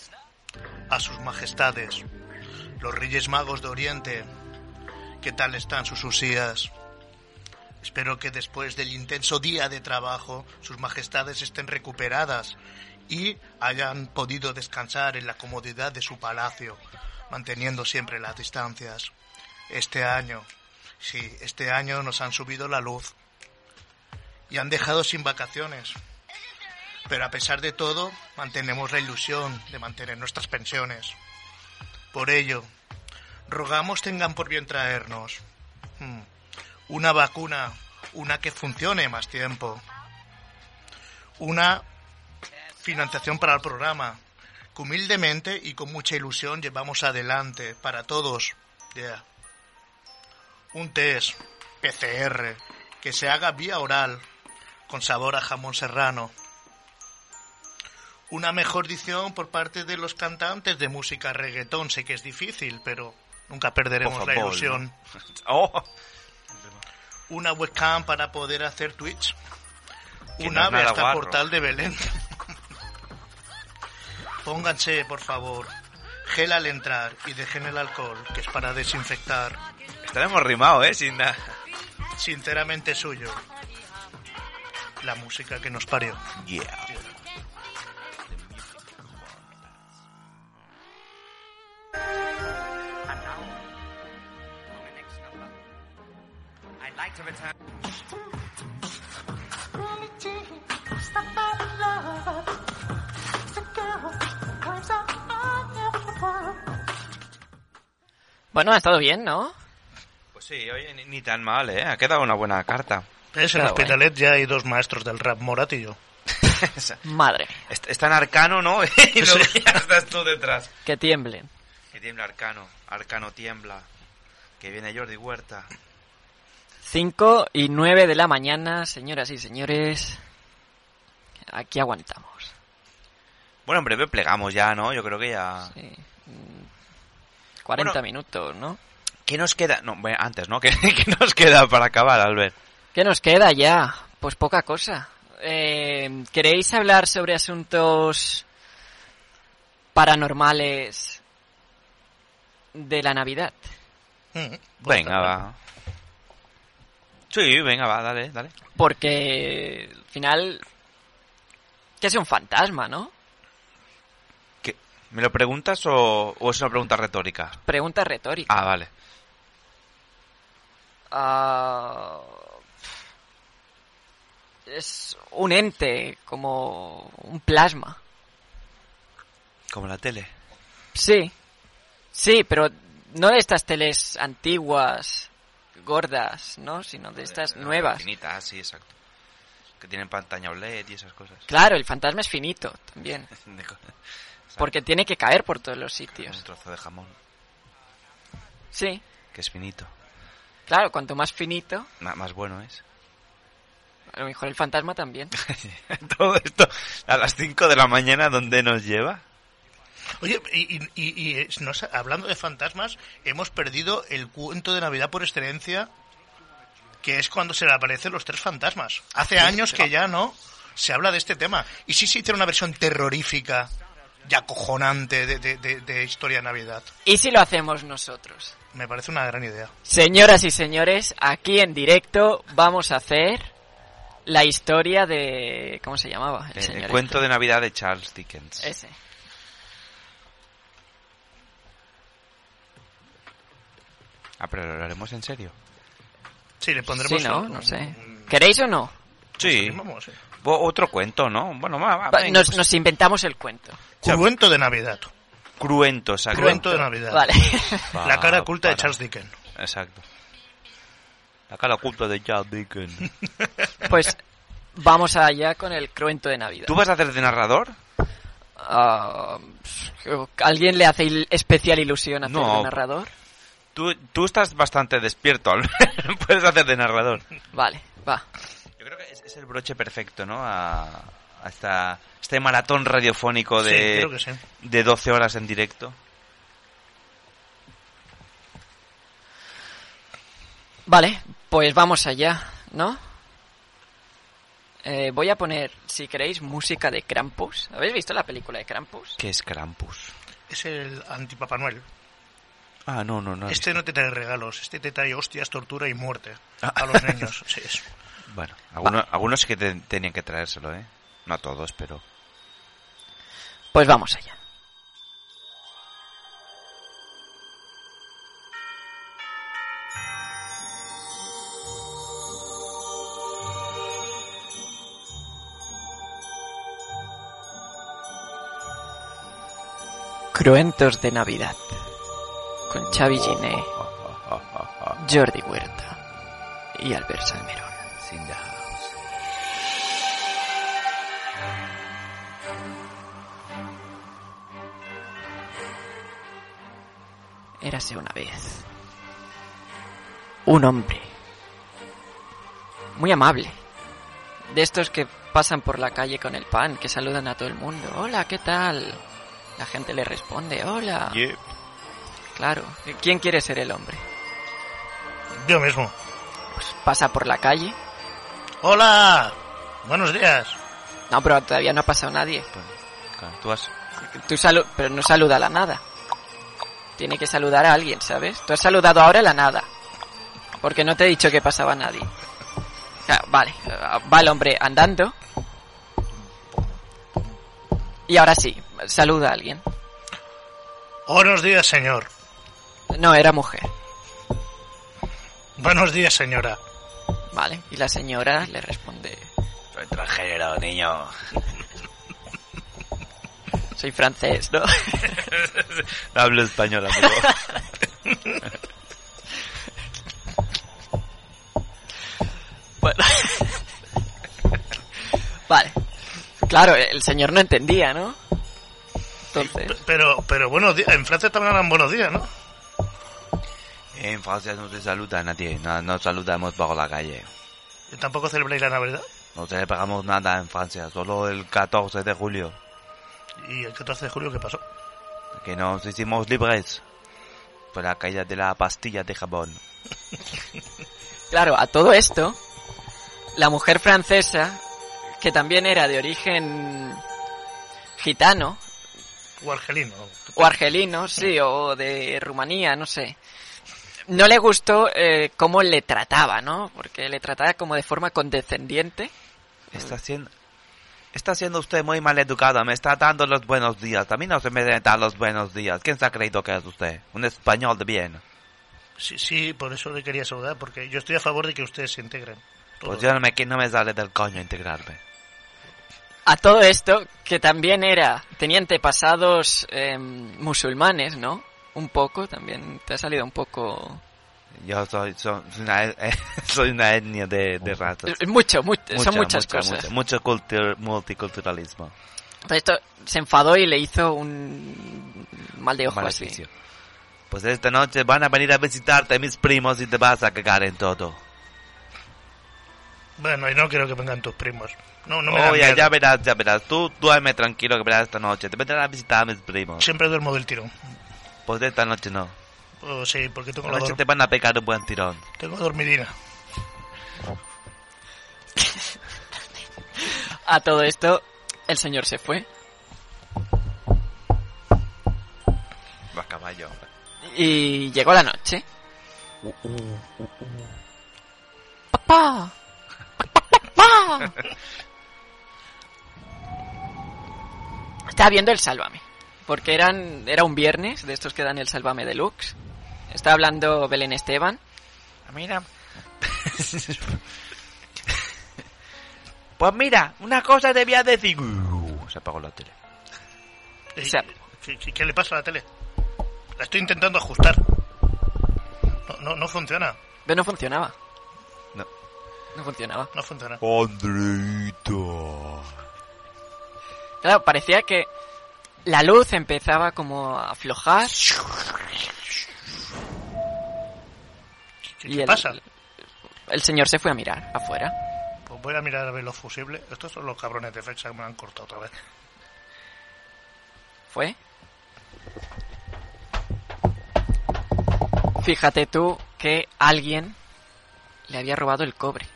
Speaker 3: a sus majestades, los reyes magos de Oriente. ¿Qué tal están sus usías? Espero que después del intenso día de trabajo, sus majestades estén recuperadas y hayan podido descansar en la comodidad de su palacio, manteniendo siempre las distancias. Este año, sí, este año nos han subido la luz y han dejado sin vacaciones. Pero a pesar de todo, mantenemos la ilusión de mantener nuestras pensiones. Por ello, rogamos tengan por bien traernos mm, una vacuna, una que funcione más tiempo, una financiación para el programa que humildemente y con mucha ilusión llevamos adelante para todos. Yeah. Un test PCR que se haga vía oral con sabor a jamón serrano una mejor dicción por parte de los cantantes de música reggaetón. Sé que es difícil, pero nunca perderemos
Speaker 2: Por
Speaker 3: la
Speaker 2: favor,
Speaker 3: ilusión.
Speaker 2: Oh,
Speaker 3: Una webcam para poder hacer Twitch.
Speaker 2: Que
Speaker 3: Un
Speaker 2: no es
Speaker 3: ave
Speaker 2: nada
Speaker 3: hasta
Speaker 2: guarro.
Speaker 3: Portal de Belén. Pónganse, por favor, gel al entrar y dejen el alcohol, que es para desinfectar.
Speaker 2: estaremos rimados, ¿eh? Sin nada.
Speaker 3: Sinceramente suyo. La música que nos parió.
Speaker 2: Yeah.
Speaker 1: Bueno, ha estado bien, ¿no?
Speaker 2: Pues sí, oye, ni, ni tan mal, ¿eh? Ha quedado una buena carta.
Speaker 3: Es en
Speaker 1: Claro,
Speaker 3: Hospitalet ya hay dos maestros del rap, Morat y yo.
Speaker 1: Madre,
Speaker 2: Est- Está en arcano, ¿no? y no ya estás tú detrás.
Speaker 1: que tiemblen.
Speaker 2: Que tiembla arcano. Arcano tiembla. Que viene Jordi Huerta.
Speaker 1: 5 y 9 de la mañana, señoras y señores. Aquí aguantamos.
Speaker 2: Bueno, en breve plegamos ya, ¿no? Yo creo que ya...
Speaker 1: Sí. Mm, 40
Speaker 2: Bueno.
Speaker 1: minutos, ¿no?
Speaker 2: ¿Qué nos queda? No, bueno, antes, ¿no? ¿Qué, qué nos queda para acabar, Albert?
Speaker 1: ¿Qué nos queda ya? Pues poca cosa. Eh, ¿Queréis hablar sobre asuntos paranormales de la Navidad?
Speaker 3: Mm.
Speaker 1: Pues
Speaker 2: Venga, va. Sí, venga, va, dale, dale.
Speaker 1: Porque al final... Que es un fantasma, ¿no?
Speaker 2: ¿Qué? ¿Me lo preguntas o, o es una pregunta retórica?
Speaker 1: Pregunta retórica.
Speaker 2: Ah, vale.
Speaker 1: Ah, es un ente, como un plasma.
Speaker 2: Como la tele.
Speaker 1: Sí. Sí, pero no de estas teles antiguas, gordas, ¿no? Sino de estas
Speaker 2: No,
Speaker 1: nuevas.
Speaker 2: Infinita, sí, exacto. Que tienen pantalla OLED E y esas cosas.
Speaker 1: Claro, el fantasma es finito también.
Speaker 2: De co-
Speaker 1: Porque tiene que caer por todos los
Speaker 2: Un
Speaker 1: sitios.
Speaker 2: trozo de jamón,
Speaker 1: Sí.
Speaker 2: que es finito.
Speaker 1: Claro, cuanto más finito,
Speaker 2: Ma- más bueno es.
Speaker 1: a lo mejor el fantasma también.
Speaker 2: Todo esto a las 5 de la mañana, ¿dónde nos lleva?
Speaker 3: Oye, y, y- y- y, eh, no sé, hablando de fantasmas, hemos perdido el cuento de Navidad por excelencia, que es cuando se le aparecen los tres fantasmas. Hace años que ya no se habla de este tema. Y sí se hizo una versión terrorífica y acojonante de, de- de- de Historia de Navidad.
Speaker 1: ¿Y si lo hacemos nosotros?
Speaker 3: Me parece una gran idea.
Speaker 1: Señoras y señores, aquí en directo vamos a hacer la historia de... ¿Cómo se llamaba?
Speaker 2: Eh, El, Eh.
Speaker 1: señor
Speaker 2: cuento de Navidad de Charles Dickens.
Speaker 1: este? Ese.
Speaker 2: Ah, pero lo haremos en serio.
Speaker 3: Sí, le
Speaker 1: Sí,
Speaker 3: pondremos...
Speaker 1: ¿no?
Speaker 3: un-
Speaker 1: No
Speaker 3: un-
Speaker 1: sé.
Speaker 2: Mm.
Speaker 3: un-
Speaker 1: ¿Queréis o no?
Speaker 2: Sí.
Speaker 3: Pues Vamos, eh.
Speaker 2: O- Otro cuento, ¿no? Bueno, va, va,
Speaker 1: Va,
Speaker 2: venga,
Speaker 1: Nos,
Speaker 2: pues.
Speaker 1: nos inventamos el cuento.
Speaker 3: Cuento de Navidad.
Speaker 2: Cruento, exacto.
Speaker 3: Cuento de Navidad.
Speaker 1: Vale.
Speaker 2: Va,
Speaker 3: La cara oculta de
Speaker 2: para.
Speaker 3: Charles Dickens.
Speaker 2: Exacto. La cara oculta de Charles Dickens.
Speaker 1: Pues vamos allá con el cuento de Navidad.
Speaker 2: ¿Tú vas a hacer de narrador?
Speaker 1: Ah, ¿Alguien le hace il- especial ilusión hacer
Speaker 2: No.
Speaker 1: de narrador?
Speaker 2: Tú, tú estás bastante despierto, Albert. Puedes hacer de narrador.
Speaker 1: Vale, va.
Speaker 2: Yo creo que es, es el broche perfecto, ¿no? A, a esta- este maratón radiofónico
Speaker 3: Sí,
Speaker 2: de,
Speaker 3: creo que sí.
Speaker 2: de 12 horas en directo.
Speaker 1: Vale, pues vamos allá, ¿no? Eh, voy a poner, si queréis, música de Krampus. ¿Habéis visto la película de Krampus?
Speaker 2: ¿Qué es Krampus?
Speaker 3: Es el antipapá Noel.
Speaker 2: Ah, no, no, no.
Speaker 3: Este no te trae regalos, este te trae hostias, tortura y muerte
Speaker 2: Ah.
Speaker 3: a los niños. Sí, es-
Speaker 2: Bueno, algunos, algunos sí que te- tenían que traérselo, ¿eh? No a todos, pero...
Speaker 1: Pues vamos allá. Cruentos de Navidad con Xavi
Speaker 2: Oh,
Speaker 1: Giné, Jordi Huerta y Albert
Speaker 2: oh.
Speaker 1: Salmerón. Érase una vez un hombre muy amable, de estos que pasan por la calle con el pan, que saludan a todo el mundo. Hola, ¿qué tal? La gente le responde, hola.
Speaker 2: Yep.
Speaker 1: Claro. ¿Quién quiere ser el hombre?
Speaker 3: Yo mismo.
Speaker 1: Pues pasa por la calle.
Speaker 3: Hola, buenos días.
Speaker 1: No, pero todavía no ha pasado nadie.
Speaker 2: Claro, tú has-
Speaker 1: Tú salu pero no saluda a la nada. Tiene que saludar a alguien, ¿sabes? Tú has saludado ahora a la nada. Porque no te he dicho que pasaba nadie. Claro, vale, ah, va el hombre andando. Y ahora sí, saluda a alguien.
Speaker 3: Buenos días, señor.
Speaker 1: No, era mujer.
Speaker 3: Buenos días, señora.
Speaker 1: Vale, y la señora le responde,
Speaker 2: Soy transgénero, niño.
Speaker 1: soy francés, ¿no?
Speaker 2: No hablo español, amigo.
Speaker 1: Bueno. vale. Claro, el señor no entendía, ¿no?
Speaker 3: P-
Speaker 1: Entonces,
Speaker 3: Pero, pero buenos días. En Francia también hablan buenos días, ¿no?
Speaker 2: En Francia no se saluda a nadie, no, no saludamos por la calle.
Speaker 3: Y tampoco celebráis la Navidad.
Speaker 2: No celebramos nada en Francia, solo el 14 de julio,
Speaker 3: ¿Y el 14 de julio qué pasó?
Speaker 2: que nos hicimos libres por la caída de la pastilla de jabón.
Speaker 1: claro, a todo esto, la mujer francesa, que también era de origen gitano,
Speaker 3: O argelino.
Speaker 1: o argelino, sí, o de Rumanía, no sé. No le gustó eh, cómo le trataba, ¿no? Porque le trataba como de forma condescendiente.
Speaker 2: Está siendo, está siendo usted muy mal educado, me está dando los buenos días. A mí no se me dan los buenos días. ¿Quién se ha creído que es usted? Un español de bien.
Speaker 3: Sí, sí, por eso le quería saludar, porque yo estoy a favor de que ustedes se integren. Todos.
Speaker 2: Pues yo no me, que no me sale del coño integrarme.
Speaker 1: A todo esto, que también era, tenía antepasados em, musulmanes, ¿no? Un poco, también te ha salido un poco...
Speaker 2: Yo soy, soy una, soy una etnia de, de ratas.
Speaker 1: eh, Mucho, mucho son
Speaker 2: Mucha,
Speaker 1: muchas
Speaker 2: mucha,
Speaker 1: cosas.
Speaker 2: mucha. mucho cultur- multiculturalismo.
Speaker 1: Entonces esto se enfadó y le hizo un mal de ojo así.
Speaker 2: Maleficio. Pues esta noche van a venir a visitarte mis primos y te vas a cagar en todo.
Speaker 3: Bueno, y no quiero que vengan tus primos. No, no me dan
Speaker 2: Oye,
Speaker 3: miedo.
Speaker 2: Oh, ya verás, ya verás. Tú duerme tranquilo que verás esta noche. Te vendrán a visitar mis primos.
Speaker 3: Siempre duermo del tirón.
Speaker 2: Pues esta noche no.
Speaker 3: Oh, sí, porque tengo
Speaker 2: Esta
Speaker 3: la
Speaker 2: noche
Speaker 3: dor-
Speaker 2: te van a pegar un buen tirón.
Speaker 3: tengo dormidina.
Speaker 1: A todo esto, el señor se fue.
Speaker 2: Va caballo.
Speaker 1: Y llegó la noche. Uh, Papá. Papá. Estaba viendo el Sálvame. Porque eran, era un viernes, de estos que dan el Sálvame Deluxe. Estaba hablando Belén Esteban. Ah,
Speaker 2: Mira. pues mira, una cosa te voy a decir. Uh, Se apagó la tele.
Speaker 3: Eh,
Speaker 1: sea-
Speaker 3: ¿qué- qué, qué le pasa a la tele? La estoy intentando ajustar. No, no, no funciona,
Speaker 1: Pero no funcionaba.
Speaker 2: No.
Speaker 1: No funcionaba.
Speaker 3: no funciona.
Speaker 6: Andreita.
Speaker 1: Claro, parecía que la luz empezaba como a aflojar.
Speaker 3: ¿Qué,
Speaker 1: y
Speaker 3: qué
Speaker 1: el-
Speaker 3: pasa?
Speaker 1: El señor se fue a mirar afuera.
Speaker 3: Pues voy a mirar a ver los fusibles. Estos son los cabrones de fecha que me han cortado otra vez.
Speaker 1: fue. Fíjate tú que alguien le había robado el cobre.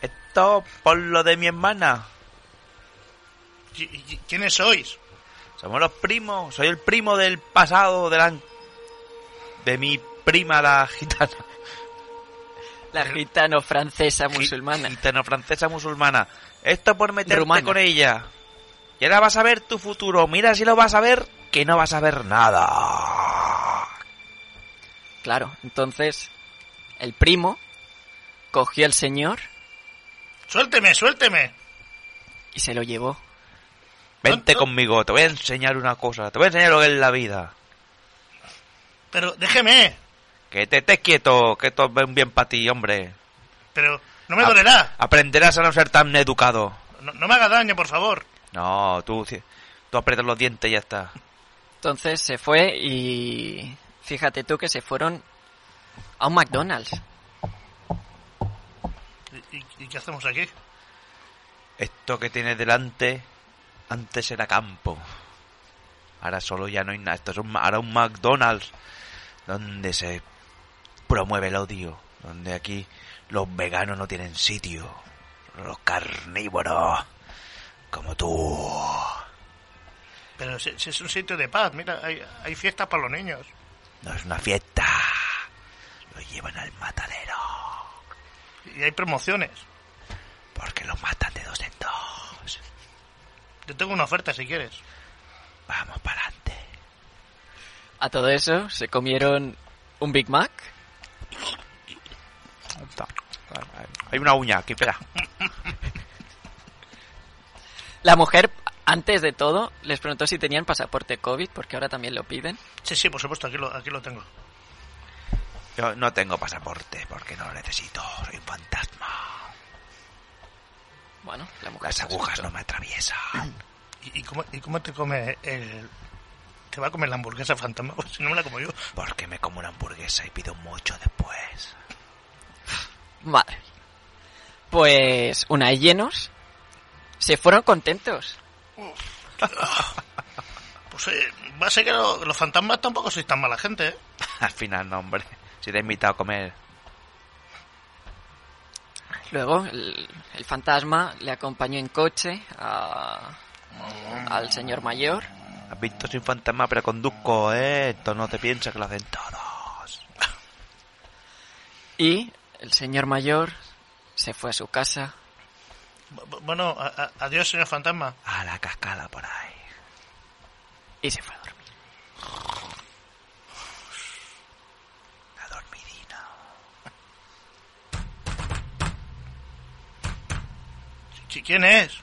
Speaker 2: Esto por lo de mi hermana.
Speaker 3: ¿Y- y- ¿Quiénes sois?
Speaker 2: Somos los primos. Soy el primo del pasado de la... De mi prima la gitana.
Speaker 1: La gitano francesa musulmana.
Speaker 2: Gitano francesa musulmana. Esto por meterte
Speaker 1: Rumana.
Speaker 2: con ella. Y ahora vas a ver tu futuro. Mira si lo vas a ver, que no vas a ver nada.
Speaker 1: Claro, entonces el primo cogió al señor
Speaker 3: Suélteme, suélteme.
Speaker 1: y se lo llevó.
Speaker 2: Vente conmigo, te voy a enseñar una cosa. Te voy a enseñar lo que es la vida.
Speaker 3: Pero déjeme.
Speaker 2: Que te estés quieto, que esto es bien para ti, hombre.
Speaker 3: Pero no me dolerá.
Speaker 2: Aprenderás a no ser tan educado.
Speaker 3: No, no me haga daño, por favor.
Speaker 2: No, tú, ci- tú aprietas los dientes y ya está.
Speaker 1: Entonces se fue y fíjate tú que se fueron a un McDonald's.
Speaker 3: ¿Y, y- y qué hacemos aquí?
Speaker 2: Esto que tienes delante antes era campo. Ahora solo ya no hay nada. Esto es un, ahora un McDonald's donde se promueve el odio. Donde aquí los veganos no tienen sitio. Los carnívoros. Como tú.
Speaker 3: Pero si, si es un sitio de paz, mira, hay, hay fiestas para los niños.
Speaker 2: No es una fiesta. Lo llevan al matadero.
Speaker 3: Y hay promociones.
Speaker 2: Porque lo matan de dos en dos.
Speaker 3: Yo tengo una oferta si quieres.
Speaker 2: Vamos para adelante.
Speaker 1: A todo eso se comieron un Big Mac.
Speaker 2: Hay una uña aquí, espera.
Speaker 1: La mujer, antes de todo, les preguntó si tenían pasaporte COVID, porque ahora también lo piden.
Speaker 3: Sí, sí, por supuesto, aquí lo, aquí lo tengo.
Speaker 2: Yo no tengo pasaporte porque no lo necesito. Soy un fantasma.
Speaker 1: Bueno, la mujer
Speaker 2: Las
Speaker 1: se
Speaker 2: agujas
Speaker 1: asustó.
Speaker 2: no me atraviesan.
Speaker 3: ¿Y, y cómo, y cómo te come el... ¿Te va a comer la hamburguesa fantasma? Pues si no me la como yo.
Speaker 2: Porque me como una hamburguesa y pido mucho después.
Speaker 1: Madre. Pues una vez llenos, se fueron contentos.
Speaker 3: Pues eh, va a ser que lo- los fantasmas tampoco sois tan mala gente, ¿eh?
Speaker 2: Al final, no, hombre. Si te he invitado a comer.
Speaker 1: Luego el, el fantasma le acompañó en coche a- al señor mayor.
Speaker 2: Has visto, soy un fantasma, pero conduzco, ¿eh? Esto no te piensas que lo hacen todos.
Speaker 1: Y el señor mayor se fue a su casa.
Speaker 3: Bu- bu- Bueno, a- a- adiós, señor fantasma.
Speaker 2: A la cascada por ahí.
Speaker 1: Y se fue a dormir.
Speaker 2: La dormidina.
Speaker 3: Chi- ¿Quién es?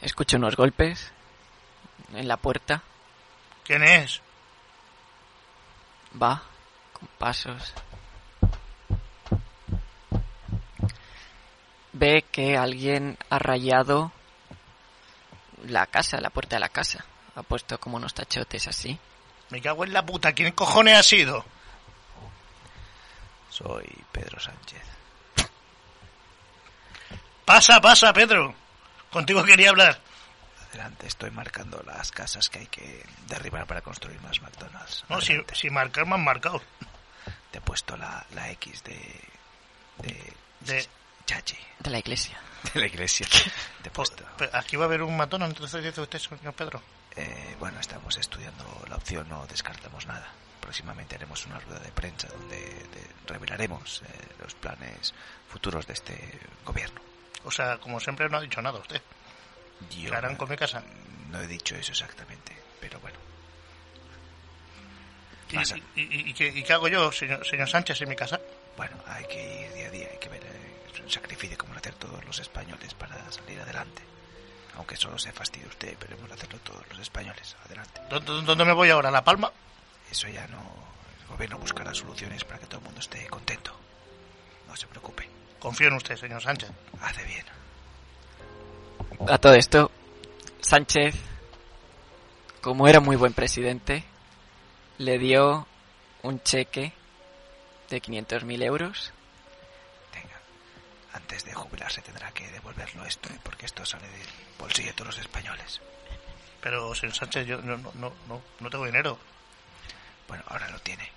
Speaker 1: Escuchó unos golpes en la puerta.
Speaker 3: ¿Quién es?
Speaker 1: Va con pasos. Ve que alguien ha rayado la casa, la puerta de la casa. Ha puesto como unos tachotes así.
Speaker 3: Me cago en la puta. ¿Quién cojones ha sido?
Speaker 2: Soy Pedro Sánchez.
Speaker 3: Pasa, pasa, Pedro. Contigo quería hablar.
Speaker 2: Adelante, estoy marcando las casas que hay que derribar para construir más McDonald's.
Speaker 3: No, si,
Speaker 2: Adelante.
Speaker 3: si marcar me han marcado.
Speaker 2: Te he puesto la, la X de. de.
Speaker 3: De-
Speaker 2: Chachi.
Speaker 1: De la iglesia.
Speaker 2: De la iglesia. Te he
Speaker 3: Pues,
Speaker 2: puesto.
Speaker 3: pe- aquí va a haber un matón, entonces dice usted, señor Pedro.
Speaker 2: Eh, bueno, estamos estudiando la opción, no descartamos nada. Próximamente haremos una rueda de prensa donde de- revelaremos eh, los planes futuros de este gobierno.
Speaker 3: O sea, como siempre, no ha dicho nada usted.
Speaker 2: Yo mm,
Speaker 3: ¿Qué harán con mi casa?
Speaker 2: no he dicho eso exactamente, pero bueno.
Speaker 3: ¿Y,
Speaker 2: Pasa.
Speaker 3: y, y- y qué, y qué hago yo, señor, señor Sánchez, en mi casa?
Speaker 2: Bueno, hay que ir día a día, hay que ver eh, es un sacrificio como lo hacen todos los españoles para salir adelante. Aunque solo se fastidie usted, pero hemos de hacerlo todos los españoles. Adelante.
Speaker 3: ¿Dó- dó- ¿Dónde me voy ahora? ¿La Palma?
Speaker 2: Eso ya no. El gobierno buscará soluciones para que todo el mundo esté contento. No se preocupe.
Speaker 3: Confío en usted, señor Sánchez.
Speaker 2: Hace bien.
Speaker 1: A todo esto, Sánchez, como era muy buen presidente, le dio un cheque de 500.000 euros.
Speaker 2: Tenga. Antes de jubilarse tendrá que devolverlo esto, ¿eh? porque esto sale del bolsillo de todos los españoles.
Speaker 3: Pero, señor Sánchez, yo no, no, no, no, no tengo dinero.
Speaker 2: Bueno, ahora lo tiene.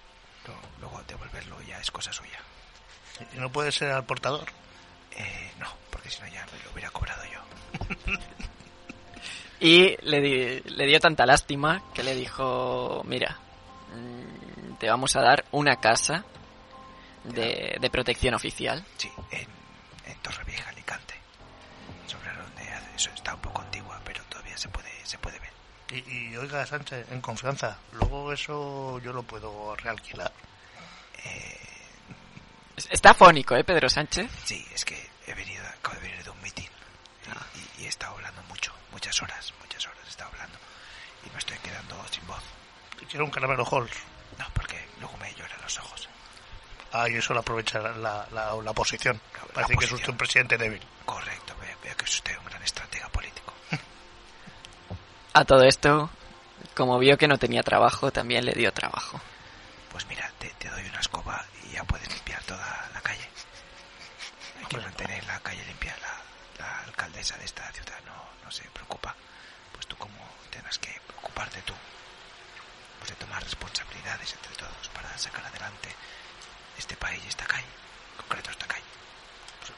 Speaker 2: Lo- Luego devolverlo ya es cosa suya.
Speaker 3: Y no puede ser al portador.
Speaker 2: Eh, no, porque si no ya me lo hubiera cobrado yo.
Speaker 1: Y le, di- le dio tanta lástima que le dijo, mira, mm, te vamos a dar una casa de, de protección oficial.
Speaker 2: Sí, en, en Torrevieja, Alicante. Sobre donde hace
Speaker 10: eso está un poco antigua, pero todavía se puede, se puede ver.
Speaker 3: Y, y, oiga, Sánchez, en confianza, luego eso yo lo puedo realquilar.
Speaker 1: Está fónico, ¿eh, Pedro Sánchez?
Speaker 10: Eh, Sí, es que he venido, acabo de venir de un meeting y- y, y he estado hablando mucho, muchas horas, muchas horas he estado hablando y me estoy quedando sin voz.
Speaker 3: Quiero un caramelo Halls.
Speaker 10: No, porque luego me lloran los ojos.
Speaker 3: Ah, y eso lo aprovecha la, la, la oposición.
Speaker 10: La
Speaker 3: Parece que es
Speaker 10: oposición.
Speaker 3: usted un presidente débil.
Speaker 10: Correcto, ve- veo, que es usted un gran estratega político.
Speaker 1: A todo esto, como vio que no tenía trabajo, también le dio trabajo.
Speaker 10: Pues mira, te, te doy una escoba y ya puedes limpiar toda la calle. Hay que mantener la calle limpia. La, la alcaldesa de esta ciudad no, no se preocupa. Pues tú como tendrás que preocuparte tú. Pues de tomar responsabilidades entre todos para sacar adelante este país y esta calle. En concreto esta calle.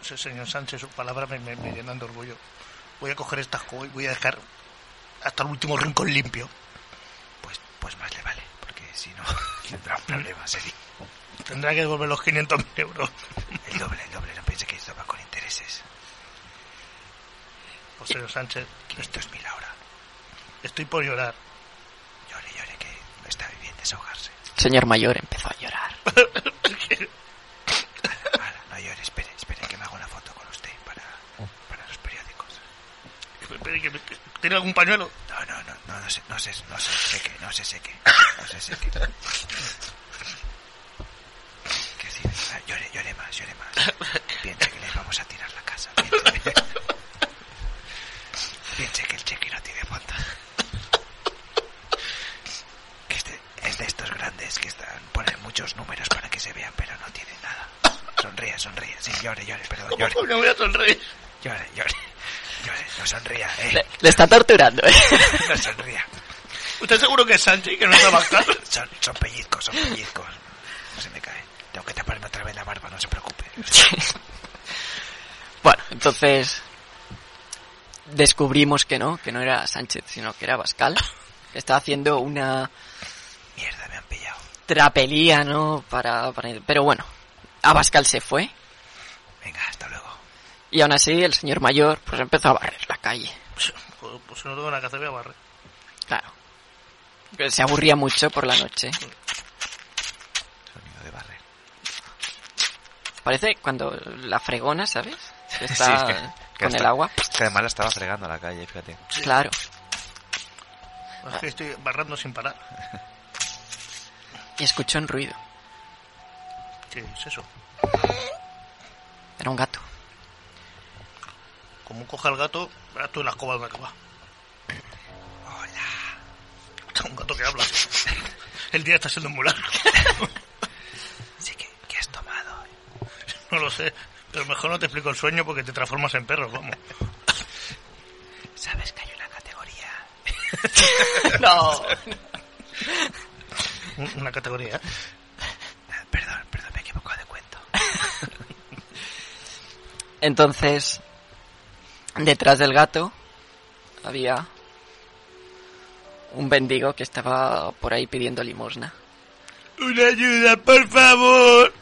Speaker 3: Se- Señor Sánchez, sus palabras me, me- me llenan de orgullo. Voy a coger esta joya y voy a dejar hasta el último rincón limpio.
Speaker 10: Pues, pues más le vale, porque si no tendrá un problema serio.
Speaker 3: Tendrá que devolver los 500.000 euros.
Speaker 10: El doble, el doble. No piense que esto va con intereses.
Speaker 3: Pues, señor Sánchez, est-
Speaker 10: 500.000 ahora.
Speaker 3: estoy por llorar.
Speaker 10: Llore, llore, que está bien desahogarse.
Speaker 1: Señor Mayor empezó a llorar.
Speaker 10: Ahora, no llore, espere, espere que me hago una foto con usted para, para los periódicos.
Speaker 3: Espere, que me- que- ¿Tiene algún pañuelo?
Speaker 10: No, no, no, no, no se, no se, no se seque, no se seque, no se seque. Que sí, ah, llore, llore más, llore más. Piense que le vamos a tirar la casa. Piense, Piense que el cheque no tiene fondo. Que este es de estos grandes que están, ponen muchos números para que se vean, pero no tienen nada. Sonría, sonría, sí, llore, llore, perdón, llore.
Speaker 3: No voy a sonreír.
Speaker 10: Llore, llore. Llore, no sonría,
Speaker 1: Le,
Speaker 10: eh.
Speaker 1: le está torturando, ¿eh?
Speaker 10: No sonría.
Speaker 3: ¿Usted seguro que es Sánchez y que no es Abascal?
Speaker 10: Son, son pellizcos, son pellizcos. No se me cae. Tengo que taparme otra vez la barba, no se preocupe.
Speaker 1: bueno, entonces descubrimos que no, que no era Sánchez, sino que era Pascal. Estaba haciendo una
Speaker 10: Mierda, me han pillado.
Speaker 1: trapelía, ¿no? Para, para- Pero bueno, Abascal se fue
Speaker 10: Venga, hasta luego.
Speaker 1: y aún así el señor mayor pues empezó a barrer la calle.
Speaker 3: Pues, pues si no tengo nada que hacer, voy a barrer.
Speaker 1: Claro. Que Se aburría mucho por la noche.
Speaker 10: Sonido de barrer.
Speaker 1: Parece cuando la fregona, ¿sabes? Que
Speaker 10: Sí,
Speaker 1: está
Speaker 10: es que- que
Speaker 1: con el
Speaker 10: está-
Speaker 1: agua.
Speaker 10: Que además la estaba fregando a la calle, fíjate.
Speaker 1: Claro.
Speaker 3: Es que estoy barrando sin parar.
Speaker 1: Y escuchó un ruido.
Speaker 3: ¿Qué es eso?
Speaker 1: Era un gato.
Speaker 3: Como coja el gato, verás tú en la escoba donde acaba. Hola. Un gato que habla. El día está siendo muy largo.
Speaker 10: Sí, que, que has tomado.
Speaker 3: No lo sé. Pero mejor no te explico el sueño porque te transformas en perro, vamos.
Speaker 10: Sabes que hay una categoría.
Speaker 1: No.
Speaker 3: Un- Una categoría. ¿eh?
Speaker 10: Ah, Perdón, perdón, me he equivocado de cuento.
Speaker 1: Entonces, detrás del gato había un bendigo que estaba por ahí pidiendo limosna.
Speaker 3: ¡Una ayuda, por favor!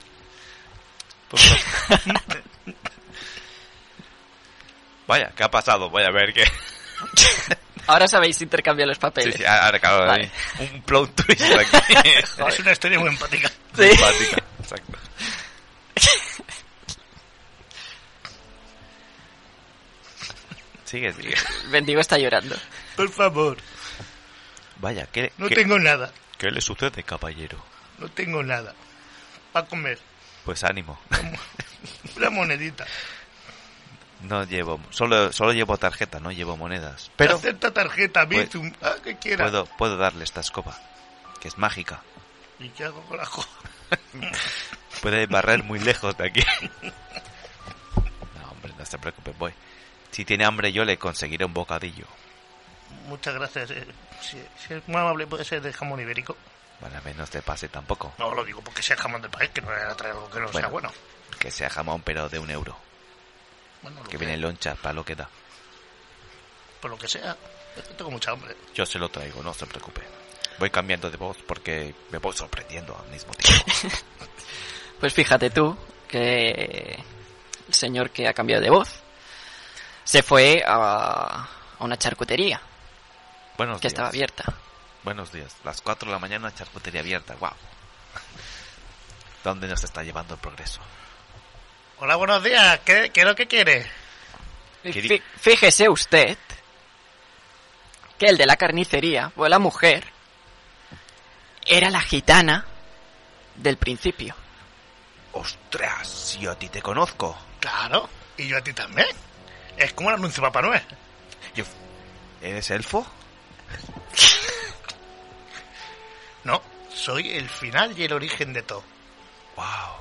Speaker 10: Vaya, ¿qué ha pasado? Voy a ver qué.
Speaker 1: Ahora sabéis intercambiar los papeles.
Speaker 10: ahora acabo
Speaker 1: de Vale.
Speaker 10: Un plot twist aquí.
Speaker 3: Es una historia muy empática.
Speaker 1: Sí.
Speaker 10: exacto. Sigue, sigue.
Speaker 1: El bendigo está llorando.
Speaker 3: Por favor.
Speaker 10: Vaya, ¿qué,
Speaker 3: No
Speaker 10: qué-
Speaker 3: tengo nada.
Speaker 10: qué le sucede, caballero?
Speaker 3: No tengo nada. Para comer.
Speaker 10: Pues ánimo.
Speaker 3: Una monedita.
Speaker 10: No llevo, solo, solo llevo tarjeta, no llevo monedas. Pero
Speaker 3: Acepta tarjeta, Bizum. Ah, que quiera.
Speaker 10: puedo, puedo darle esta escoba, que es mágica.
Speaker 3: ¿Y qué hago con la escoba?
Speaker 10: Puede barrer muy lejos de aquí. No, hombre, no se preocupe, voy. Si tiene hambre yo le conseguiré un bocadillo.
Speaker 3: Muchas gracias. eh, Si, si es muy amable, puede ser de jamón ibérico.
Speaker 10: Bueno, a menos te pase tampoco.
Speaker 3: No lo digo porque sea jamón del país, que no le a traer algo que no sea bueno.
Speaker 10: Que sea jamón, pero de un euro.
Speaker 3: Bueno, lo
Speaker 10: Que viene en loncha, para lo que da.
Speaker 3: Por lo que sea. Es que Tengo mucha hambre.
Speaker 10: Yo se lo traigo, no se preocupe. Voy cambiando de voz porque me voy sorprendiendo al mismo tiempo.
Speaker 1: Pues fíjate tú que el señor que ha cambiado de voz se fue a, a una charcutería
Speaker 2: Buenos
Speaker 1: que
Speaker 2: días.
Speaker 1: estaba abierta.
Speaker 2: Buenos días. Las 4 de la mañana, una charcutería abierta. Wow. ¿Dónde nos está llevando el progreso?
Speaker 3: Hola, buenos días. ¿Qué, qué es lo que quiere?
Speaker 1: Y
Speaker 2: ¿Qué di-
Speaker 1: fí- Fíjese usted que el de la carnicería, o la mujer, era la gitana del principio.
Speaker 2: ¡Ostras! Si yo a ti te conozco.
Speaker 3: Claro. Y yo a ti también. Es como el anuncio de Papá Noel.
Speaker 2: Yo- ¿Eres elfo?
Speaker 3: No, soy el final y el origen de todo.
Speaker 2: ¡Wow!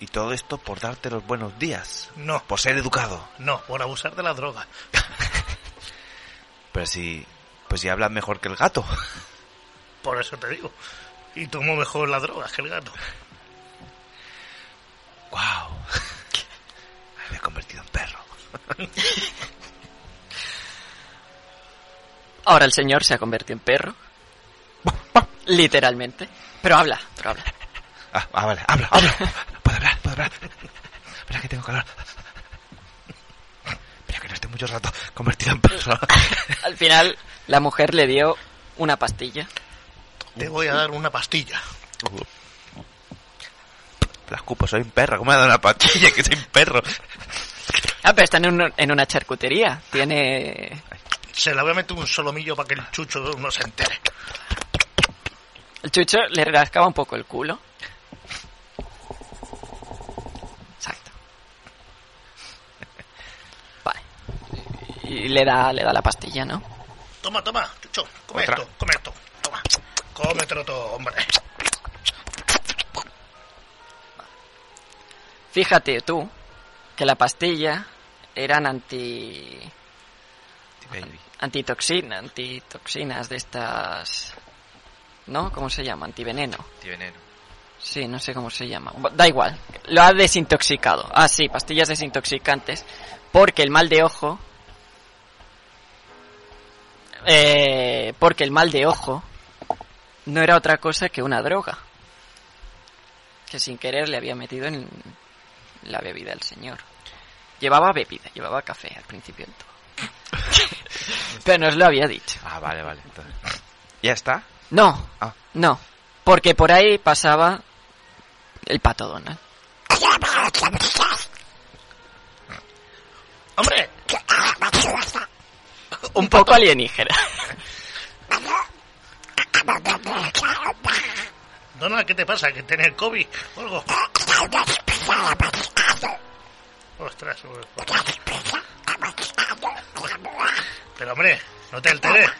Speaker 2: Y todo esto por darte los buenos días.
Speaker 3: No,
Speaker 2: Por ser educado.
Speaker 3: no, por abusar de la droga.
Speaker 2: Pero si... Pues si hablas mejor que el gato.
Speaker 3: Por eso te digo. Y tomo mejor la droga que el gato.
Speaker 2: ¡Wow!
Speaker 10: Ah,
Speaker 2: Me he convertido en perro.
Speaker 1: Ahora el señor se ha convertido en perro. Literalmente. Pero habla, pero habla.
Speaker 2: Ah, ah, vale. Habla, habla. Puedo hablar, puedo hablar. Espera que tengo calor. Espera que no esté mucho rato convertido en perro.
Speaker 1: Al final, la mujer le dio una pastilla.
Speaker 3: Te voy a dar una pastilla.
Speaker 2: Las cupo, soy un perro. ¿Cómo me ha dado una pastilla que soy un perro?
Speaker 1: Ah, pero está en, un- en una charcutería. Tiene...
Speaker 3: Se la voy a meter un solomillo para que el chucho no se entere.
Speaker 1: El chucho le rascaba un poco el culo. Exacto. Vale. Y le da, le da la pastilla, ¿no?
Speaker 3: Toma, toma, chucho. Come
Speaker 2: Otra.
Speaker 3: esto, come esto. Toma. Cómetelo todo, hombre.
Speaker 1: Fíjate tú que la pastilla eran anti...
Speaker 2: Baby.
Speaker 1: antitoxina, antitoxinas de estas... ¿No? ¿Cómo se llama? Antiveneno.
Speaker 11: Antiveneno.
Speaker 1: Sí, no sé cómo se llama. Bu- Da igual. Lo ha desintoxicado. Ah, sí, pastillas desintoxicantes. Porque el mal de ojo... Eh, porque el mal de ojo no era otra cosa que una droga. Que sin querer le había metido en la bebida al señor. Llevaba bebida, llevaba café al principio en todo. Pero nos lo había dicho.
Speaker 2: Ah, vale, vale. Entonces, ¿Ya está?
Speaker 1: No,
Speaker 2: Ah.
Speaker 1: no. Porque por ahí pasaba el pato Donald.
Speaker 3: Hombre,
Speaker 1: Un poco alienígena.
Speaker 3: Donald, ¿qué te pasa? ¿Que tienes COVID o algo? Ostras, pues, ostras. Pero hombre, no te alteres.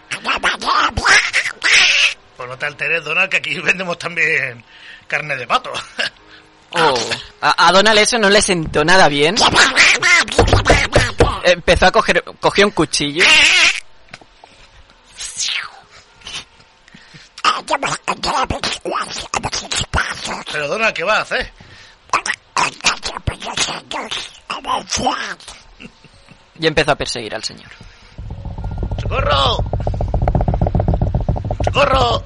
Speaker 3: Pues no te alteres, Donald, que aquí vendemos también carne de pato.
Speaker 1: Oh. A, a Donald eso no le sentó nada bien. Empezó a coger, cogió un cuchillo.
Speaker 3: Pero Donald, ¿qué vas a hacer?
Speaker 1: y empezó a perseguir al señor.
Speaker 3: ¡Socorro! ¡Socorro!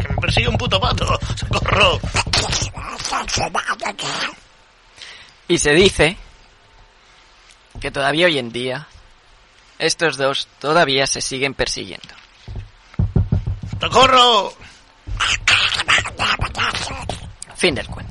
Speaker 3: ¡Que me persigue un puto pato! ¡Socorro!
Speaker 1: Y se dice que todavía hoy en día estos dos todavía se siguen persiguiendo.
Speaker 3: ¡Socorro!
Speaker 1: Fin del cuento.